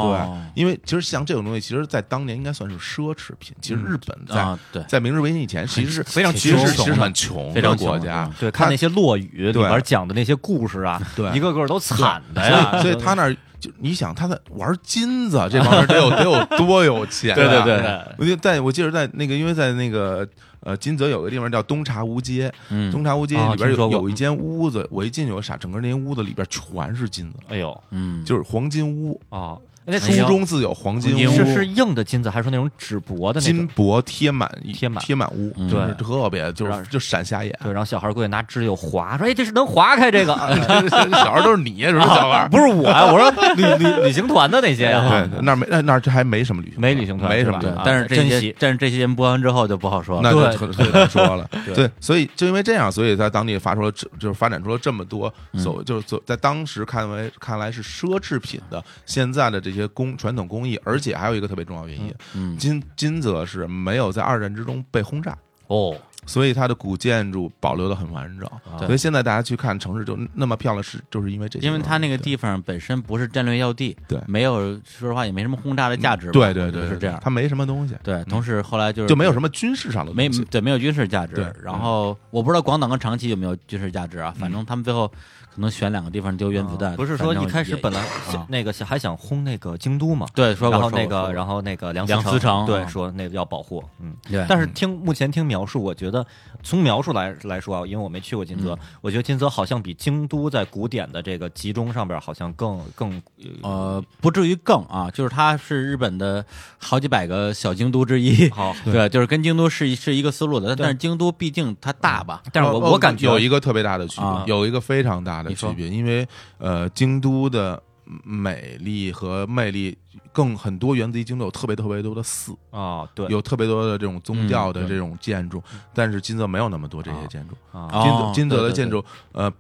Speaker 2: 对，，因为其实像这种东西，其实，在当年应该算是奢侈品。其实日本在
Speaker 1: 啊对，
Speaker 2: 在明治维新以前，其实是
Speaker 4: 非常
Speaker 2: 其实
Speaker 4: 穷
Speaker 2: 是其实很穷
Speaker 1: 非
Speaker 2: 的
Speaker 1: 常
Speaker 2: 国
Speaker 1: 穷
Speaker 2: 家
Speaker 1: 嗯。
Speaker 4: 对，看那些落雨里
Speaker 2: 对
Speaker 4: 边讲的那些故事啊，
Speaker 2: 对
Speaker 4: 一个个都惨的
Speaker 2: 所以，
Speaker 4: 呀。
Speaker 2: 所以他那儿就你想，他在玩金子，这帮人得有得有多有钱、啊？
Speaker 1: 对对对对
Speaker 2: 我记得在我记得在那个，因为在那个呃金泽有个地方叫东茶屋街，
Speaker 1: 嗯
Speaker 2: 东茶屋街
Speaker 4: 哦
Speaker 2: 里边
Speaker 4: 听
Speaker 2: 有、
Speaker 4: 说过
Speaker 2: 有一间屋子，我一进去，我傻，整个那间屋子里边全是金子，
Speaker 4: 哎呦
Speaker 1: 嗯，
Speaker 2: 就是黄金屋。
Speaker 4: 哦，那
Speaker 2: 书中自有黄金
Speaker 4: 是
Speaker 2: 屋，
Speaker 4: 是硬的金子，还是说那种纸薄的那
Speaker 2: 金
Speaker 4: 种？
Speaker 2: 箔贴满
Speaker 4: 贴满
Speaker 2: 贴满屋，
Speaker 4: 对
Speaker 2: 特别就是
Speaker 4: 让
Speaker 2: 就闪瞎眼。
Speaker 4: 对，然后小孩儿过去拿指甲划，说：“哎，这是能划开这个？
Speaker 2: 小孩都是你，是不是小孩儿？
Speaker 4: 啊不是我呀，我说 旅旅旅行团的那些啊呀。
Speaker 2: 对，那儿没那那儿这还没什么旅行团，
Speaker 4: 没旅行团
Speaker 2: 没
Speaker 4: 是
Speaker 2: 什
Speaker 4: 吧
Speaker 2: 么旅行团。
Speaker 4: 啊
Speaker 1: 但是这
Speaker 4: 珍
Speaker 1: 些
Speaker 4: 惜，
Speaker 1: 但是这些人播完之后就不好说了。
Speaker 2: 那就
Speaker 4: 对
Speaker 2: 特特别难说 了。对，所以就因为这样，所以在当地发出了这就是发展出了这么多
Speaker 4: 嗯
Speaker 2: 所就是所在当时看为看来是奢侈品的现在的这些工传统工艺，而且还有一个特别重要原因，
Speaker 1: 嗯
Speaker 2: 金金泽是没有在二战之中被轰炸。
Speaker 4: 哦，
Speaker 2: 所以它的古建筑保留的很完整，
Speaker 1: 对
Speaker 2: 所以现在大家去看城市就那么漂亮，是就是因为这些
Speaker 1: 因
Speaker 2: 东西，
Speaker 1: 为它那个地方本身不是战略要地，
Speaker 2: 对
Speaker 1: 没有说实话也没什么轰炸的价值吧，
Speaker 2: 对对对
Speaker 1: 就
Speaker 2: 对
Speaker 1: 是这样
Speaker 2: 它。没什么东西，
Speaker 1: 对，同时后来就是
Speaker 2: 就没有什么军事上的
Speaker 1: 没
Speaker 2: 东西
Speaker 1: 对没有军事价值。
Speaker 2: 对
Speaker 1: 然后我不知道广岛跟长崎有没有军事价值啊，反正他们最后可能选两个地方丢原子弹。
Speaker 4: 哦不是
Speaker 1: 反
Speaker 4: 说
Speaker 1: 正
Speaker 4: 一开
Speaker 1: 也
Speaker 4: 始本来
Speaker 1: 啊
Speaker 4: 那个还想轰那个京都嘛？
Speaker 1: 对说过
Speaker 4: 然后那
Speaker 1: 说过说
Speaker 4: 个
Speaker 1: 过
Speaker 4: 然后那个梁
Speaker 1: 梁思
Speaker 4: 思
Speaker 1: 成
Speaker 4: 对
Speaker 1: 啊
Speaker 4: 说那个要保护，嗯，
Speaker 1: 对
Speaker 4: 但是听目前听描述，我觉得从描述来来说啊，因为我没去过金
Speaker 2: 嗯
Speaker 4: 泽，我觉得金泽好像比京都在古典的这个集中上边好像更更
Speaker 1: 呃不至于更啊，就是它是日本的好几百个小京都之一。
Speaker 4: 好。
Speaker 1: 对，就是跟京都是一是一个思路的，但是京都毕竟它大吧，
Speaker 4: 但是我
Speaker 2: 哦
Speaker 4: 我感觉
Speaker 2: 有一个特别大的区
Speaker 1: 啊
Speaker 2: 别，有一个非常大的
Speaker 1: 你
Speaker 2: 区
Speaker 1: 说
Speaker 2: 别，因为呃，京都的美丽和魅力更很多源自于京都有特别特别多的寺，
Speaker 4: 啊，对
Speaker 2: 有特别多的这种宗教的
Speaker 1: 嗯对
Speaker 2: 这种建筑，但是金泽没有那么多这些建筑。
Speaker 4: 啊
Speaker 1: 哦
Speaker 2: 金泽金泽
Speaker 1: 对
Speaker 2: 的
Speaker 1: 对
Speaker 2: 建筑呃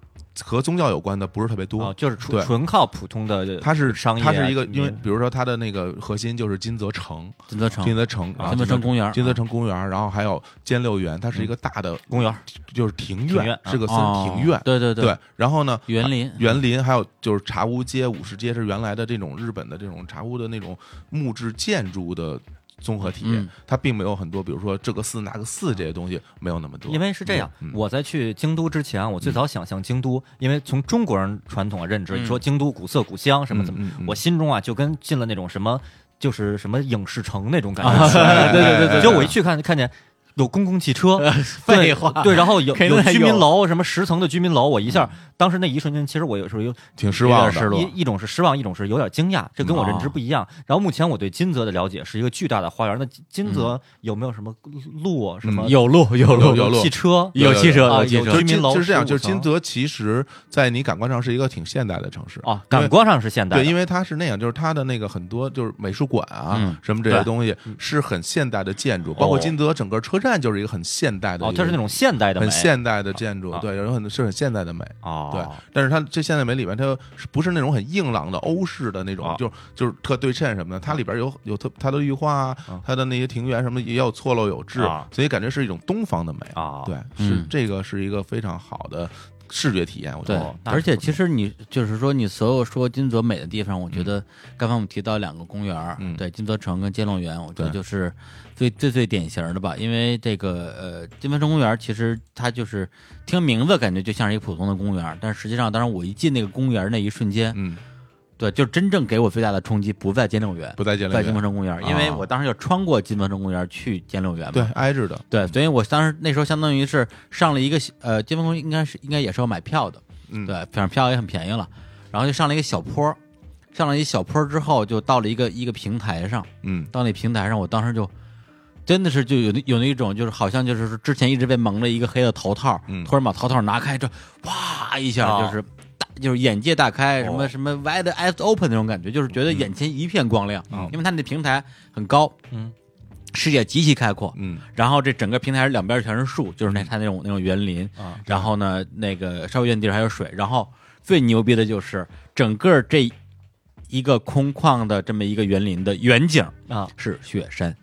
Speaker 2: 和宗教有关的不是特别多
Speaker 4: 啊，，就是纯
Speaker 2: 对
Speaker 4: 纯靠普通的
Speaker 2: 它是
Speaker 4: 商业
Speaker 2: 它
Speaker 4: 啊，
Speaker 2: 是一个，
Speaker 4: 居
Speaker 2: 因为
Speaker 4: 民
Speaker 2: 比如说它的那个核心就是金泽城，
Speaker 1: 金泽城
Speaker 2: 金泽城
Speaker 1: 啊
Speaker 2: 啊，
Speaker 1: 金泽城公园
Speaker 2: 金泽城公园，然后还有兼六园，它是一个大的
Speaker 4: 公园儿
Speaker 2: 就是庭
Speaker 4: 庭
Speaker 2: 院
Speaker 4: 院，
Speaker 2: 是个森
Speaker 1: 哦
Speaker 2: 庭院，
Speaker 1: 对对
Speaker 2: 对，然后呢，
Speaker 1: 园林
Speaker 2: 啊园林还有就是茶屋街、武士街是原来的这种日本的这种茶屋的那种木质建筑的综合体，
Speaker 1: 嗯
Speaker 2: 它并没有很多，比如说这个寺那个寺这些东西没有那么多，嗯
Speaker 4: 因为是这样，我在去京都之前啊，我最早想象京都，因为从中国人传统啊认知，你说京都古色古香什么怎么，
Speaker 2: 嗯嗯嗯嗯
Speaker 4: 我心中啊就跟进了那种什么，就是什么影视城那种感觉。
Speaker 2: 对对对对对
Speaker 4: 就我一去看看见。有公共汽 车，
Speaker 1: 废话
Speaker 4: 对，对然后有
Speaker 1: 肯定
Speaker 4: 有
Speaker 1: 得
Speaker 4: 居
Speaker 1: 有
Speaker 4: 民楼，什么十层的居民楼，我一下，当时那一瞬间，其实我有时候有
Speaker 2: 嗯挺失望的。
Speaker 4: 一一种是失望，一种是有点惊讶，这跟我认知不一
Speaker 2: 啊
Speaker 4: 样。然后目前我对金泽的了解是一个巨大的花园，那金金泽有没有什么路什么
Speaker 1: 有路有
Speaker 2: 嗯有
Speaker 1: 路
Speaker 2: 有路
Speaker 4: 汽车
Speaker 1: 有汽车
Speaker 4: 啊
Speaker 1: 有汽
Speaker 4: 有
Speaker 1: 车
Speaker 2: 就
Speaker 4: 居
Speaker 2: 是
Speaker 4: 民
Speaker 2: 金
Speaker 4: 楼
Speaker 2: 就是这样，
Speaker 4: 15
Speaker 2: 就是金
Speaker 4: 层
Speaker 2: 泽其实，在你感官上是一个挺现代的城市
Speaker 4: 哦，感官上是现代的，
Speaker 2: 对，因为它是那样，就是它的那个很多就是美术馆啊，
Speaker 1: 嗯
Speaker 2: 什么这些
Speaker 4: 对
Speaker 2: 东西是很现代的建筑，包括金泽整个车站就是一个很现代的一
Speaker 4: 哦，
Speaker 2: 个，
Speaker 4: 它是那种现代的美，
Speaker 2: 很现代的建筑
Speaker 4: 啊，
Speaker 2: 对，有很是很现代的美。
Speaker 4: 哦，
Speaker 2: 对，但是它这现代美里面，它又是不是那种很硬朗的欧式的那种
Speaker 4: 啊，
Speaker 2: 就是就是特对称什么的，它里边有有特它的绿化啊
Speaker 4: 啊，
Speaker 2: 它的那些庭园什么的也有错落有致
Speaker 4: 啊，
Speaker 2: 所以感觉是一种东方的美。
Speaker 4: 啊，
Speaker 2: 对，是
Speaker 1: 嗯
Speaker 2: 这个是一个非常好的视觉体验，我觉
Speaker 1: 对
Speaker 2: 得。，
Speaker 4: 那
Speaker 1: 而且其实你就是说，你所有说金泽美的地方，我觉得刚才我们提到两个公园儿，
Speaker 2: 嗯
Speaker 1: 对，金泽城跟兼龙园，我觉得
Speaker 2: 对
Speaker 1: 就是最最最典型的吧。因为这个呃，金泽城公园其实它就是听名字感觉就像是一个普通的公园儿，但实际上，当然我一进那个公园儿那一瞬间，
Speaker 2: 嗯，
Speaker 1: 对，就真正给我最大的冲击不在兼六园，
Speaker 2: 不再见了
Speaker 1: 在。金泽城公园儿，因为
Speaker 2: 啊
Speaker 1: 我当时就穿过金泽城公园儿去兼六园嘛。
Speaker 2: 对，挨着的，
Speaker 1: 对，所以我当时那时候相当于是上了一个呃，金门公园应该是应该也是要买票的，
Speaker 2: 嗯
Speaker 1: 对，反正票也很便宜了，然后就上了一个小坡儿，上了一小坡儿之后，就到了一个一个平台上，
Speaker 2: 嗯，
Speaker 1: 到那平台上，我当时就真的是就有那有那一种就是好像就是说之前一直被蒙了一个黑的头套，
Speaker 2: 嗯啊
Speaker 1: 突然把头套拿开，这哇一下
Speaker 4: 哦
Speaker 1: 就是大、就是眼界大开，什
Speaker 2: 哦
Speaker 1: 么、什么 wide eyes open 那种感觉，就是觉
Speaker 2: 嗯
Speaker 1: 得眼前一片光亮，因为它那平台很高，
Speaker 4: 嗯，
Speaker 1: 视野极其开阔，
Speaker 2: 嗯，
Speaker 1: 然后这整个平台两边全是树，就是那它那种那种园林
Speaker 4: 啊，
Speaker 1: 然后呢，那个稍微远地儿还有水，然后最牛逼的就是整个这一个空旷的这么一个园林的远景
Speaker 4: 啊，
Speaker 1: 是雪山，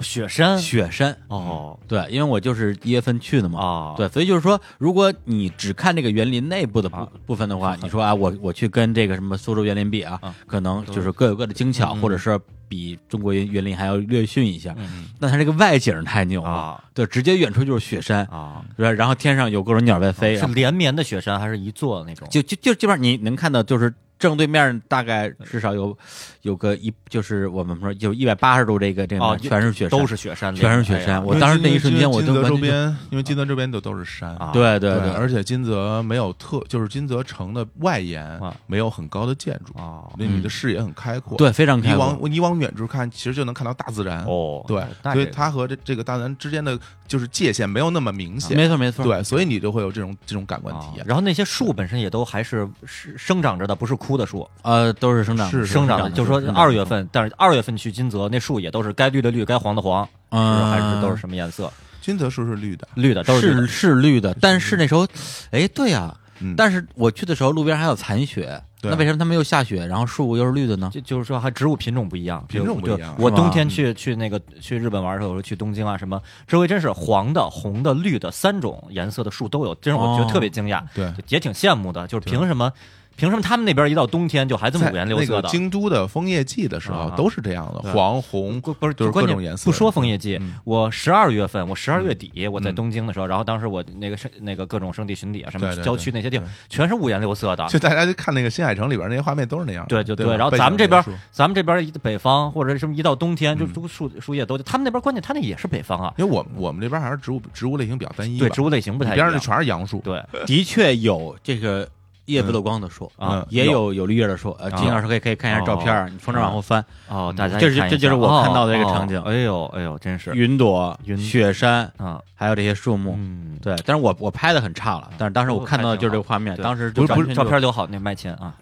Speaker 4: 雪山
Speaker 1: 雪山。
Speaker 4: 哦
Speaker 1: 对，因为我就是一月份去的嘛，
Speaker 4: 啊，
Speaker 1: 对，所以就是说，如果你只看这个园林内部的部、
Speaker 4: 啊
Speaker 1: 部分的 话，你说啊，我我去跟这个什么苏州园林比啊，
Speaker 4: 啊嗯
Speaker 1: 可能就是各有各的精巧，或者是比中国园园林还要略逊一下。
Speaker 4: 嗯
Speaker 1: 但它这个外景太牛了，
Speaker 4: 啊
Speaker 1: 对，直接远处就是雪山，
Speaker 4: 啊，
Speaker 1: 对，然后天上有各种鸟在飞，
Speaker 4: 哦是
Speaker 1: 然后
Speaker 4: 连绵的雪山还是一座那种？
Speaker 1: 就就就基本上你能看到就是正对面大概至少有有个一，就是我们说有一百八十度这个这
Speaker 4: 哦
Speaker 1: 个，全是雪山，
Speaker 4: 都是雪山，哎
Speaker 1: 全是雪山。。我当时那一瞬间我
Speaker 2: 金
Speaker 1: 就
Speaker 2: 泽
Speaker 1: 完
Speaker 2: 周
Speaker 1: 全就
Speaker 2: 边，因为金泽周边都都是山
Speaker 4: 啊
Speaker 1: 对对对，
Speaker 2: 而且金泽没有特，就是金泽城的外延
Speaker 4: 啊
Speaker 2: 没有很高的建筑，
Speaker 4: 哦
Speaker 2: 所以你的视野很开阔。
Speaker 1: 对，非常
Speaker 2: 你
Speaker 1: 开
Speaker 2: 往
Speaker 1: 阔。
Speaker 2: 你往远处看，其实就能看到大自然。
Speaker 4: 哦，
Speaker 2: 对，
Speaker 4: 那
Speaker 2: 所以
Speaker 4: 这个
Speaker 2: 它和这这个大自然之间的就是界限没有那么明显。
Speaker 1: 没错没错，
Speaker 2: 对，所以你就会有这啊种这种感官体验。
Speaker 4: 哦然后那些树本身也都还是是生长着的，不是枯的树，
Speaker 1: 呃，都是生长
Speaker 2: 是
Speaker 4: 生长的。
Speaker 1: 的
Speaker 4: 就是说
Speaker 1: 生长的
Speaker 4: 二月份，但是二月份去金泽，那树也都是该绿的绿，该黄的黄，
Speaker 1: 嗯，
Speaker 4: 还是都是什么颜色？
Speaker 2: 金泽树是绿的，
Speaker 4: 绿的都
Speaker 1: 是
Speaker 4: 是绿的嗯
Speaker 1: 是绿的，但是那时候，哎，对呀、
Speaker 2: 嗯
Speaker 1: 但是我去的时候路边还有残雪，
Speaker 2: 对
Speaker 1: 那为什么他们又下雪，然后树又是绿的呢？
Speaker 4: 就就是说，还植物品种不一样，
Speaker 2: 品种不一样嗯
Speaker 4: 就我
Speaker 1: 是吧
Speaker 4: 冬天去去那个去日本玩的时候，我说去东京啊什么，周围真是黄的、红的、绿的三种颜色的树都有，这让我觉
Speaker 1: 哦
Speaker 4: 得特别惊讶，
Speaker 2: 对
Speaker 4: 就也挺羡慕的。就是凭什么？凭什么他们那边一到冬天就还这么
Speaker 2: 在
Speaker 4: 五颜六
Speaker 2: 那
Speaker 4: 色
Speaker 2: 个
Speaker 4: 的？
Speaker 2: 京都的枫叶季的时候
Speaker 4: 啊
Speaker 2: 都是这样的，
Speaker 4: 对
Speaker 2: 黄红
Speaker 4: 不不是，
Speaker 2: 就是
Speaker 4: 关
Speaker 2: 各
Speaker 4: 键
Speaker 2: 种颜色。
Speaker 4: 不说枫叶季，
Speaker 2: 嗯
Speaker 4: 我十二月份，我十二月底我在
Speaker 2: 嗯
Speaker 4: 东京的时候，然后当时我那个是那个各种圣地巡礼啊，什么
Speaker 2: 对对对
Speaker 4: 郊区那些地方
Speaker 2: 对，
Speaker 4: 全是五颜六色的。
Speaker 2: 就大家就看那个新海城里边那些画面都是那样的。
Speaker 4: 啊对，就
Speaker 2: 啊吧
Speaker 4: 然后
Speaker 2: 背景
Speaker 4: 咱们这边
Speaker 2: 的树，
Speaker 4: 咱们这边一北方或者什么一到冬天，就都树树叶都，他们那边关键他那也是北方啊，
Speaker 2: 因为我们我们这边还是植物植物类型比较单一吧，
Speaker 4: 对，植物类型不
Speaker 2: 你
Speaker 4: 太一
Speaker 2: 边上
Speaker 4: 样
Speaker 2: 就。全是杨树。
Speaker 4: 对，
Speaker 1: 的确有这个叶不漏光的树
Speaker 4: 嗯
Speaker 2: 嗯
Speaker 1: 也有有绿叶的树。呃，
Speaker 4: 啊
Speaker 1: 金老师可以可以看一下照片儿，你从这儿往后翻，
Speaker 4: 哦，大家
Speaker 1: 这是
Speaker 4: 看一下
Speaker 1: 这就是我看到的这个
Speaker 4: 哦哦
Speaker 1: 场景
Speaker 4: 哎呦，哎呦，真是
Speaker 1: 云朵、
Speaker 4: 云
Speaker 1: 雪山，
Speaker 4: 啊，
Speaker 1: 还有这些树木。
Speaker 4: 嗯，
Speaker 1: 对，但是我我拍的很差了，但是当时我看到的就是这个画面，
Speaker 4: 对
Speaker 1: 当时就
Speaker 4: 不是不
Speaker 1: 完
Speaker 4: 是
Speaker 1: 全
Speaker 4: 照
Speaker 1: 就
Speaker 4: 片留好，那卖钱啊，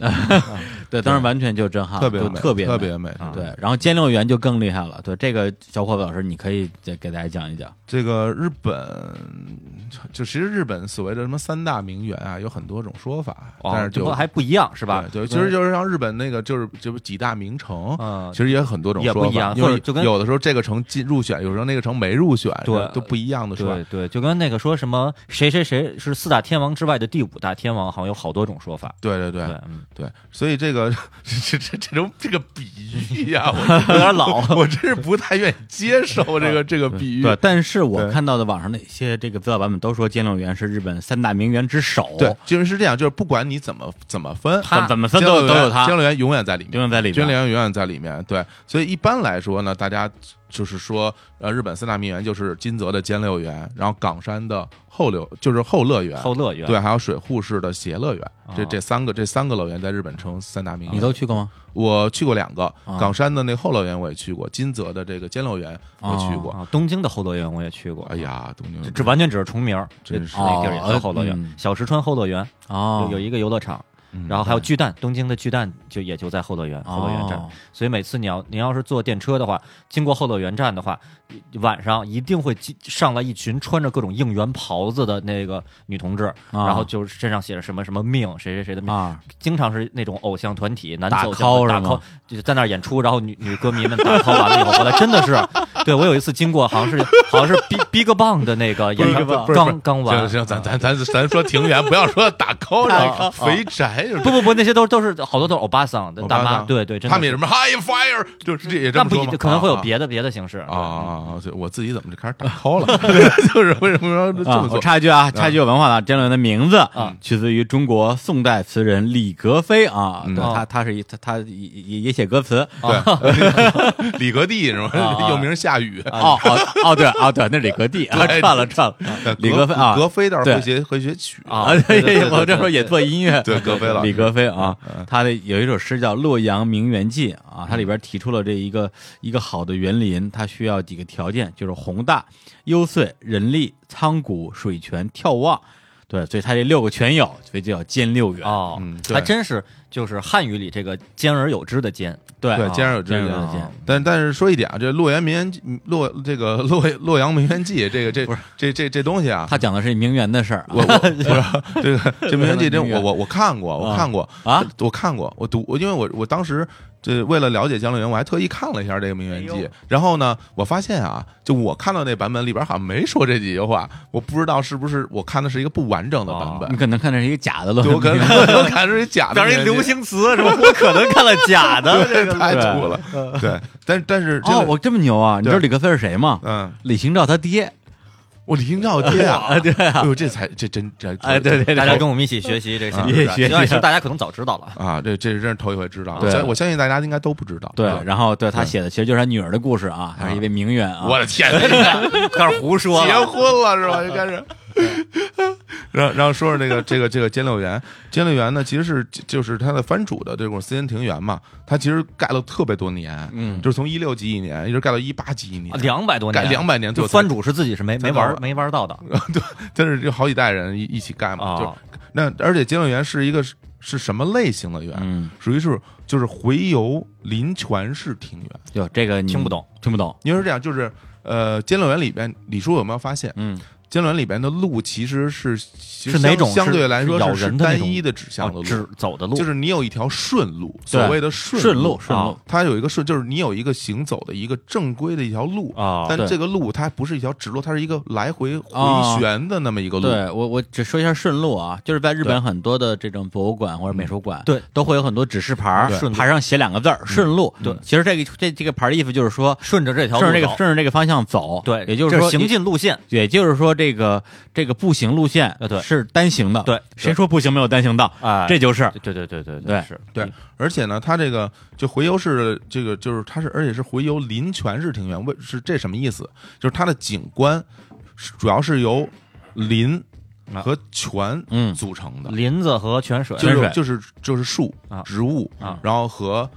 Speaker 1: 对，当时完全就震撼，
Speaker 2: 特别
Speaker 1: 就
Speaker 2: 美
Speaker 1: 特别
Speaker 2: 特
Speaker 1: 美
Speaker 2: 别美。
Speaker 4: 啊
Speaker 1: 对，然后监六员就更厉害了。对，这个小伙子老师，你可以再给大家讲一讲。
Speaker 2: 这个日本，就其实日本所谓的什么三大名园啊，有很多种说法，
Speaker 4: 哦
Speaker 2: 但是
Speaker 4: 这
Speaker 2: 就
Speaker 4: 不还不一样是
Speaker 2: 是
Speaker 4: 吧？
Speaker 2: 对，其实就是像日本那个，就是就是几大名城，
Speaker 4: 嗯
Speaker 2: 其，实也有很多种
Speaker 4: 也不
Speaker 2: 说
Speaker 4: 一样
Speaker 2: 法，因
Speaker 4: 或
Speaker 2: 为
Speaker 4: 者就跟
Speaker 2: 有的时候这个城进入选，有时候那个城没入选，
Speaker 4: 对
Speaker 2: 都不一样的说法
Speaker 4: 对。对，就跟那个说什么谁谁谁是四大天王之外的第五大天王，好像有好多种说法。
Speaker 2: 对对对
Speaker 4: 对，嗯
Speaker 2: 对，所以这个这这这种这个比喻呀、
Speaker 4: 有点老
Speaker 2: 我我真是不太愿意接受这个这个比喻。
Speaker 1: 啊对，但是我
Speaker 2: 对
Speaker 1: 看到的网上的一些这个资料版本都说监六员是日本三大名媛之首，
Speaker 2: 对，就是是这样，就是不管你怎么怎么分，啊
Speaker 1: 他怎么分都有都有他
Speaker 2: 江流员永远在里面，
Speaker 1: 永远在里面
Speaker 2: 江流员永远在里面。对，所以一般来说呢，大家就是说，呃，日本三大名园就是金泽的兼六园，然后冈山的后柳就是后乐园，
Speaker 4: 后乐园，
Speaker 2: 对，还有水户市的偕乐园，这
Speaker 4: 哦
Speaker 2: 这三个这三个乐园在日本称三大名园。
Speaker 1: 啊你都去过吗？
Speaker 2: 我去过两个
Speaker 1: 啊，
Speaker 2: 冈山的那后乐园我也去过，金泽的这个兼六园我去过。
Speaker 4: 啊，东京的后乐园我也去过。
Speaker 2: 哎，呀，东京
Speaker 4: 这完全只是重名儿，
Speaker 2: 真是
Speaker 4: 那地儿也叫后乐
Speaker 1: 哦
Speaker 4: 园
Speaker 1: 嗯，
Speaker 4: 小石川后乐园
Speaker 1: 哦
Speaker 4: 有有一个游乐场，
Speaker 2: 嗯
Speaker 4: 然后还有巨蛋，东京的巨蛋就也就在后乐园后乐园站
Speaker 1: 哦。
Speaker 4: 所以每次你要您要是坐电车的话，经过后乐园站的话，晚上一定会进上来一群穿着各种应援袍子的那个女同志，
Speaker 1: 啊
Speaker 4: 然后就是身上写着什么什么命，谁谁谁的命，
Speaker 1: 啊，
Speaker 4: 经常是那种偶像团体男
Speaker 1: 打
Speaker 4: 子偶像团
Speaker 1: call 是
Speaker 4: 打 call，
Speaker 1: 吗
Speaker 4: 就是在那儿演出，然后女女歌迷们打 call 完了以后回来，真的是，对我有一次经过，好像是好像是 Big Big Bang 的那个演唱
Speaker 2: 不是不是
Speaker 4: 会刚刚完啊
Speaker 2: 行，行，咱咱咱咱说庭园，不要说打 call 了，肥宅就是
Speaker 4: 啊不不不，那些都都是好多都是欧巴桑的
Speaker 2: 欧巴
Speaker 4: 大
Speaker 2: 桑
Speaker 4: 妈，对对，真的
Speaker 2: 他们也什么 high fire，就是这也这
Speaker 4: 那
Speaker 2: 么
Speaker 4: 不
Speaker 2: 说
Speaker 4: 一
Speaker 2: 吗
Speaker 4: 定，可能会有
Speaker 2: 啊
Speaker 4: 别的别的形式
Speaker 2: 啊啊啊！就我自己怎么就开始 打 call 了？ 就是为什么 说这
Speaker 1: 啊
Speaker 2: 么
Speaker 1: 我
Speaker 2: 做？
Speaker 1: 插一句啊，插一句有文化的，监六员的名字啊，取自于中国宋代词人李格非啊，对
Speaker 4: 哦
Speaker 1: 他他是一他他也也也写歌词。
Speaker 2: 对， 李格弟是吗
Speaker 1: 啊？
Speaker 2: 又名夏雨，
Speaker 1: 哦哦哦，对哦对，那是李格弟啊，
Speaker 2: 对
Speaker 1: 串了串了，李格非啊，
Speaker 2: 格菲倒是
Speaker 1: 对
Speaker 2: 会学会学曲
Speaker 4: 啊
Speaker 1: 啊，
Speaker 4: 对 对对
Speaker 1: 我这会儿也做音乐，
Speaker 2: 对格非老师
Speaker 1: 李格非啊，他的有一首诗叫《洛阳名园记》啊，它里边提出了这一个一个好的园林，它需要几个条件，就是宏大、幽邃、人力、苍古、水泉、眺望。对，所以它这六个全有，所以就叫兼六园。
Speaker 4: 哦
Speaker 2: 嗯，对
Speaker 4: 还真是就是汉语里这个兼而有之的兼，
Speaker 1: 对
Speaker 2: 对，
Speaker 1: 啊
Speaker 2: 兼而有之
Speaker 1: 兼而有
Speaker 2: 啊
Speaker 1: 之兼
Speaker 2: 但但是说一点啊，这《洛阳名园记》洛这个《洛 洛阳名园记》这个这这这这东西啊，
Speaker 1: 他讲的是名媛的事儿啊
Speaker 2: 我我不是这个这《名媛记》真我我我看过，我
Speaker 1: 啊
Speaker 2: 看过
Speaker 1: 啊，
Speaker 2: 我看过，我读我因为我我当时这为了了解江乐园，我还特意看了一下这个《名媛记》然后呢，我发现啊，就我看到那版本里边好像没说这几句话，我不知道是不是我看的是一个不完整的版
Speaker 1: 你
Speaker 2: 本，
Speaker 1: 可能看的是一个假的洛
Speaker 2: 对我
Speaker 1: 阳
Speaker 2: 可
Speaker 1: 名
Speaker 2: 能
Speaker 1: 园。
Speaker 2: 我看的是假的，
Speaker 4: 词是吧？ 我可能看了假的，
Speaker 2: 这 太土了，对，但但是这
Speaker 1: 哦，
Speaker 2: 个
Speaker 1: 我这么牛啊！你知道
Speaker 2: 对
Speaker 1: 李格非是谁吗？
Speaker 2: 嗯。
Speaker 1: 李清照他爹。
Speaker 2: 我李清照贴啊，对啊，哎呦，这才这真这
Speaker 1: 哎，对对
Speaker 4: 大家
Speaker 1: 对，
Speaker 4: 跟我们一起学习这个新
Speaker 1: 也
Speaker 4: 知识，
Speaker 1: 学习
Speaker 4: 其实大家可能早知道了。
Speaker 2: 啊，这这是真是头一回知道，
Speaker 1: 对
Speaker 2: 我相我相信大家应该都不知道，
Speaker 1: 对
Speaker 2: 啊，
Speaker 1: 然后对他写的其实就是他女儿的故事啊，她是一位名媛啊，
Speaker 2: 我的天，
Speaker 4: 开始胡说
Speaker 2: 结
Speaker 4: 了，
Speaker 2: 婚了是吧？就开始。 然后，然后说说这个这个这个监六园，监六园呢，其实是就是它的藩主的这种私人庭园嘛，它其实盖了特别多年，嗯，就是从一六几一年一直盖到一八几一年，
Speaker 4: 啊两百多年，
Speaker 2: 盖200年左
Speaker 4: 就
Speaker 2: 右
Speaker 4: 藩主是自己是没没
Speaker 2: 才到
Speaker 4: 玩
Speaker 2: 了
Speaker 4: 没玩到的
Speaker 2: 但是有好几代人一一起盖嘛，就
Speaker 4: 啊。
Speaker 2: 那而且监乐园是一个是是什么类型的园？
Speaker 1: 嗯，
Speaker 2: 属于是就是回游林泉式庭园。
Speaker 1: 哟，这个你
Speaker 4: 听不懂，
Speaker 1: 听不懂，
Speaker 2: 因为是这样，就是呃，监乐园里边，李叔有没有发现？
Speaker 1: 嗯，
Speaker 2: 监乐园里边的路其实是其实
Speaker 4: 是哪
Speaker 2: 相
Speaker 4: 种
Speaker 2: 相
Speaker 4: 是
Speaker 2: 对来说
Speaker 4: 是咬
Speaker 2: 是
Speaker 4: 人的那
Speaker 2: 单
Speaker 4: 种
Speaker 2: 一的指向的
Speaker 4: 啊
Speaker 2: 路，
Speaker 4: 只走的路
Speaker 2: 就是你有一条顺路，
Speaker 1: 对
Speaker 2: 所谓的顺
Speaker 1: 顺
Speaker 2: 路
Speaker 1: 路，顺路
Speaker 4: 啊，
Speaker 2: 它有一个顺，就是你有一个行走的一个正规的一条路。
Speaker 4: 啊，
Speaker 2: 但
Speaker 1: 对
Speaker 2: 这个路它不是一条直路，它是一个来回
Speaker 1: 啊
Speaker 4: 哦
Speaker 2: 回旋的那么一个路。
Speaker 1: 对我，我只说一下顺路啊，就是在日
Speaker 2: 对
Speaker 1: 本很多的这种博物馆或者美术馆，
Speaker 4: 对，
Speaker 1: 都会有很多指示牌儿
Speaker 4: 对，
Speaker 1: 牌上写两个字儿“顺路”。对，其实这个这这个牌儿的意思就是说，
Speaker 4: 顺着这条路
Speaker 1: 顺着这个
Speaker 4: 走
Speaker 1: 顺着这个方向走。
Speaker 4: 对，
Speaker 1: 也就
Speaker 4: 这
Speaker 1: 是说
Speaker 4: 行，进路线
Speaker 1: 也就是说这个这个步行路线
Speaker 4: 呃对
Speaker 1: 是单行的。
Speaker 4: 对对
Speaker 1: 谁说步行没有单行道？
Speaker 4: 啊
Speaker 1: 这就是
Speaker 4: 对对对对
Speaker 1: 哎对
Speaker 4: 是
Speaker 2: 对，而且呢，它这个就回游式，这个就是它是，而且是回游林泉式庭园，为是这什么意思？就是它的景观是主要是由林和泉
Speaker 1: 啊嗯
Speaker 2: 组成的，
Speaker 4: 林子和泉水
Speaker 2: 就
Speaker 1: 泉水
Speaker 2: 是就是就是树
Speaker 4: 啊、
Speaker 2: 植物
Speaker 4: 啊，
Speaker 2: 然后和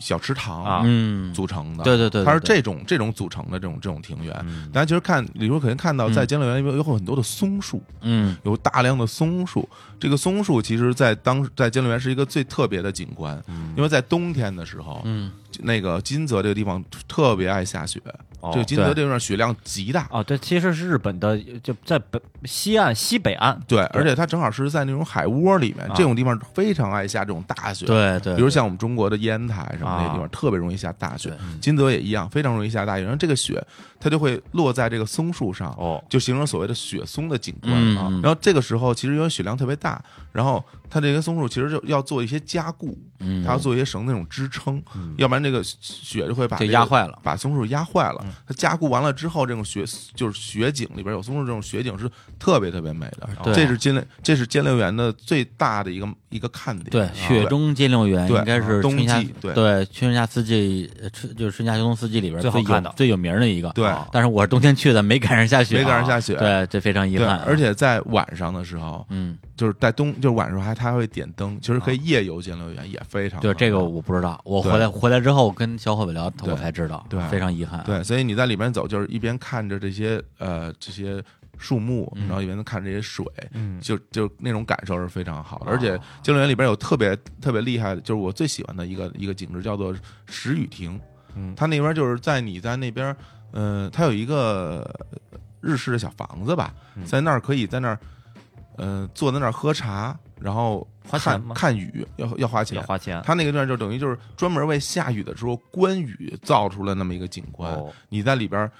Speaker 2: 小池塘
Speaker 4: 啊
Speaker 1: 嗯，
Speaker 2: 组成的。
Speaker 1: 对对嗯对，对
Speaker 2: 它是
Speaker 1: 对
Speaker 2: 这种这种组成的这种这种庭园，大家其实看，李叔肯定看到，在监乐园里面有很多的松树，
Speaker 1: 嗯
Speaker 2: 有大量的松树。这个松树其实，在当在监乐园是一个最特别的景观，因为在冬天的时候，
Speaker 1: 嗯
Speaker 2: 那个金泽这个地方特别爱下雪，
Speaker 4: 哦
Speaker 2: 这个金泽这段雪量极大。
Speaker 4: 哦，对，其实是日本的，就在北西岸西北岸，
Speaker 2: 对，而且它正好是在那种海窝里面，这种地方非常爱下这种大雪。
Speaker 1: 对对，
Speaker 2: 比如像我们中国的烟台什么那
Speaker 4: 啊
Speaker 2: 地方，特别容易下大雪。金泽也一样，非常容易下大雪。然后这个雪，它就会落在这个松树上，
Speaker 4: 哦
Speaker 2: 就形成所谓的雪松的景观
Speaker 1: 嗯
Speaker 2: 啊。
Speaker 1: 嗯
Speaker 2: 然后这个时候，其实因为雪量特别大，然后它这些松树其实就要做一些加固，
Speaker 1: 嗯
Speaker 2: 它要做一些绳那种支撑，要不然这个雪就会把、
Speaker 1: 就
Speaker 2: 这个
Speaker 1: 压坏了，嗯
Speaker 2: 把松树压坏了。它加固完了之后，这种雪就是雪景里边有松树，这种雪景是特别特别美的。
Speaker 1: 对
Speaker 2: 这是金乐，这是金乐园的最大的一个一个看点。
Speaker 1: 对，雪中金六园
Speaker 2: 啊对啊
Speaker 1: 应该是
Speaker 2: 冬
Speaker 1: 春夏
Speaker 2: 季对
Speaker 1: 对春夏四季，呃春就是春夏秋冬四季里边
Speaker 4: 最好
Speaker 1: 有
Speaker 4: 看的
Speaker 1: 最有名儿的一个。
Speaker 2: 对
Speaker 1: 啊但是我是冬天去的，没赶上下雪啊，
Speaker 2: 没赶上下雪
Speaker 1: 对，这非常遗
Speaker 2: 对，
Speaker 1: 憾啊。
Speaker 2: 而且在晚上的时候，
Speaker 1: 嗯，
Speaker 2: 就是在冬，就是晚上还它还会点灯，其实可以夜游监乐园，也非常
Speaker 1: 对这个
Speaker 2: 好。
Speaker 1: 我不知道，我
Speaker 2: 啊对
Speaker 1: 回来回来之后跟小伙伴聊，我才知道，
Speaker 2: 对
Speaker 1: 非常遗
Speaker 4: 啊
Speaker 1: 憾。，啊
Speaker 2: 对，所以你在里边走，就是一边看着这些呃这些树木，然后一边看着这些水，
Speaker 4: 嗯哦
Speaker 2: 就就那种感受是非常好的。而且监乐园里边有特别特别厉害的，就是我最喜欢的一个一个景致叫做石雨亭，
Speaker 4: 嗯
Speaker 2: 它那边就是在你在那边，嗯，它有一个日式的小房子吧，
Speaker 4: 嗯
Speaker 2: 在那儿可以在那儿，呃，坐在那儿喝茶，然后
Speaker 4: 花钱
Speaker 2: 看
Speaker 4: 吗
Speaker 2: 看雨，要要花钱
Speaker 4: 要。花钱
Speaker 2: 它那个地方就等于就是专门为下雨的时候观雨造出了那么一个景观。
Speaker 4: 哦
Speaker 2: 你在里边儿，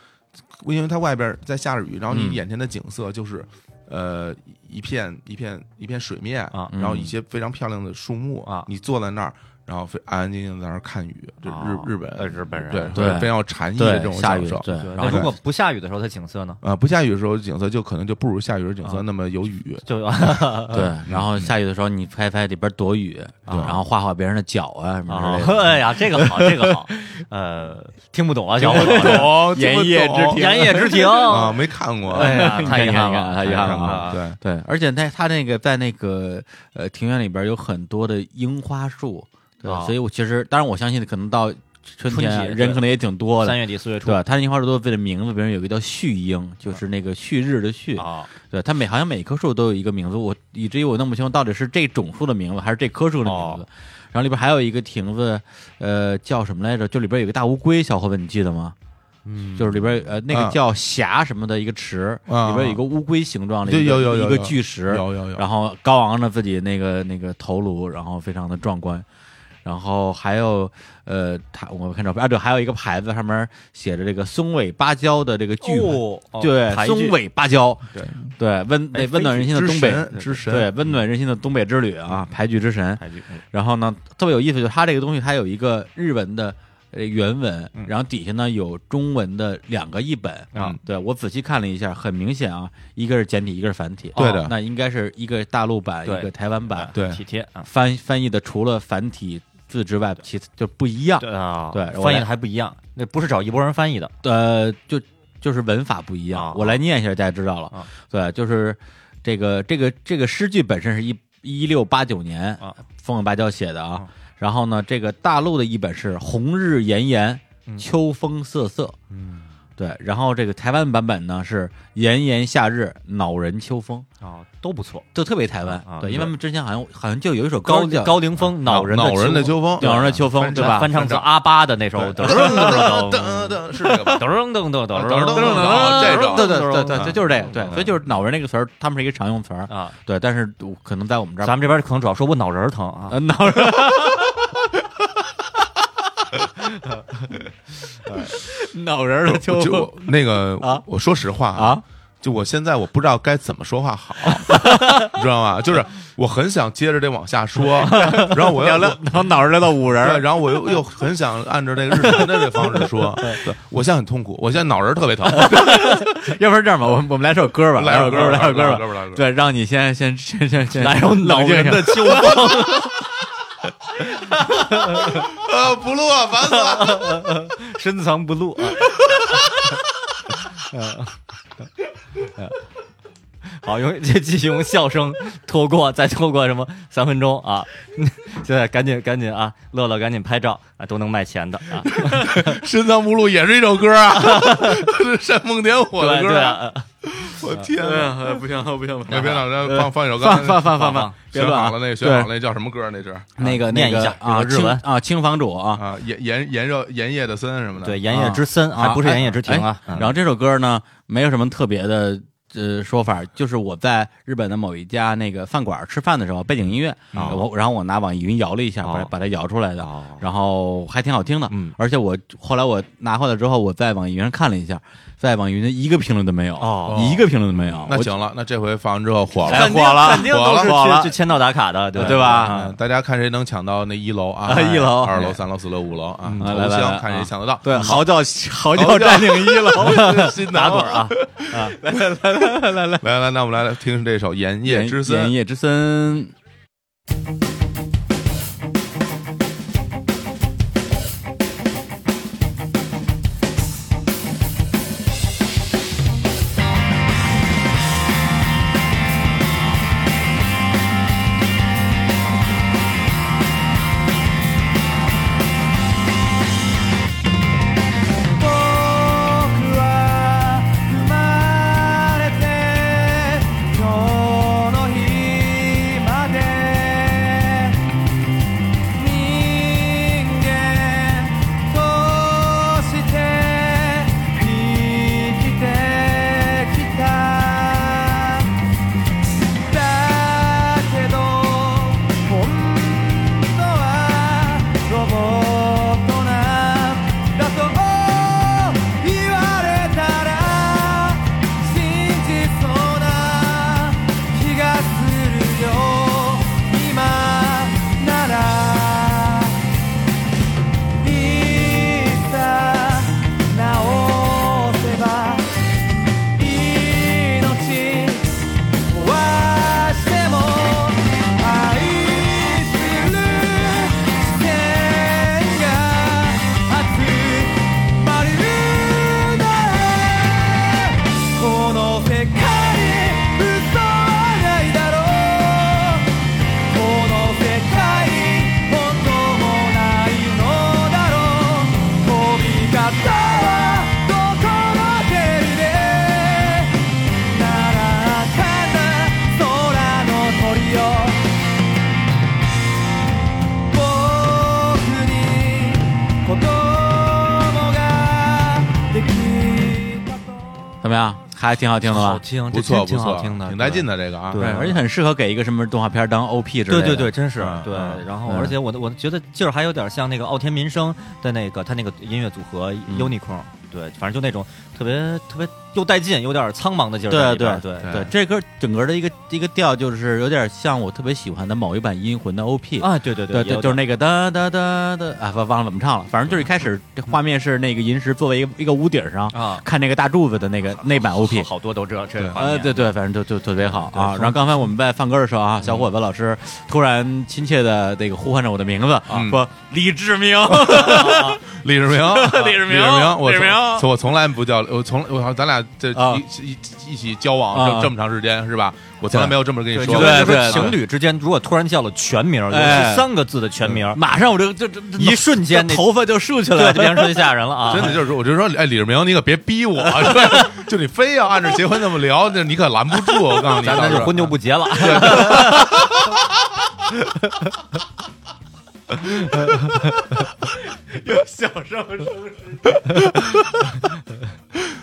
Speaker 2: 因为它外边儿在下着雨，然后
Speaker 1: 嗯
Speaker 2: 你眼前的景色就是，呃，一片一片一片水面
Speaker 4: 啊
Speaker 2: 然后一些非常漂亮的树木
Speaker 4: 啊
Speaker 2: 你坐在那儿。然后非安安静静地在那儿看雨，这日
Speaker 4: 哦
Speaker 2: 日本
Speaker 4: 呃日本人
Speaker 2: 对
Speaker 1: 对
Speaker 2: 非常有禅意的这
Speaker 1: 对
Speaker 2: 种
Speaker 1: 下
Speaker 2: 享
Speaker 1: 雨
Speaker 2: 受，
Speaker 1: 对，
Speaker 4: 对
Speaker 1: 然
Speaker 4: 那如
Speaker 1: 后
Speaker 4: 果不下雨的时候，它景色呢？
Speaker 2: 啊，不下雨的时候景色就可能就不如下雨的景
Speaker 4: 啊
Speaker 2: 色那么有雨。
Speaker 4: 就嗯
Speaker 1: 对，然后下雨的时候你拍拍里边躲雨，啊然后画画别人的脚啊什么
Speaker 4: 啊
Speaker 1: 之类，的。
Speaker 4: 哎呀，这个好，这个好，呃，听不懂啊，小伙子，
Speaker 2: 哦，
Speaker 1: 言叶之庭
Speaker 4: 言叶 之庭，
Speaker 2: 啊，没看过，
Speaker 4: 哦哎 呀，太遗憾
Speaker 1: 你看你
Speaker 4: 了，
Speaker 1: 看太遗憾了
Speaker 4: 啊！
Speaker 2: 对，
Speaker 1: 对，而且在他那个在那个呃庭院里边有很多的樱花树，对吧？
Speaker 4: 啊
Speaker 1: 所以我其实，当然我相信可能到春天啊
Speaker 4: 春节
Speaker 1: 人
Speaker 4: 对
Speaker 1: 可能也挺多的
Speaker 4: 三，月底四月初
Speaker 1: 对，它那樱花树都有自己的名字，比如有一个叫旭樱，就是那个旭日的旭。
Speaker 4: 啊，
Speaker 1: 对，它每好像每棵树都有一个名字，我以至于我弄不清到底是这种树的名字还是这棵树的名字。
Speaker 4: 哦
Speaker 1: 然后里边还有一个亭子，呃，叫什么来着？就里边有个大乌龟，小伙伴你记得吗？嗯，就是里边呃那
Speaker 2: 啊
Speaker 1: 个叫峡什么的一个池，
Speaker 2: 啊
Speaker 1: 里边有一个乌龟形状的一
Speaker 2: 对
Speaker 1: 个
Speaker 2: 有有有
Speaker 1: 一个
Speaker 2: 有
Speaker 1: 巨石，
Speaker 2: 有有有
Speaker 1: 然后高昂着自己那个那个头颅，然后非常的壮观。然后还有呃，他我看照片啊，对，还有一个牌子上面写着这个松尾芭蕉的这个巨款，
Speaker 4: 哦哦
Speaker 1: 对，
Speaker 4: 排
Speaker 1: 松
Speaker 4: 剧
Speaker 1: 尾芭蕉，
Speaker 2: 对哎
Speaker 1: 对，温那温暖人心的东北
Speaker 2: 之神
Speaker 1: 对，温暖人心的东北之旅啊，排剧之神。
Speaker 4: 排剧，嗯
Speaker 1: 然后呢，特别有意思，就是它这个东西，它有一个日文的呃原文，
Speaker 2: 嗯
Speaker 1: 然后底下呢有中文的两个译本
Speaker 2: 啊
Speaker 1: 对我仔细看了一下，很明显啊，一个是简体，一个是繁体。
Speaker 2: 对的
Speaker 1: 哦那应该是一个大陆版，
Speaker 4: 对
Speaker 1: 一个台湾版。
Speaker 2: 对
Speaker 4: 体贴啊，
Speaker 1: 翻翻译的除了繁体字之外，其就不一样。
Speaker 4: 对啊，
Speaker 1: 对我
Speaker 4: 翻译
Speaker 1: 来
Speaker 4: 的还不一样，那不是找一拨人翻译的，
Speaker 1: 呃，就就是文法不一样。
Speaker 4: 啊
Speaker 1: 我来念一下，大家知道了。
Speaker 4: 啊
Speaker 1: 对，就是这个这个这个诗句本身是一一六八九年
Speaker 4: 啊
Speaker 1: 风雨芭蕉写的啊
Speaker 4: 啊。
Speaker 1: 然后呢，这个大陆的译本是“红日炎炎，
Speaker 4: 嗯
Speaker 1: 秋风瑟瑟”。嗯，对。然后这个台湾版本呢是“炎炎夏日，恼人秋风
Speaker 4: 啊，都不错，”，
Speaker 1: 就特别台湾。
Speaker 4: 啊啊
Speaker 1: 对，
Speaker 4: 对
Speaker 1: 因为他们之前好像好像就有一首
Speaker 4: 高
Speaker 1: 歌叫
Speaker 4: 高凌风恼人
Speaker 2: 恼人的
Speaker 4: 秋
Speaker 2: 秋风，
Speaker 1: 恼人的秋风，对吧？
Speaker 4: 翻唱自阿巴的那首噔噔
Speaker 2: 噔噔噔噔，是这个吧？
Speaker 4: 噔噔噔噔
Speaker 2: 噔
Speaker 4: 噔
Speaker 2: 噔噔哦这种
Speaker 1: 对对对对对，就是这个。对，
Speaker 4: 嗯
Speaker 1: 所以就是“恼人”这个词儿，他们是一个常用词儿。
Speaker 4: 啊，
Speaker 1: 对，但是我可能在我们这儿
Speaker 4: 咱们这边可能主要说我脑仁儿疼啊
Speaker 1: 啊，，脑热。脑仁儿的
Speaker 2: 我
Speaker 1: 秋
Speaker 2: 就我那个
Speaker 1: 啊
Speaker 2: 我说实话
Speaker 1: 啊，
Speaker 2: 就我现在我不知道该怎么说话 好，你知道吗？就是我很想接着这往下说， 然后我要
Speaker 1: 了，然后脑仁儿到五仁
Speaker 2: 对，
Speaker 1: 儿，
Speaker 2: 然后我又又很想按照这个日常的这方式 说，对，我现在很痛苦，我现在脑仁儿特别疼，
Speaker 1: 要不然这样吧，我们我们来首歌吧，
Speaker 2: 来
Speaker 1: 首
Speaker 2: 首
Speaker 1: 歌，
Speaker 2: 歌
Speaker 1: 来首歌
Speaker 2: 来首歌来首歌
Speaker 1: 对，让你先先先先先
Speaker 4: 来首
Speaker 1: 冷
Speaker 4: 恼
Speaker 1: 静一
Speaker 4: 人
Speaker 1: 下
Speaker 4: 的秋风，
Speaker 2: 啊，不录了，烦死了。
Speaker 4: 深藏不露啊。嗯好，用就继续用笑声拖过，再拖过什么三分钟啊！ 现在赶紧赶紧啊，乐乐赶紧拍照啊，都能卖钱的啊！
Speaker 2: 深藏不露也是一首歌啊， 这是煽风点火的
Speaker 4: 对
Speaker 2: 歌
Speaker 4: 对
Speaker 2: 啊，
Speaker 4: 啊，
Speaker 2: 我天
Speaker 1: 哎
Speaker 2: 哪！
Speaker 1: 呀哎不行了不行了，
Speaker 2: 别别老
Speaker 1: 呃
Speaker 2: 放放一首歌，
Speaker 1: 放放放
Speaker 4: 放
Speaker 1: 放
Speaker 4: 放，
Speaker 1: 别
Speaker 2: 学
Speaker 1: 乱啊
Speaker 2: 好了那个学
Speaker 1: 对
Speaker 2: 好了那叫什么歌？那是
Speaker 1: 那个那
Speaker 4: 念一
Speaker 1: 个
Speaker 4: 下
Speaker 1: 啊，
Speaker 4: 有个日
Speaker 1: 青
Speaker 4: 文
Speaker 1: 啊，青房主啊，
Speaker 2: 啊，炎炎炎热炎夜的森什么的，
Speaker 4: 对，盐业之森
Speaker 1: 啊，
Speaker 4: 还不是盐业之庭啊！
Speaker 1: 哎哎然后这首歌呢，没有什么特别的呃说法，就是我在日本的某一家那个饭馆吃饭的时候，背景音乐，
Speaker 4: 哦
Speaker 1: 我然后我拿网易云摇了一下，把它
Speaker 4: 哦
Speaker 1: 把它摇出来的，
Speaker 4: 哦
Speaker 1: 然后还挺好听的。
Speaker 4: 嗯
Speaker 1: 而且我后来我拿回来之后，我在网易云上看了一下，在网易云的一个评论都没有，
Speaker 4: 哦
Speaker 1: 一个评论都没有。
Speaker 2: 那
Speaker 1: 我
Speaker 2: 行了，那这回放完之后火
Speaker 1: 哎
Speaker 2: 了，
Speaker 1: 火了
Speaker 4: 肯定
Speaker 2: 火
Speaker 4: 都
Speaker 2: 了
Speaker 4: 是
Speaker 1: 火了
Speaker 4: 去去签到打卡的，对
Speaker 1: 对吧
Speaker 4: 啊
Speaker 2: 嗯大家看谁能抢到那一楼啊
Speaker 1: 啊，一楼
Speaker 2: 二楼、三楼、四楼、五楼啊，
Speaker 1: 嗯来
Speaker 2: 头
Speaker 1: 来来
Speaker 2: 香
Speaker 1: 来
Speaker 2: 看
Speaker 1: 啊
Speaker 2: 谁抢得到。
Speaker 1: 对嚎叫嚎
Speaker 2: 嚎
Speaker 1: 叫
Speaker 2: 叫
Speaker 1: 占领一 楼，
Speaker 2: 新
Speaker 4: 打
Speaker 2: 打
Speaker 4: 盹儿啊！
Speaker 2: 来来，那我们来听这首《炎夜之森》
Speaker 1: 炎。夜之森。
Speaker 6: 僕は生まれて今日の日まで人間として生きてきただけど本「ロボットなんだと思って言われたら」「信じそうな気がするよ今なら」「いつか直せば命」壊しても愛する人が集まるならこの世界嘘はないだろうこの世界本当もないのだろう飛び方はどこまでで「ならかな空の鳥よ」「僕に子供ができたと」
Speaker 1: 怎么样？还挺好听的
Speaker 4: 好
Speaker 1: 吧？
Speaker 4: 听，
Speaker 2: 不
Speaker 4: 这
Speaker 2: 错
Speaker 4: 真
Speaker 2: 不
Speaker 4: 挺
Speaker 2: 错，
Speaker 4: 好听的，
Speaker 2: 挺带劲
Speaker 4: 的。
Speaker 2: 的这个啊。
Speaker 4: 对
Speaker 1: 对，而且很适合给一个什么动画片当 OP 之类
Speaker 4: 对
Speaker 1: 的。
Speaker 4: 对对，真是对。
Speaker 1: 嗯
Speaker 4: 然后，
Speaker 1: 嗯
Speaker 4: 而且我的我觉得劲儿还有点像那个奥田民生的那个他那个音乐组合 Unicorn，对，反正就那种特别特别又带劲又有点苍茫的劲儿
Speaker 1: 对
Speaker 4: 在里边
Speaker 1: 对
Speaker 4: 儿。对
Speaker 2: 对
Speaker 1: 对，这歌整个的一个一个调就是有点像我特别喜欢的某一版《阴魂》的 OP
Speaker 4: 啊，对对
Speaker 1: 对
Speaker 4: 对
Speaker 1: 对，就是那个哒哒哒哒啊，忘忘了怎么唱了，反正就是一开始这画面是那个银石坐在一个一个屋顶上
Speaker 4: 嗯啊
Speaker 1: 看那个大柱子的那个那版 OP，
Speaker 4: 好好多都这这
Speaker 2: 对
Speaker 4: 画面嗯
Speaker 1: 呃，对对，反正就就特别好
Speaker 4: 对嗯
Speaker 1: 啊。然后刚才我们在放歌的时候啊，小伙子老师突然亲切的那个呼唤着我的名字，
Speaker 2: 嗯
Speaker 1: 说李志明，
Speaker 2: 李 世明，李
Speaker 1: 世明
Speaker 2: 李我
Speaker 1: 李世
Speaker 2: 从
Speaker 1: 明
Speaker 2: 从我从来不叫，我从我好像咱俩这
Speaker 1: 啊
Speaker 2: 一一一起交往
Speaker 1: 啊
Speaker 2: 这这么长时间是吧？我从来没有这么跟你
Speaker 4: 对，
Speaker 2: 说
Speaker 4: 就
Speaker 2: 过。
Speaker 4: 是
Speaker 1: 对对
Speaker 4: 说情侣之间如果突然叫了全名儿，
Speaker 1: 哎
Speaker 4: 有三个字的全名 儿，
Speaker 1: 马上我就就就
Speaker 4: 一瞬间那
Speaker 1: 这头发就竖起来
Speaker 4: 对，
Speaker 1: 了，
Speaker 4: 就变成最吓人了啊！
Speaker 2: 真的就是说，我就说，哎，李世明，你可别逼我，是吧就你非要按照结婚那么聊，那你可拦不住。我告诉你，
Speaker 4: 咱咱就婚就不结了。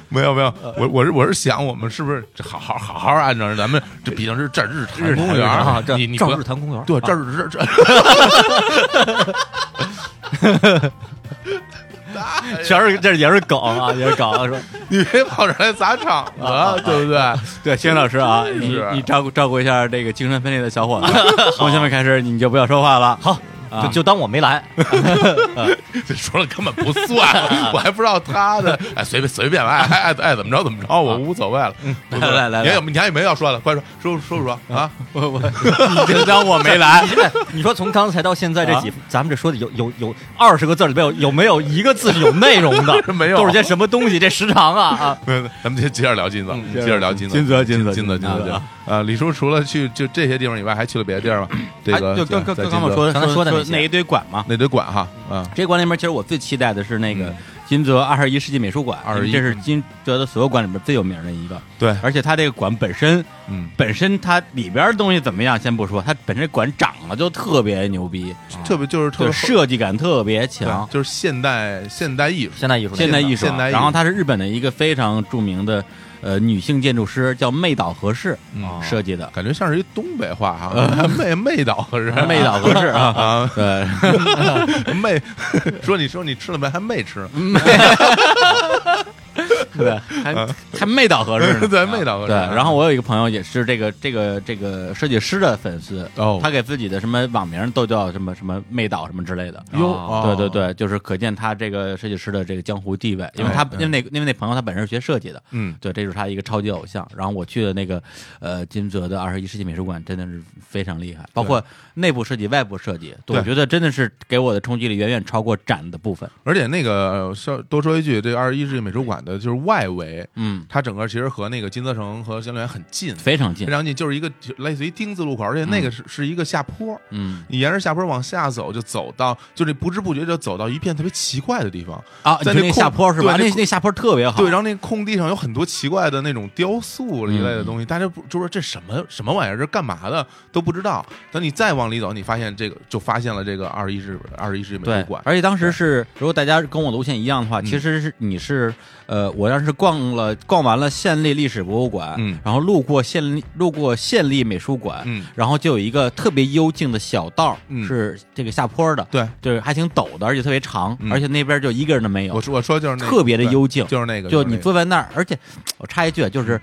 Speaker 2: 没有没有，我我是我是想，我们是不是好好好好按照咱们这毕竟是这日坛公园
Speaker 4: 啊，这
Speaker 2: 你你不
Speaker 4: 正
Speaker 2: 要
Speaker 4: 日坛公园，
Speaker 2: 对这
Speaker 4: 啊
Speaker 2: 儿这这。
Speaker 4: 全是这也是梗啊，也是梗啊，说
Speaker 2: 你别跑这儿来砸场子，啊对不对？
Speaker 1: 对，星宇老师啊，
Speaker 2: 真
Speaker 1: 你
Speaker 2: 是
Speaker 1: 你照顾照顾一下这个精神分裂的小 伙子， 从现在开始你就不要说话了。
Speaker 4: 好，就就当我没来。
Speaker 2: 这说了根本不算，我还不知道他的，哎，随便随便吧，爱爱爱怎么着怎么着，我无所谓了。
Speaker 4: 嗯
Speaker 2: 无所谓
Speaker 1: 来来来
Speaker 2: 你还有你还有没有要说的？快说说说说啊！
Speaker 1: 我我 你就当我没 来，啊
Speaker 4: 哎你说从刚才到现在这几，咱们这说的有有有二十个字里边有有没有一个字是有内容 的？
Speaker 2: 没有
Speaker 4: 都是些什么东西？这时长啊啊！
Speaker 2: 没有没有 咱们接接着聊金子，接着聊嗯金子，
Speaker 1: 金泽金泽
Speaker 2: 金
Speaker 1: 金
Speaker 2: 子金
Speaker 1: 泽
Speaker 2: 子。金子啊，李叔除了去就这些地方以外，还去了别的地儿吗？这个
Speaker 1: 哎就刚刚
Speaker 2: 在
Speaker 1: 刚
Speaker 2: 金泽
Speaker 1: 刚我说
Speaker 4: 刚才说的那
Speaker 1: 说
Speaker 4: 些
Speaker 1: 那一堆馆嘛，
Speaker 2: 那得管哈，啊，
Speaker 1: 这馆里面其实我最期待的是那个
Speaker 2: 嗯
Speaker 1: 金泽二十一世纪美术馆，
Speaker 2: 21
Speaker 1: 因为这是金泽的所有馆里面最有名的一个。
Speaker 2: 对
Speaker 1: 而且它这个馆本身
Speaker 2: 嗯，
Speaker 1: 本身它里边的东西怎么样先不说，它本身馆长得就特别牛逼，
Speaker 2: 特别就是特
Speaker 1: 就
Speaker 2: 别
Speaker 1: 是设计感特别
Speaker 2: 对
Speaker 1: 强，
Speaker 2: 就是现代现代艺术，
Speaker 4: 现代艺术
Speaker 1: 现代艺术。啊
Speaker 2: 现代艺术
Speaker 1: 然后它是日本的一个非常著名的呃女性建筑师叫妹岛和世
Speaker 2: 嗯
Speaker 1: 设计的，
Speaker 2: 感觉像是一东北话哈， 妹嗯妹岛合适，
Speaker 1: 妹岛和世啊，
Speaker 2: 啊，
Speaker 1: 对，
Speaker 2: 妹， 说你说你吃了没？还没吃，
Speaker 1: 对，还还妹岛合适呢，
Speaker 2: 啊对，味道合适
Speaker 1: 对，然后我有一个朋友也是这个这个这个设计师的粉丝，
Speaker 2: 哦
Speaker 1: 他给自己的什么网名都叫什么什么妹岛什么之类的。
Speaker 2: 哟，
Speaker 4: 啊
Speaker 2: 哦
Speaker 1: 对对，对，就是可见他这个设计师的这个江湖地位，因为他
Speaker 2: 哎
Speaker 1: 因为那因为那朋友他本身是学设计的，
Speaker 2: 嗯，
Speaker 1: 对，这就是他一个超级偶像。然后我去的那个呃金泽的二十一世纪美术馆真的是非常厉害，包括内部设计、外部设计，
Speaker 2: 对
Speaker 1: 我觉得真的是给我的冲击力远远超过展的部分。
Speaker 2: 而且那个稍多说一句，这二十一世纪美术馆的就是外围，
Speaker 1: 嗯，
Speaker 2: 它整个其实和那个金泽城和新乐园很近，
Speaker 1: 非常近
Speaker 2: 非。常近，就是一个类似于丁字路口，而且那个是是一个下坡，
Speaker 1: 嗯
Speaker 2: 你沿着下坡往下走，就走到，就这不知不觉就走到一片特别奇怪的地方，
Speaker 1: 啊，
Speaker 2: 在
Speaker 1: 你说
Speaker 2: 那
Speaker 1: 那
Speaker 2: 空
Speaker 1: 下坡是
Speaker 2: 对
Speaker 1: 吧？
Speaker 2: 那
Speaker 1: 那
Speaker 2: 空
Speaker 1: 那下坡特别好。
Speaker 2: 对，然后那空地上有很多奇怪的那种雕塑一类的
Speaker 1: 嗯
Speaker 2: 东西，大家不就说这什么什么玩意儿，这干嘛的都不知道。等你再往里走，你发现这个就发现了这个二十一世二十一世纪美
Speaker 1: 对
Speaker 2: 术，馆，
Speaker 1: 而且当时是，如果大家跟我路线一样的话，
Speaker 2: 嗯
Speaker 1: 其实是你是，呃，我当时逛了逛完了县立历史博物馆，
Speaker 2: 嗯
Speaker 1: 然后路过县立路过县立美术馆，
Speaker 2: 嗯，
Speaker 1: 然后就有一个特别幽静的小道儿，
Speaker 2: 嗯
Speaker 1: 是这个下坡的，
Speaker 2: 对，
Speaker 1: 就是还挺陡的，而且特别长，
Speaker 2: 嗯
Speaker 1: 而且那边就一个人都没
Speaker 2: 我
Speaker 1: 有，
Speaker 2: 说我说就是那个
Speaker 1: 特别的幽静
Speaker 2: 对就是那个，
Speaker 1: 就是
Speaker 2: 那
Speaker 1: 你
Speaker 2: 个
Speaker 1: 坐在那儿，而且我插一句啊，就是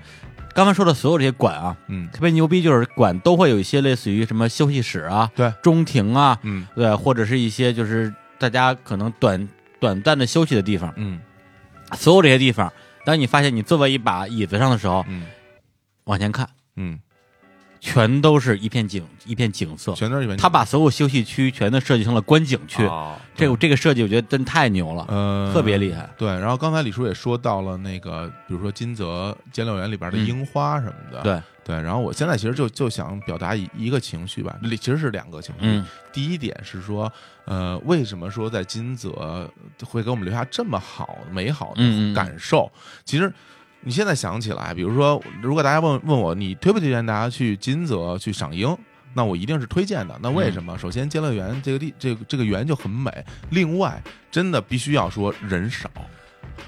Speaker 1: 刚才说的所有这些馆啊，
Speaker 2: 嗯
Speaker 1: 特别牛逼，就是馆都会有一些类似于什么休息室啊、
Speaker 2: 对
Speaker 1: 中庭啊，
Speaker 2: 嗯
Speaker 1: 对，或者是一些就是大家可能短短暂的休息的地方，
Speaker 2: 嗯
Speaker 1: 所有这些地方，当你发现你坐在一把椅子上的时候，
Speaker 2: 嗯
Speaker 1: 往前看，
Speaker 2: 嗯，
Speaker 1: 全都是一片景一片景色。
Speaker 2: 全都啊是原
Speaker 1: 哦他把所有休息区全都设计成了观景区，
Speaker 4: 哦
Speaker 1: 这个这个设计我觉得真太牛了，
Speaker 2: 呃
Speaker 1: 特别厉害。
Speaker 2: 对，然后刚才李叔也说到了那个，比如说金泽监六园里边的
Speaker 1: 嗯
Speaker 2: 樱花什么的，
Speaker 1: 对，
Speaker 2: 对。然后我现在其实就就想表达一一个情绪吧，里其实是两个情绪。
Speaker 1: 嗯
Speaker 2: 第一点是说，呃，为什么说在金泽会给我们留下这么好美好
Speaker 1: 嗯嗯嗯
Speaker 2: 的感受？其实。你现在想起来，比如说，如果大家问问我，你推不推荐大家去金泽去赏樱？那我一定是推荐的。那为
Speaker 1: 嗯
Speaker 2: 什么？首先，监乐园这个地，这个这个园就很美。另外，真的必须要说人少，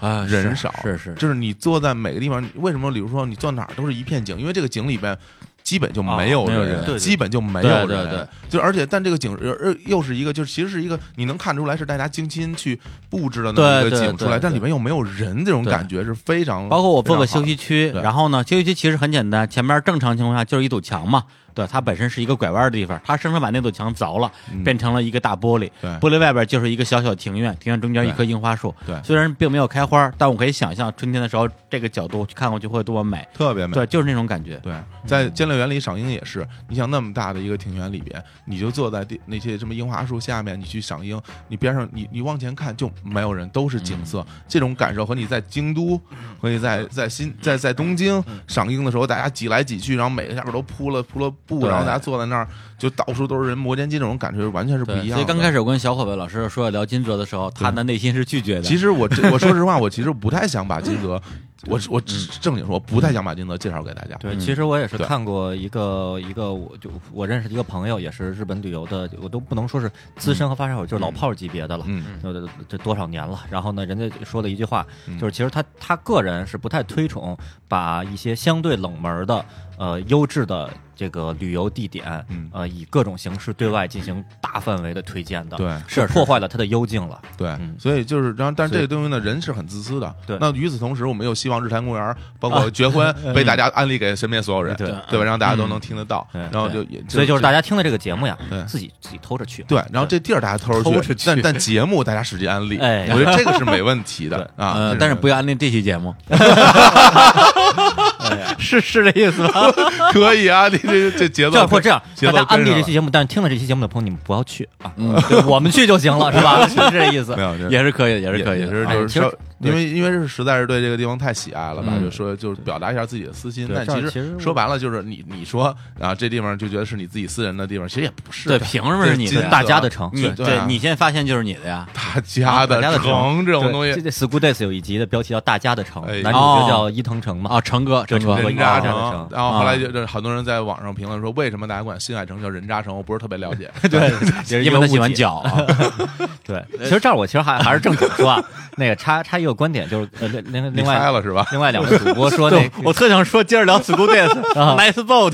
Speaker 1: 啊
Speaker 2: 嗯人少
Speaker 1: 是是，
Speaker 2: 就是你坐在每个地方，你为什么？比如说你坐哪儿都是一片景，因为这个景里边基本就没有
Speaker 1: 哦没有
Speaker 2: 人，
Speaker 1: 人
Speaker 4: 对
Speaker 2: 基本就没有人。
Speaker 1: 对对对
Speaker 2: 就而且但这个景呃又是一个，就是其实是一个你能看出来是大家精心去布置的那么
Speaker 1: 对
Speaker 2: 一个
Speaker 1: 对
Speaker 2: 景出来，
Speaker 1: 对
Speaker 2: 但里面又没有人，这种
Speaker 1: 对
Speaker 2: 感觉是非常
Speaker 1: 包括我做个
Speaker 2: 非
Speaker 1: 休
Speaker 2: 常好的
Speaker 1: 息区，
Speaker 2: 对
Speaker 1: 然后呢，休息区其实很简单，前面正常情况下就是一堵墙嘛，对，它本身是一个拐弯的地方，它生生把那堵墙凿了，变成了一个大玻璃，
Speaker 2: 嗯对
Speaker 1: 玻璃外边就是一个小小庭院，庭院中间一棵樱花树，
Speaker 2: 对对
Speaker 1: 虽然并没有开花，但我可以想象春天的时候这个角度去看过去会多么美，
Speaker 2: 特别美。
Speaker 1: 对，就是那种感觉，
Speaker 2: 对，在监乐园里赏樱也是，你想那么大的一个庭园里边，你就坐在地那些什么樱花树下面，你去赏樱，你边上你你往前看就没有人，都是景
Speaker 1: 嗯
Speaker 2: 色，这种感受和你在京都，和你在在新在在东京
Speaker 1: 嗯
Speaker 2: 赏樱的时候，大家挤来挤去，然后每个下边都铺了铺了布，
Speaker 1: 对
Speaker 2: 然后大家坐在那儿，就到处都是人，摩肩接踵，这种感觉完全是不
Speaker 1: 对
Speaker 2: 一样
Speaker 1: 所
Speaker 2: 的。
Speaker 1: 以刚开始我跟小伙伴老师说要聊金泽的时候，他的内心是拒绝的，
Speaker 2: 其实我这我说实话，我其实不太想 把金泽，我我正经说，我不太想把金泽介绍给大家。
Speaker 4: 对，
Speaker 1: 嗯
Speaker 4: 其实我也是
Speaker 2: 对
Speaker 4: 看过一个一个，我就我认识的一个朋友，也是日本旅游的，我都不能说是资深和发烧友，就是老炮儿级别的了，
Speaker 2: 嗯，嗯
Speaker 4: 呃，这多少年了。然后呢，人家说了一句话，就是其实他他个人是不太推崇把一些相对冷门的呃优质的这个旅游地点
Speaker 2: 嗯，
Speaker 4: 呃以各种形式对外进行大范围的推荐的，，
Speaker 2: 嗯对。
Speaker 4: 是破坏了他的幽静了。
Speaker 2: 对，
Speaker 4: 嗯
Speaker 2: 所以就是，然后，但是
Speaker 4: 所
Speaker 2: 这
Speaker 4: 以
Speaker 2: 个东西呢，人是很自私的。
Speaker 4: 对嗯
Speaker 2: 那与此同时，我们又希望日坛公 园，包括结婚，被大家安利给身边所有人，
Speaker 4: 对
Speaker 2: 对吧？让大家都能听得到，
Speaker 4: 嗯
Speaker 2: 然后就也，
Speaker 4: 所以就是大家听了这个节目呀
Speaker 2: 对，
Speaker 4: 自己自己偷着去嘛。
Speaker 2: 对，然后这地儿大家偷着
Speaker 1: 偷
Speaker 2: 去
Speaker 1: 着，去
Speaker 2: 但但节目大家使劲安利，
Speaker 4: 哎
Speaker 2: 我觉得这个是没问题 的啊
Speaker 1: 呃，。但是不
Speaker 2: 要
Speaker 1: 要安利这期节目，
Speaker 4: 是是这意思吧？
Speaker 2: 可以啊，你这这节
Speaker 4: 这
Speaker 2: 奏
Speaker 4: 样或这样，
Speaker 2: 节
Speaker 4: 大
Speaker 2: 奏
Speaker 4: 家安利
Speaker 2: 跟
Speaker 4: 这
Speaker 2: 上
Speaker 4: 期节目，但是听了这期节目的朋友，你们不要去啊， 对我们去就行了，是吧？是这意思
Speaker 2: 嗯没。有，这
Speaker 1: 也是可以的，也是
Speaker 2: 也
Speaker 1: 可以
Speaker 2: 也
Speaker 1: 的，啊
Speaker 2: 是
Speaker 4: 哎
Speaker 2: 就是
Speaker 4: 其实
Speaker 2: 稍因为因为是实在是对这个地方太喜爱了吧，
Speaker 1: 嗯
Speaker 2: 就说就是表达一下自己的私心。
Speaker 4: 对
Speaker 2: 但
Speaker 4: 这样
Speaker 2: 其
Speaker 4: 其实我
Speaker 2: 说白了就是你你说啊，这地方就觉得是你自己私人的地方，其实也不是
Speaker 1: 对，凭什么是你
Speaker 2: 这
Speaker 1: 的呀？
Speaker 2: 金
Speaker 4: 大家的城
Speaker 1: 你
Speaker 2: 对对啊
Speaker 1: 对你先发现就是你的呀，
Speaker 2: 大家
Speaker 4: 大家
Speaker 2: 的
Speaker 4: 的城
Speaker 2: 城这种东
Speaker 4: 这
Speaker 2: 西，
Speaker 4: 这 School Days 有一集的标题叫《大家的城
Speaker 2: 哎》，
Speaker 4: 男主角叫伊藤诚嘛。
Speaker 1: 啊，成哥，成哥
Speaker 4: 成，哥
Speaker 2: 人渣
Speaker 4: 大家的
Speaker 2: 城
Speaker 4: 城。
Speaker 2: 然后后来就就很多人在网上评论说，为什么大家管新海诚叫人渣城？我不是特别了解。
Speaker 4: 对，也是一
Speaker 1: 因
Speaker 4: 个
Speaker 1: 为他
Speaker 4: 误
Speaker 1: 喜欢
Speaker 4: 解。
Speaker 1: 脚啊，
Speaker 4: 对，其实这儿我其实还还是正经 说啊，那个插插一个观点，就是呃，另另
Speaker 2: 你
Speaker 4: 另
Speaker 2: 猜
Speaker 4: 外
Speaker 2: 了是吧？
Speaker 4: 另外两位主播 说那个
Speaker 1: 我特想说，接着聊 school days，nice boat，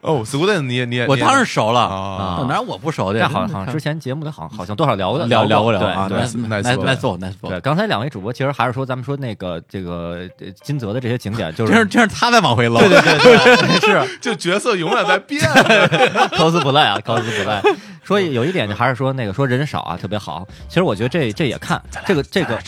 Speaker 2: 哦，school days 你也你也
Speaker 1: 啊 我
Speaker 2: 你也
Speaker 1: 当然熟了，
Speaker 2: 啊，
Speaker 1: 哪有我不熟的
Speaker 4: 这
Speaker 1: 呀？
Speaker 4: 好
Speaker 2: 嗯
Speaker 4: 像好像之前节目里好像好像多少聊过
Speaker 1: 聊聊
Speaker 4: 过
Speaker 1: 过聊啊
Speaker 4: 对对
Speaker 1: ，nice
Speaker 2: nice
Speaker 1: nice
Speaker 2: boat
Speaker 1: nice boat，nice boat，
Speaker 4: 对，刚才两位主播其实还是说咱们说那个这个呃金泽的这些景点，就
Speaker 1: 这是
Speaker 4: 是
Speaker 1: 这是他在往回搂，对 对对，
Speaker 2: 是就角色永远在变。
Speaker 4: 高斯不赖啊，高斯不赖。说有一点还是说那个说人少啊特别好，其实我觉得这这也看这个这个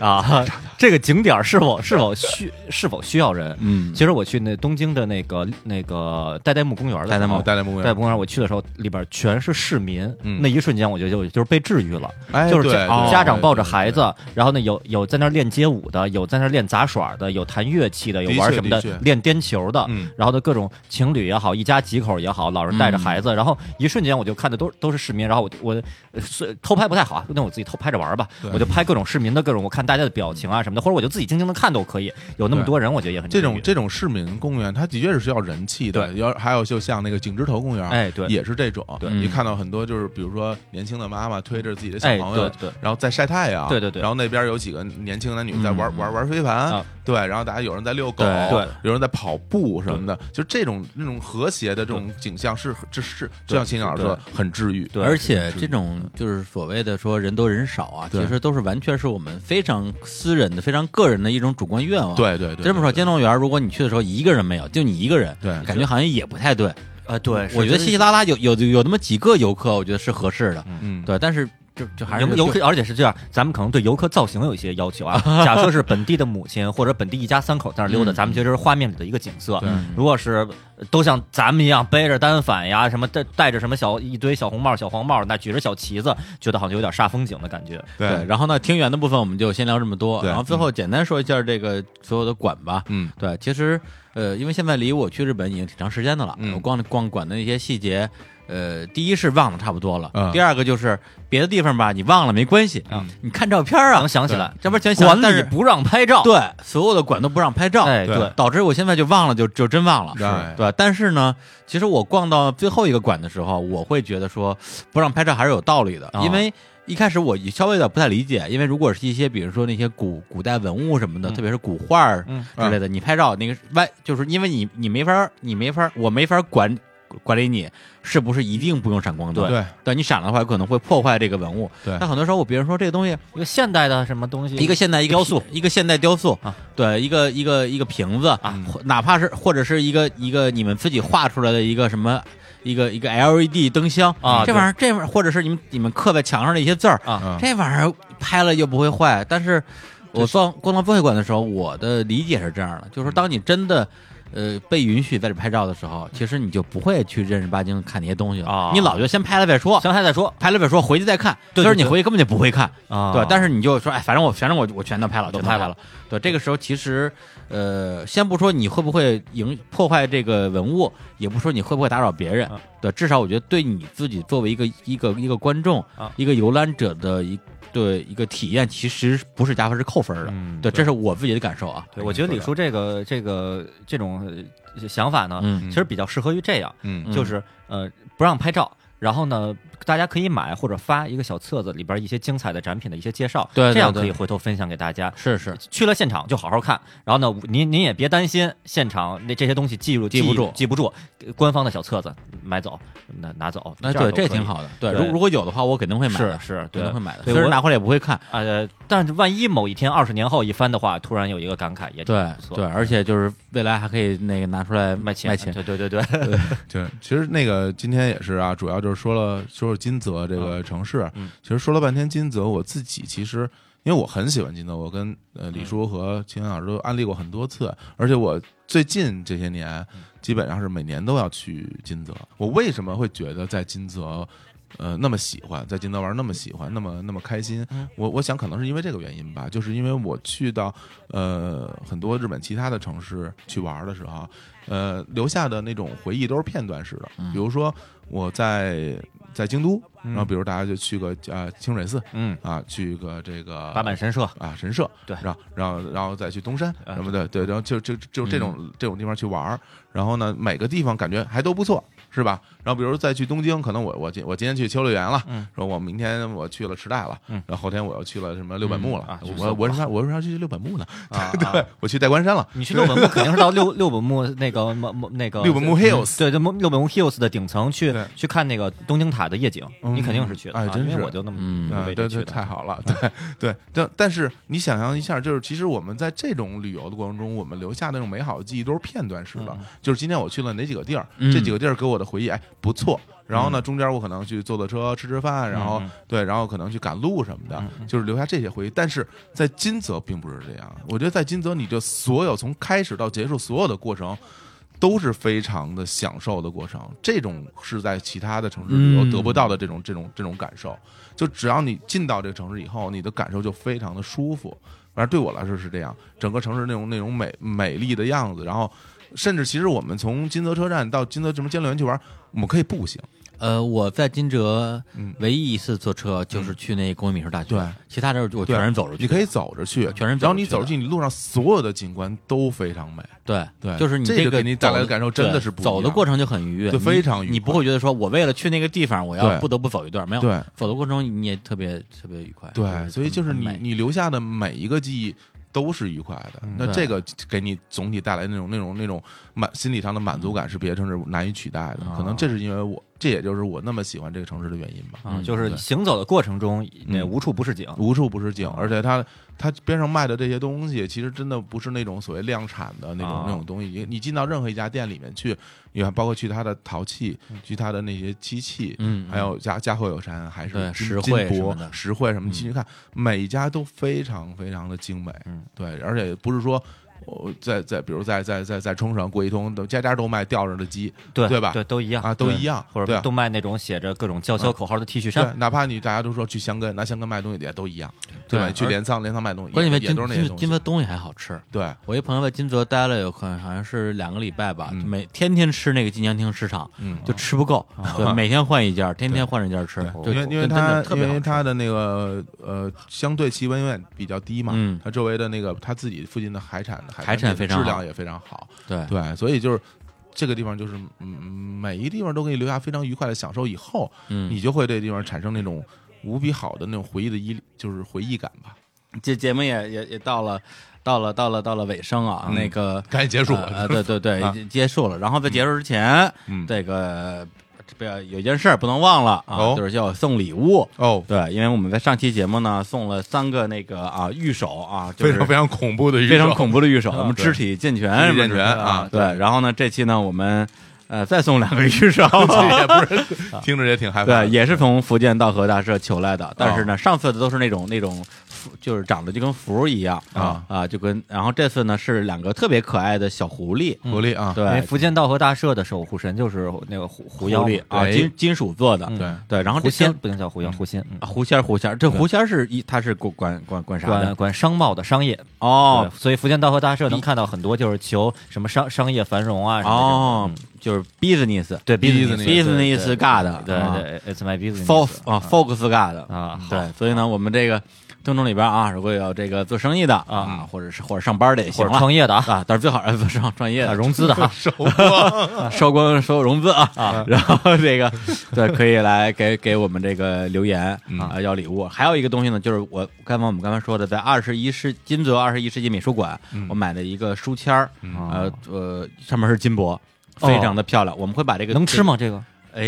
Speaker 4: 啊这个景点是否是否需是否需要人。
Speaker 1: 嗯，
Speaker 4: 其实我去那东京的那个那个代代木公园的时候
Speaker 1: 代代木
Speaker 2: 带来木
Speaker 4: 代代木公园，我去的时候里边全是市民，
Speaker 2: 嗯
Speaker 4: 那一瞬间我觉得就就是被治愈了。
Speaker 2: 哎
Speaker 4: 就是
Speaker 2: 对
Speaker 4: 家
Speaker 2: 对
Speaker 4: 家长抱着
Speaker 2: 对对
Speaker 4: 孩子，然后呢有有在那儿练街舞的，有在那儿练杂耍的，有弹乐器的，有
Speaker 2: 的
Speaker 4: 玩
Speaker 2: 确
Speaker 4: 什么
Speaker 2: 的
Speaker 4: 的
Speaker 2: 确，
Speaker 4: 练颠球的
Speaker 2: 嗯，
Speaker 4: 然后呢各种情侣也好，一家几口也好，老人带着孩子，然后一瞬间我就看的都都是市民，然后我我呃是偷拍不太好啊，那我自己偷拍着玩吧
Speaker 2: 对，
Speaker 4: 我就拍各种市民的各种，我看大家的表情啊什么的，或者我就自己静静的看都可以，有那么
Speaker 2: 对
Speaker 4: 多人，我觉得也很
Speaker 2: 这
Speaker 4: 治
Speaker 2: 种
Speaker 4: 愈
Speaker 2: 这种市民公园，它的确是需要人气的。
Speaker 4: 对
Speaker 2: 要还有就像那个井之头公园，
Speaker 4: 哎对
Speaker 2: 也是这种。
Speaker 4: 对嗯
Speaker 2: 你看到很多就是比如说年轻的妈妈推着自己的小
Speaker 4: 哎
Speaker 2: 朋友，
Speaker 4: 对对
Speaker 2: 然后在晒太阳，
Speaker 4: 对对对
Speaker 2: 然后那边有几个年轻男女在玩、玩玩飞盘，
Speaker 4: 啊
Speaker 2: 对，然后大家有人在遛狗，
Speaker 4: 对对
Speaker 2: 有人在跑步什么的，就这种那种和谐的这种景象是这是就像秦老师说很治愈，
Speaker 4: 对
Speaker 1: 而且这种就是所谓的说人多人少啊，
Speaker 2: 对
Speaker 1: 其实都是完全是我们非常私人的、非常个人的一种主观愿望。
Speaker 2: 对对对，
Speaker 1: 这么说，
Speaker 2: 对
Speaker 1: 监洞园，如果你去的时候一个人没有，就你一个人，
Speaker 2: 对
Speaker 1: 感觉好像也不太对。
Speaker 4: 啊，对，
Speaker 1: 我觉得稀稀拉拉有有有那么几个游客，我觉得是合适的。
Speaker 2: 嗯，
Speaker 1: 对，但是就就还是
Speaker 4: 游游客，而且是这样，咱们可能对游客造型有一些要求 啊。假设是本地的母亲或者本地一家三口在那儿溜达，
Speaker 1: 嗯
Speaker 4: 咱们觉得这是画面里的一个景色
Speaker 2: 对。
Speaker 4: 如果是呃都像咱们一样背着单反呀，什么带带着什么小一堆小红帽、小黄帽，那举着小旗子，觉得好像有点煞风景的感觉。
Speaker 2: 对
Speaker 1: 对，然后呢，听园的部分我们就先聊这么多，
Speaker 2: 对
Speaker 1: 然后最
Speaker 4: 嗯
Speaker 1: 后简单说一下这个所有的馆吧。
Speaker 2: 嗯，
Speaker 1: 对，其实呃，因为现在离我去日本已经挺长时间的了，
Speaker 2: 嗯
Speaker 1: 我逛逛馆的那些细节，呃，第一是忘得差不多了，
Speaker 2: 嗯
Speaker 1: 第二个就是别的地方吧，你忘了没关系，
Speaker 4: 嗯
Speaker 1: 你看照片啊，
Speaker 4: 能想起来，
Speaker 1: 这不全想
Speaker 4: 管
Speaker 1: 但
Speaker 4: 理
Speaker 1: 是
Speaker 4: 不让拍照。
Speaker 1: 对，所有的馆都不让拍照，
Speaker 4: 哎，
Speaker 2: 对
Speaker 4: 对，
Speaker 1: 导致我现在就忘了，就就真忘了。
Speaker 2: 对
Speaker 1: 对，但是呢，其
Speaker 2: 啊
Speaker 1: 实我逛到最后一个馆的时候，我会觉得说不让拍照还是有道理的，
Speaker 4: 哦
Speaker 1: 因为。一开始我稍微有点不太理解，因为如果是一些比如说那些古古代文物什么的，
Speaker 2: 嗯
Speaker 1: 特别是古画儿
Speaker 4: 嗯
Speaker 1: 之类的，你拍照那个外就是因为你你没法儿你没法儿我没法儿管管理你是不是一定不用闪光灯，
Speaker 2: 对
Speaker 1: 对你闪了的话可能会破坏这个文物。
Speaker 2: 对
Speaker 1: 但很多时候我别人说这个东西
Speaker 4: 一个现代的什么东西，
Speaker 1: 一个现代一个
Speaker 4: 雕塑
Speaker 1: 瓶，一个现代雕塑
Speaker 4: 啊，
Speaker 1: 对，一个一个一个瓶子啊，或哪怕是或者是一个一个你们自己画出来的一个什么。一个一个 LED 灯箱
Speaker 4: 啊
Speaker 1: 这玩意儿这玩意儿，或者是你们你们刻在墙上的一些字儿
Speaker 4: 啊
Speaker 1: 这玩意儿拍了又不会坏。但是我逛逛到博物馆的时候，我的理解是这样的，就是说当你真的呃被允许在这拍照的时候，其实你就不会去正儿八经看那些东西了，
Speaker 4: 啊
Speaker 1: 你老就先拍了再说，
Speaker 4: 详细再说
Speaker 1: 拍了本说回去再看，
Speaker 4: 对对
Speaker 1: 就是你
Speaker 4: 对
Speaker 1: 回去根本就不会看
Speaker 4: 啊
Speaker 1: 对，但是你就说，哎，反正我反正我我全都拍了，
Speaker 4: 都
Speaker 1: 全都
Speaker 4: 拍
Speaker 1: 了
Speaker 4: 了，
Speaker 1: 对，这个时候其实呃，先不说你会不会影破坏这个文物，也不说你会不会打扰别人，
Speaker 4: 啊
Speaker 1: 对，至少我觉得对你自己作为一个一个一个观众、
Speaker 4: 啊
Speaker 1: 一个游览者的一对一个体验，其实不是加分是扣分的，
Speaker 4: 嗯
Speaker 1: 对，这是我自己的感受啊，
Speaker 4: 对，我觉得李叔这个这个这种呃想法呢，
Speaker 1: 嗯
Speaker 4: 其实比较适合于这样，
Speaker 2: 嗯
Speaker 4: 就是呃不让拍照，然后呢大家可以买或者发一个小册子，里边一些精彩的展品的一些介绍，
Speaker 1: 对对
Speaker 4: 这样
Speaker 1: 对
Speaker 4: 可以回头分享给大家。
Speaker 1: 是是，
Speaker 4: 去了现场就好好看，然后呢，您您也别担心现场那这些东西记住
Speaker 1: 记不住
Speaker 4: 记不住，呃官方的小册子买走拿拿走，
Speaker 1: 那
Speaker 4: 样
Speaker 1: 对，
Speaker 4: 都
Speaker 1: 这
Speaker 4: 可以
Speaker 1: 挺。好的，对，
Speaker 4: 对
Speaker 1: 如如果有的话，我肯定会买的，
Speaker 4: 是是，
Speaker 1: 肯
Speaker 4: 对
Speaker 1: 定会买的，
Speaker 4: 对
Speaker 1: 虽然
Speaker 4: 我
Speaker 1: 拿回来也不会看。
Speaker 4: 呃，但是万一某一天二十年后一翻的话，突然有一个感慨也挺
Speaker 1: 对
Speaker 4: 不错
Speaker 1: 对，而且就是未来还可以那个拿出来
Speaker 4: 卖
Speaker 1: 卖
Speaker 4: 钱
Speaker 1: 卖钱，
Speaker 4: 对对对 对，
Speaker 2: 对，其实那个今天也是啊，主要就是说了说说金泽这个城市。其实说了半天金泽，我自己其实因为我很喜欢金泽，我跟呃李叔和秦老师都安利过很多次，而且我最近这些年
Speaker 4: 嗯
Speaker 2: 基本上是每年都要去金泽。我为什么会觉得在金泽？呃，那么喜欢在金泽玩，那么喜欢，那么那么开心，
Speaker 4: 嗯
Speaker 2: 我我想可能是因为这个原因吧，就是因为我去到呃很多日本其他的城市去玩的时候，呃，留下的那种回忆都是片段式的。
Speaker 4: 嗯
Speaker 2: 比如说我在在京都，然后比如大家就去个呃清水寺
Speaker 4: 嗯，
Speaker 2: 啊，去个这个
Speaker 4: 八坂神社，
Speaker 2: 啊神社，
Speaker 4: 对
Speaker 2: 然后然后然后再去东山
Speaker 4: 啊
Speaker 2: 什么的，对，然后就就就这种、
Speaker 4: 嗯
Speaker 2: 这种地方去玩儿，然后呢，每个地方感觉还都不错，是吧？然后比如再去东京，可能我我今我今天去秋乐园了，
Speaker 4: 嗯
Speaker 2: 说我明天我去了池袋了，
Speaker 4: 嗯
Speaker 2: 然后后天我又去了什么六本木了，
Speaker 4: 嗯啊去
Speaker 2: 我
Speaker 4: 搜
Speaker 2: 我是啥我是啥去六本木呢？
Speaker 4: 啊
Speaker 2: 对，我去代官山了，
Speaker 4: 你去六本木肯定是到六 六本木那个某某那个嗯
Speaker 2: 六本木 Hills
Speaker 4: 对对，六六本木 Hills 的顶层去
Speaker 2: 对
Speaker 4: 去看那个东京塔的夜景，
Speaker 2: 嗯
Speaker 4: 你肯定是去的，
Speaker 2: 哎
Speaker 4: 啊
Speaker 2: 真
Speaker 4: 因
Speaker 2: 是
Speaker 4: 为我就那么
Speaker 1: 嗯
Speaker 4: 那么
Speaker 2: 啊，
Speaker 4: 位
Speaker 2: 对
Speaker 4: 置去
Speaker 2: 对，太
Speaker 4: 的。
Speaker 2: 好了，对对，但但是你想象一下，就是其实我们在这种旅游的过程中，我们留下的那种美好的记忆都是片段式的，就是今天我去了哪几个地儿，这几个地儿给我的回忆，哎，不错。然后呢，中间我可能去坐坐车、吃吃饭，然后对，然后可能去赶路什么的，就是留下这些回忆。但是在金泽并不是这样，我觉得在金泽，你的所有从开始到结束所有的过程。都是非常的享受的过程，这种是在其他的城市旅游得不到的这种、这种这种感受。就只要你进到这个城市以后，你的感受就非常的舒服。反正对我来说是这样，整个城市那种那种美美丽的样子，然后甚至其实我们从金泽车站到金泽什么监乐园去玩，我们可以步行。
Speaker 1: 呃，我在金哲
Speaker 2: 嗯
Speaker 1: 唯一一次坐车就是去那工艺美术大学，
Speaker 2: 对
Speaker 1: 其他地儿我
Speaker 2: 对
Speaker 1: 全是走着去。
Speaker 2: 你可以走着去，
Speaker 1: 全是走着去的
Speaker 2: 然后你走着去，你路上所有的景观都非常美。
Speaker 1: 对
Speaker 2: 对
Speaker 1: 就是你
Speaker 2: 这
Speaker 1: 个
Speaker 2: 个给你带来的
Speaker 1: 走
Speaker 2: 感受真的是不一样
Speaker 1: 走的过程就很愉悦，
Speaker 2: 对
Speaker 1: 你
Speaker 2: 非常愉
Speaker 1: 你不
Speaker 2: 快
Speaker 1: 会觉得说我为了去那个地方，我要
Speaker 2: 对
Speaker 1: 不得不走一段，没有，
Speaker 2: 对
Speaker 1: 走的过程你也特别特别愉快。
Speaker 2: 对，所以就是你你留下的每一个记忆都是愉快的。那
Speaker 1: 对
Speaker 2: 这个给你总体带来那种那种那种满心理上的满足感是别的城市难以取代的。可能这是因为我，这也就是我那么喜欢这个城市的原因吧。
Speaker 4: 啊，
Speaker 1: 嗯
Speaker 4: 就是
Speaker 2: 对
Speaker 4: 行走的过程中，那
Speaker 2: 嗯
Speaker 4: 无处不是景。
Speaker 2: 无处不是景，而且它它边上卖的这些东西，其实真的不是那种所谓量产的那种、
Speaker 4: 啊
Speaker 2: 那种东西。你你进到任何一家店里面去，你看包括去它的陶器，去它的那些漆器，
Speaker 1: 嗯
Speaker 2: 还有家家货友山，还是
Speaker 1: 对
Speaker 2: 金
Speaker 1: 石
Speaker 2: 金
Speaker 1: 绘什
Speaker 2: 箔
Speaker 1: 么的
Speaker 2: 石绘什么，你进去看，每一家都非常非常的精美，
Speaker 4: 嗯，
Speaker 2: 对，而且不是说。我在在，比如在在在在冲绳过一通，都家家都卖吊着的鸡，
Speaker 4: 对
Speaker 2: 对吧
Speaker 4: 对，都一样
Speaker 2: 啊都
Speaker 4: 对
Speaker 2: 一样
Speaker 4: 或
Speaker 2: 对
Speaker 4: 者都卖那种写着各种叫嚣口号的 T 恤
Speaker 2: 对
Speaker 4: 衫，，
Speaker 2: 哪怕你大家都说去香根拿香根卖东西也都一样，对吧？
Speaker 1: 对
Speaker 2: 你去
Speaker 1: 而
Speaker 2: 镰仓镰仓卖东西，
Speaker 1: 关键
Speaker 2: 也
Speaker 1: 为
Speaker 2: 也
Speaker 1: 金
Speaker 2: 都是那些
Speaker 1: 金
Speaker 2: 东
Speaker 1: 金
Speaker 2: 西
Speaker 1: 泽，东西还好吃。
Speaker 2: 对，
Speaker 1: 我一朋友在金泽待了有可能好像是两个礼拜吧，
Speaker 2: 嗯
Speaker 1: 就每天天吃那个金江町市场，
Speaker 2: 嗯
Speaker 1: 就吃不够， 对，每天换一家，天天换着一家吃，
Speaker 2: 因为
Speaker 1: 就
Speaker 2: 因为
Speaker 1: 真的
Speaker 2: 它
Speaker 1: 特别
Speaker 2: 因
Speaker 1: 好
Speaker 2: 为
Speaker 1: 吃
Speaker 2: 它哦的那个呃相对气温永远比较低嘛，
Speaker 1: 嗯
Speaker 2: 它周围的那个它自己附近的海产
Speaker 1: 海产
Speaker 2: 的
Speaker 1: 非常
Speaker 2: 质
Speaker 1: 好
Speaker 2: 量也非常好，哎
Speaker 1: 对
Speaker 2: 对，所以就是这个地方就是嗯每一个地方都给你留下非常愉快的享受，以后
Speaker 1: 嗯
Speaker 2: 你就会对地方产生那种无比好的那种回忆的依，就是回忆感吧。
Speaker 1: 这节目也也也到了，到了，到了，到了尾声啊。
Speaker 2: 嗯
Speaker 1: 那个
Speaker 2: 赶紧结束，
Speaker 1: 呃，对对对，
Speaker 2: 啊
Speaker 1: 结结束了。然后在结束之前，
Speaker 2: 嗯
Speaker 1: 这个不要有一件事儿不能忘了啊，
Speaker 2: 哦
Speaker 1: 就是要送礼物。
Speaker 2: 哦，
Speaker 1: 对，因为我们在上期节目呢送了三个那个啊玉手啊，就
Speaker 2: 非
Speaker 1: 是
Speaker 2: 常非常恐怖的一首，
Speaker 1: 非常恐怖的玉手，我们
Speaker 2: 对
Speaker 1: 肢体健全什么
Speaker 2: 健
Speaker 1: 之类
Speaker 2: 全
Speaker 1: 的
Speaker 2: 啊，
Speaker 1: 对，然后呢，这期呢我们呃再送两个玉 手。
Speaker 2: 也不是听着也挺害怕
Speaker 1: 对，
Speaker 2: 的。
Speaker 1: 也是从福建道和大社求来
Speaker 4: 哦
Speaker 1: 的，但是呢，上次的都是那种那种符，就是长得就跟符儿一样
Speaker 2: 啊
Speaker 1: 啊，就跟然后这次呢是两个特别可爱的小狐狸，
Speaker 2: 狐狸啊，
Speaker 1: 对，
Speaker 4: 因为嗯哎福建道和大社的守护神就是那个狐狐
Speaker 1: 狐
Speaker 4: 妖嘛
Speaker 1: 狸啊，
Speaker 2: 对
Speaker 1: 金金属做的，
Speaker 2: 对嗯
Speaker 1: 对，然后
Speaker 4: 狐
Speaker 1: 这
Speaker 4: 仙
Speaker 1: 些
Speaker 4: 不能叫狐妖，狐仙，嗯
Speaker 1: 啊狐仙儿狐仙儿，这狐仙儿是一它是管管管管啥
Speaker 4: 管
Speaker 1: 的
Speaker 4: 管商贸的商业
Speaker 1: 哦
Speaker 4: 对所以福建道和大社能看到很多就是求什么商商业繁荣啊什么
Speaker 1: 哦
Speaker 4: 的这种，
Speaker 1: 就是 business
Speaker 4: 对
Speaker 2: business，
Speaker 1: business god
Speaker 4: 对
Speaker 1: 啊
Speaker 4: 对对，It's my business 嗯
Speaker 1: f o x 啊 focus god
Speaker 4: 啊好
Speaker 1: 对，所以呢，我们这个听众里边啊，如果有这个做生意的啊，或者是或者上班的也
Speaker 4: 或
Speaker 1: 行
Speaker 4: 者
Speaker 1: 了
Speaker 4: 创业的啊，
Speaker 1: 啊，但是最好是 上创业
Speaker 4: 啊
Speaker 1: 的，
Speaker 4: 融资的啊，
Speaker 2: 手光
Speaker 1: 收光所有融资啊啊， 然后这个对可以来给给我们这个留言啊要礼物。还有一个东西呢，就是我刚才我们刚才说的，在二十一世金泽二十一世纪美术馆，我买了一个书签儿，呃呃，上面是金箔。非常的漂亮，我们会把这个
Speaker 4: 能吃？吗？这个？
Speaker 1: 哎，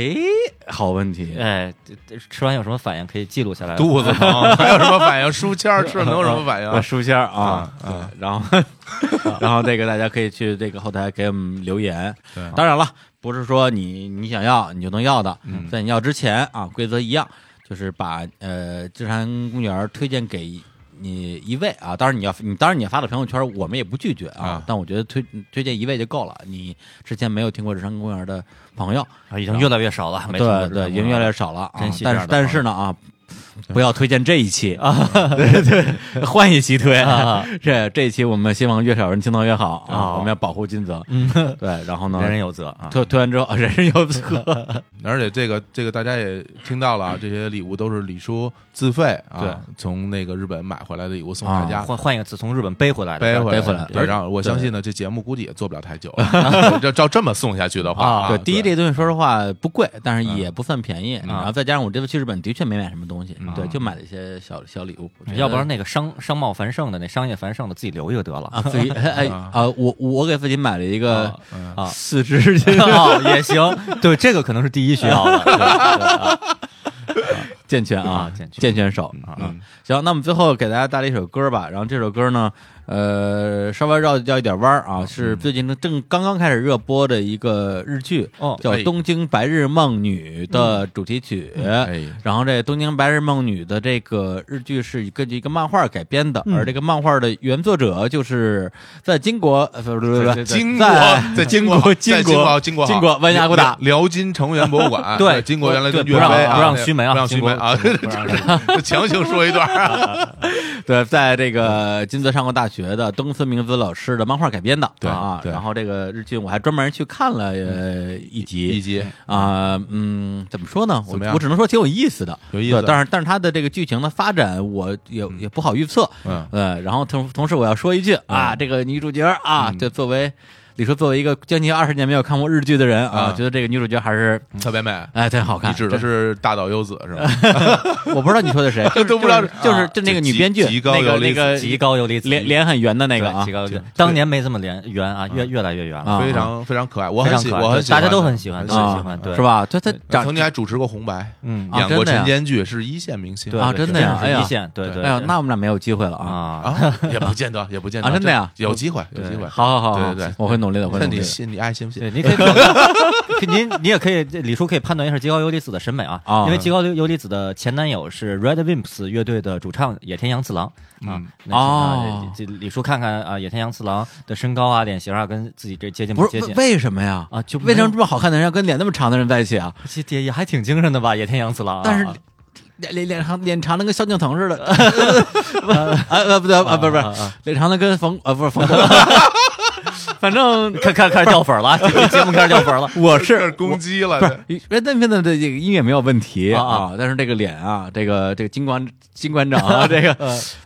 Speaker 1: 好问题，
Speaker 4: 哎，这这吃完有什么反应可以记录下 来？
Speaker 2: 肚子疼，还有什么反应？书签儿吃了能有什么反
Speaker 1: 啊，
Speaker 2: 应？
Speaker 1: 书签儿啊，对，然后 然后这个大家可以去这个后台给我们留言。
Speaker 2: 对
Speaker 1: 当然了，不是说你你想要你就能要的，在你要之前啊，规则一样，就是把呃智山公园推荐给。你一位啊，当然你要你当然你要发到朋友圈，我们也不拒绝啊。
Speaker 2: 啊
Speaker 1: 但我觉得推推荐一位就够了。你之前没有听过智山公园的朋友，
Speaker 4: 啊，已经越来越少了，没听过
Speaker 1: 对
Speaker 4: 这
Speaker 1: 对，
Speaker 4: 种
Speaker 1: 已经越来越少了啊。
Speaker 4: 珍惜这
Speaker 1: 但
Speaker 4: 样
Speaker 1: 是
Speaker 4: 的
Speaker 1: 但是呢 啊，不要推荐这一期啊， 对对，换一期推
Speaker 4: 啊。
Speaker 1: 这这一期我们希望越少人听到越好啊，
Speaker 4: 哦
Speaker 1: 我们要保护金泽。对，然后呢
Speaker 4: 嗯 人，人有责啊。
Speaker 1: 推推完之后，人人有 责。
Speaker 2: 而且这个这个大家也听到了，啊，这些礼物都是李叔自费啊，从那个日本买回来的礼物送大家。
Speaker 4: 啊换换一个词，从日本背回来的，
Speaker 2: 背回
Speaker 1: 背回来
Speaker 2: 对，然后我相信呢，这节目估计也做不了太久了。照照这么送下去的话，啊
Speaker 1: 对，第一
Speaker 2: 对
Speaker 1: 这东西说实话不贵，但
Speaker 4: 嗯
Speaker 1: 是也不算便
Speaker 4: 啊
Speaker 1: 宜。然后再加上我这次去日本的确没买什么东西，对，就买了一些小小礼物。我觉得
Speaker 4: 嗯哎要不然那个商商贸繁盛的那商业繁盛的自己留一个得了。
Speaker 1: 啊，自己哎哎啊，我我给自己买了一个
Speaker 4: 啊
Speaker 1: 四 只金
Speaker 4: 哦，也行，对，这个可能是第一需
Speaker 1: 啊
Speaker 4: 要的。对对
Speaker 1: 健全
Speaker 4: 啊
Speaker 1: 啊，
Speaker 4: 健全
Speaker 1: 健全手啊。行，那我们最后给大家带来一首歌吧。然后这首歌呢，呃，稍微绕绕一点弯儿啊，是最近正刚刚开始热播的一个日剧，
Speaker 4: 哦
Speaker 1: 叫
Speaker 2: 哎
Speaker 1: 《东京白日梦女》的主题曲。
Speaker 2: 哎
Speaker 1: 然后这《东京白日梦女》的这个日剧是根据一个漫画改编的，而这个漫画的原作者就是在金国，呃不不不不，
Speaker 2: 经过
Speaker 1: 在
Speaker 2: 在经
Speaker 1: 国
Speaker 2: 国
Speaker 1: 金
Speaker 2: 在
Speaker 1: 国
Speaker 2: 国经国
Speaker 1: 金
Speaker 2: 好
Speaker 1: 国湾峡谷打
Speaker 2: 辽金城原博物馆
Speaker 4: 对
Speaker 2: 经国原来跟
Speaker 4: 对
Speaker 2: 岳
Speaker 4: 不让
Speaker 2: 飞啊
Speaker 4: 不让
Speaker 2: 那个
Speaker 4: 须眉啊
Speaker 2: 不让
Speaker 4: 金
Speaker 2: 须眉啊，
Speaker 4: 国不
Speaker 2: 就是强行说一段啊，
Speaker 1: 对，在这个金泽上过大学的东森明子老师的漫画改编的，
Speaker 2: 对
Speaker 1: 啊，
Speaker 2: 对嗯
Speaker 1: 然后这个日剧我还专门去看了呃一集，
Speaker 2: 一集
Speaker 1: 啊，嗯，怎么说呢？我
Speaker 2: 怎么样
Speaker 1: 我只能说挺有意思的，
Speaker 2: 有意思
Speaker 1: 对但是但是它的这个剧情的发展，我也也不好预测，
Speaker 2: 嗯
Speaker 1: 呃，然后同同时我要说一句啊，这个女主角
Speaker 2: 嗯
Speaker 1: 啊，这作为你说作为一个将近二十年没有看过日剧的人啊，
Speaker 2: 嗯
Speaker 1: 觉得这个女主角还是
Speaker 2: 特别美。
Speaker 1: 哎真好看，
Speaker 2: 你指的
Speaker 1: 真
Speaker 2: 是大岛优子是吗？
Speaker 1: 我不知道你说的 谁，就是
Speaker 2: 都不知道
Speaker 1: 就是就是
Speaker 2: 啊
Speaker 1: 就那个
Speaker 2: 极
Speaker 1: 女编剧，
Speaker 2: 极高
Speaker 1: 那个
Speaker 2: 有
Speaker 1: 那
Speaker 2: 类似
Speaker 1: 个
Speaker 4: 极高游离子
Speaker 1: 脸脸很圆的那个啊
Speaker 4: 极，高游离子当年没这么连圆啊，越越来越圆了
Speaker 1: 啊，
Speaker 2: 非常非常可爱，我很
Speaker 4: 非常
Speaker 2: 喜，
Speaker 4: 可爱
Speaker 2: 我很
Speaker 4: 对
Speaker 2: 喜欢
Speaker 4: 大
Speaker 2: 她，
Speaker 4: 家都很喜欢
Speaker 2: 很
Speaker 1: 啊
Speaker 4: 喜欢对
Speaker 1: 是吧？她她长
Speaker 2: 曾经还主持过《红白》，
Speaker 4: 嗯
Speaker 1: 啊
Speaker 2: 演过
Speaker 1: 真的呀
Speaker 2: 晨间剧，是一线明星。
Speaker 4: 对
Speaker 1: 啊
Speaker 4: 对
Speaker 1: 真的呀
Speaker 4: 是
Speaker 1: 哎呀
Speaker 4: 一线，对对。
Speaker 1: 哎呀，
Speaker 4: 对
Speaker 1: 那我们俩没有机会了啊！
Speaker 4: 啊，
Speaker 2: 啊， 也不见得，也不见得
Speaker 1: 啊真的呀
Speaker 2: 这有机会，有机会。
Speaker 1: 好好好，好
Speaker 2: 对对对
Speaker 1: 我会努力的，我会
Speaker 2: 那
Speaker 1: 努力
Speaker 2: 你
Speaker 1: 的。
Speaker 2: 信，你爱信不信
Speaker 4: 对，？你可以，您你也可以， 这李叔可以判断一下极高游离子的审美啊，
Speaker 1: 啊
Speaker 4: 因为极高游离子的前男友是 Red Wimps 乐队的主唱野田洋次郎啊
Speaker 2: 嗯，
Speaker 4: 那是
Speaker 1: 哦
Speaker 4: 啊这这李叔看看啊，野田洋次郎的身高啊、脸型啊，跟自己这接近
Speaker 1: 不是
Speaker 4: 接近
Speaker 1: 为？为什么呀？
Speaker 4: 啊就没有
Speaker 1: 为什么这么好看的人要跟脸那么长的人在一起啊？
Speaker 4: 其实也也还挺精神的吧，野田洋次郎啊。
Speaker 1: 但是
Speaker 4: 啊
Speaker 1: 脸脸脸长脸长的跟萧敬腾似的，
Speaker 4: 啊
Speaker 1: 呃啊呃不对啊不是不是，脸长的跟冯啊不是冯巩 反正
Speaker 4: 开开开始掉粉了，啊这个节目开始掉粉了。
Speaker 1: 我
Speaker 2: 这
Speaker 1: 是
Speaker 2: 是攻击了
Speaker 1: 不，是那那片的这个音乐没有问题
Speaker 4: 啊啊
Speaker 1: 啊，但是这个脸啊，这个这个金馆金馆长 啊，这个，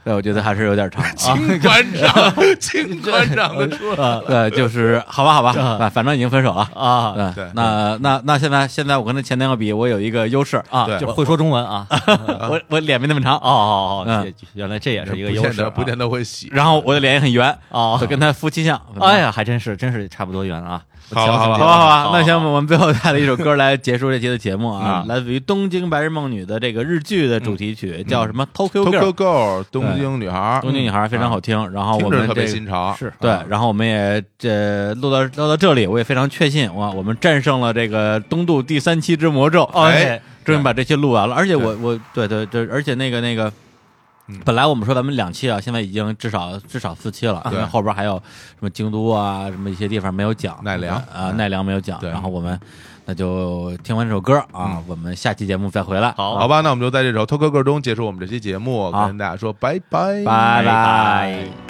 Speaker 1: 对，我觉得还是有点长啊。
Speaker 2: 金 馆长，金馆长的出来，
Speaker 1: 对，呃就是好吧，好吧，啊反正已经分手了啊。
Speaker 4: 呃
Speaker 1: 嗯
Speaker 2: 对
Speaker 1: 那那那现在现在我跟他前男友比，我有一个优势啊，
Speaker 4: 啊，
Speaker 2: 对
Speaker 4: 就是会说中文啊！
Speaker 1: 我我脸没那么长
Speaker 4: 哦
Speaker 1: 啊，
Speaker 4: 哦哦，
Speaker 1: 嗯
Speaker 4: 这原来这也是一个
Speaker 2: 不
Speaker 4: 优
Speaker 2: 见
Speaker 4: 势
Speaker 2: 得
Speaker 4: 啊。
Speaker 2: 不见得会洗。
Speaker 1: 然后我的脸也很圆
Speaker 4: 哦
Speaker 1: 就跟他夫妻相。
Speaker 4: 哎呀，还真是，真是差不多圆啊！
Speaker 2: 好了好
Speaker 1: 好
Speaker 2: 了，
Speaker 1: 吧，好吧
Speaker 4: 好，
Speaker 1: 那行，我们最后带了一首歌来结束这期的节目啊
Speaker 4: 啊，
Speaker 1: 来自于《东京白日梦女》的这个日剧的主题曲，叫什么《Tokyo Girl》。
Speaker 2: Tokyo Girl，东京女孩，啊
Speaker 1: 东京女孩儿非常好听，然后我
Speaker 2: 听
Speaker 1: 们
Speaker 2: 着
Speaker 1: 这
Speaker 2: 特别
Speaker 1: 个
Speaker 2: 新潮，
Speaker 4: 是
Speaker 1: 对，然后我们也这录到录到这里，我也非常确信哇，我们战胜了这个东渡第三期之魔咒，
Speaker 2: 哎，
Speaker 1: 终于把这期录完了，而且我我对对对，而且那个那个。
Speaker 2: 嗯
Speaker 1: 本来我们说咱们两期啊，现在已经至少至少四期了，因
Speaker 2: 对
Speaker 1: 为后边还有什么京都啊，什么一些地方没有讲，
Speaker 2: 奈良哎
Speaker 1: 啊，奈良没有讲。
Speaker 2: 对嗯
Speaker 1: 然后我们那就听完这首歌啊，我们下期节目再回来。好
Speaker 2: 好吧，那我们就在这首《Tokyo Girl》中结束我们这期节目，
Speaker 1: 好
Speaker 2: 跟大家说拜拜，
Speaker 1: 拜拜。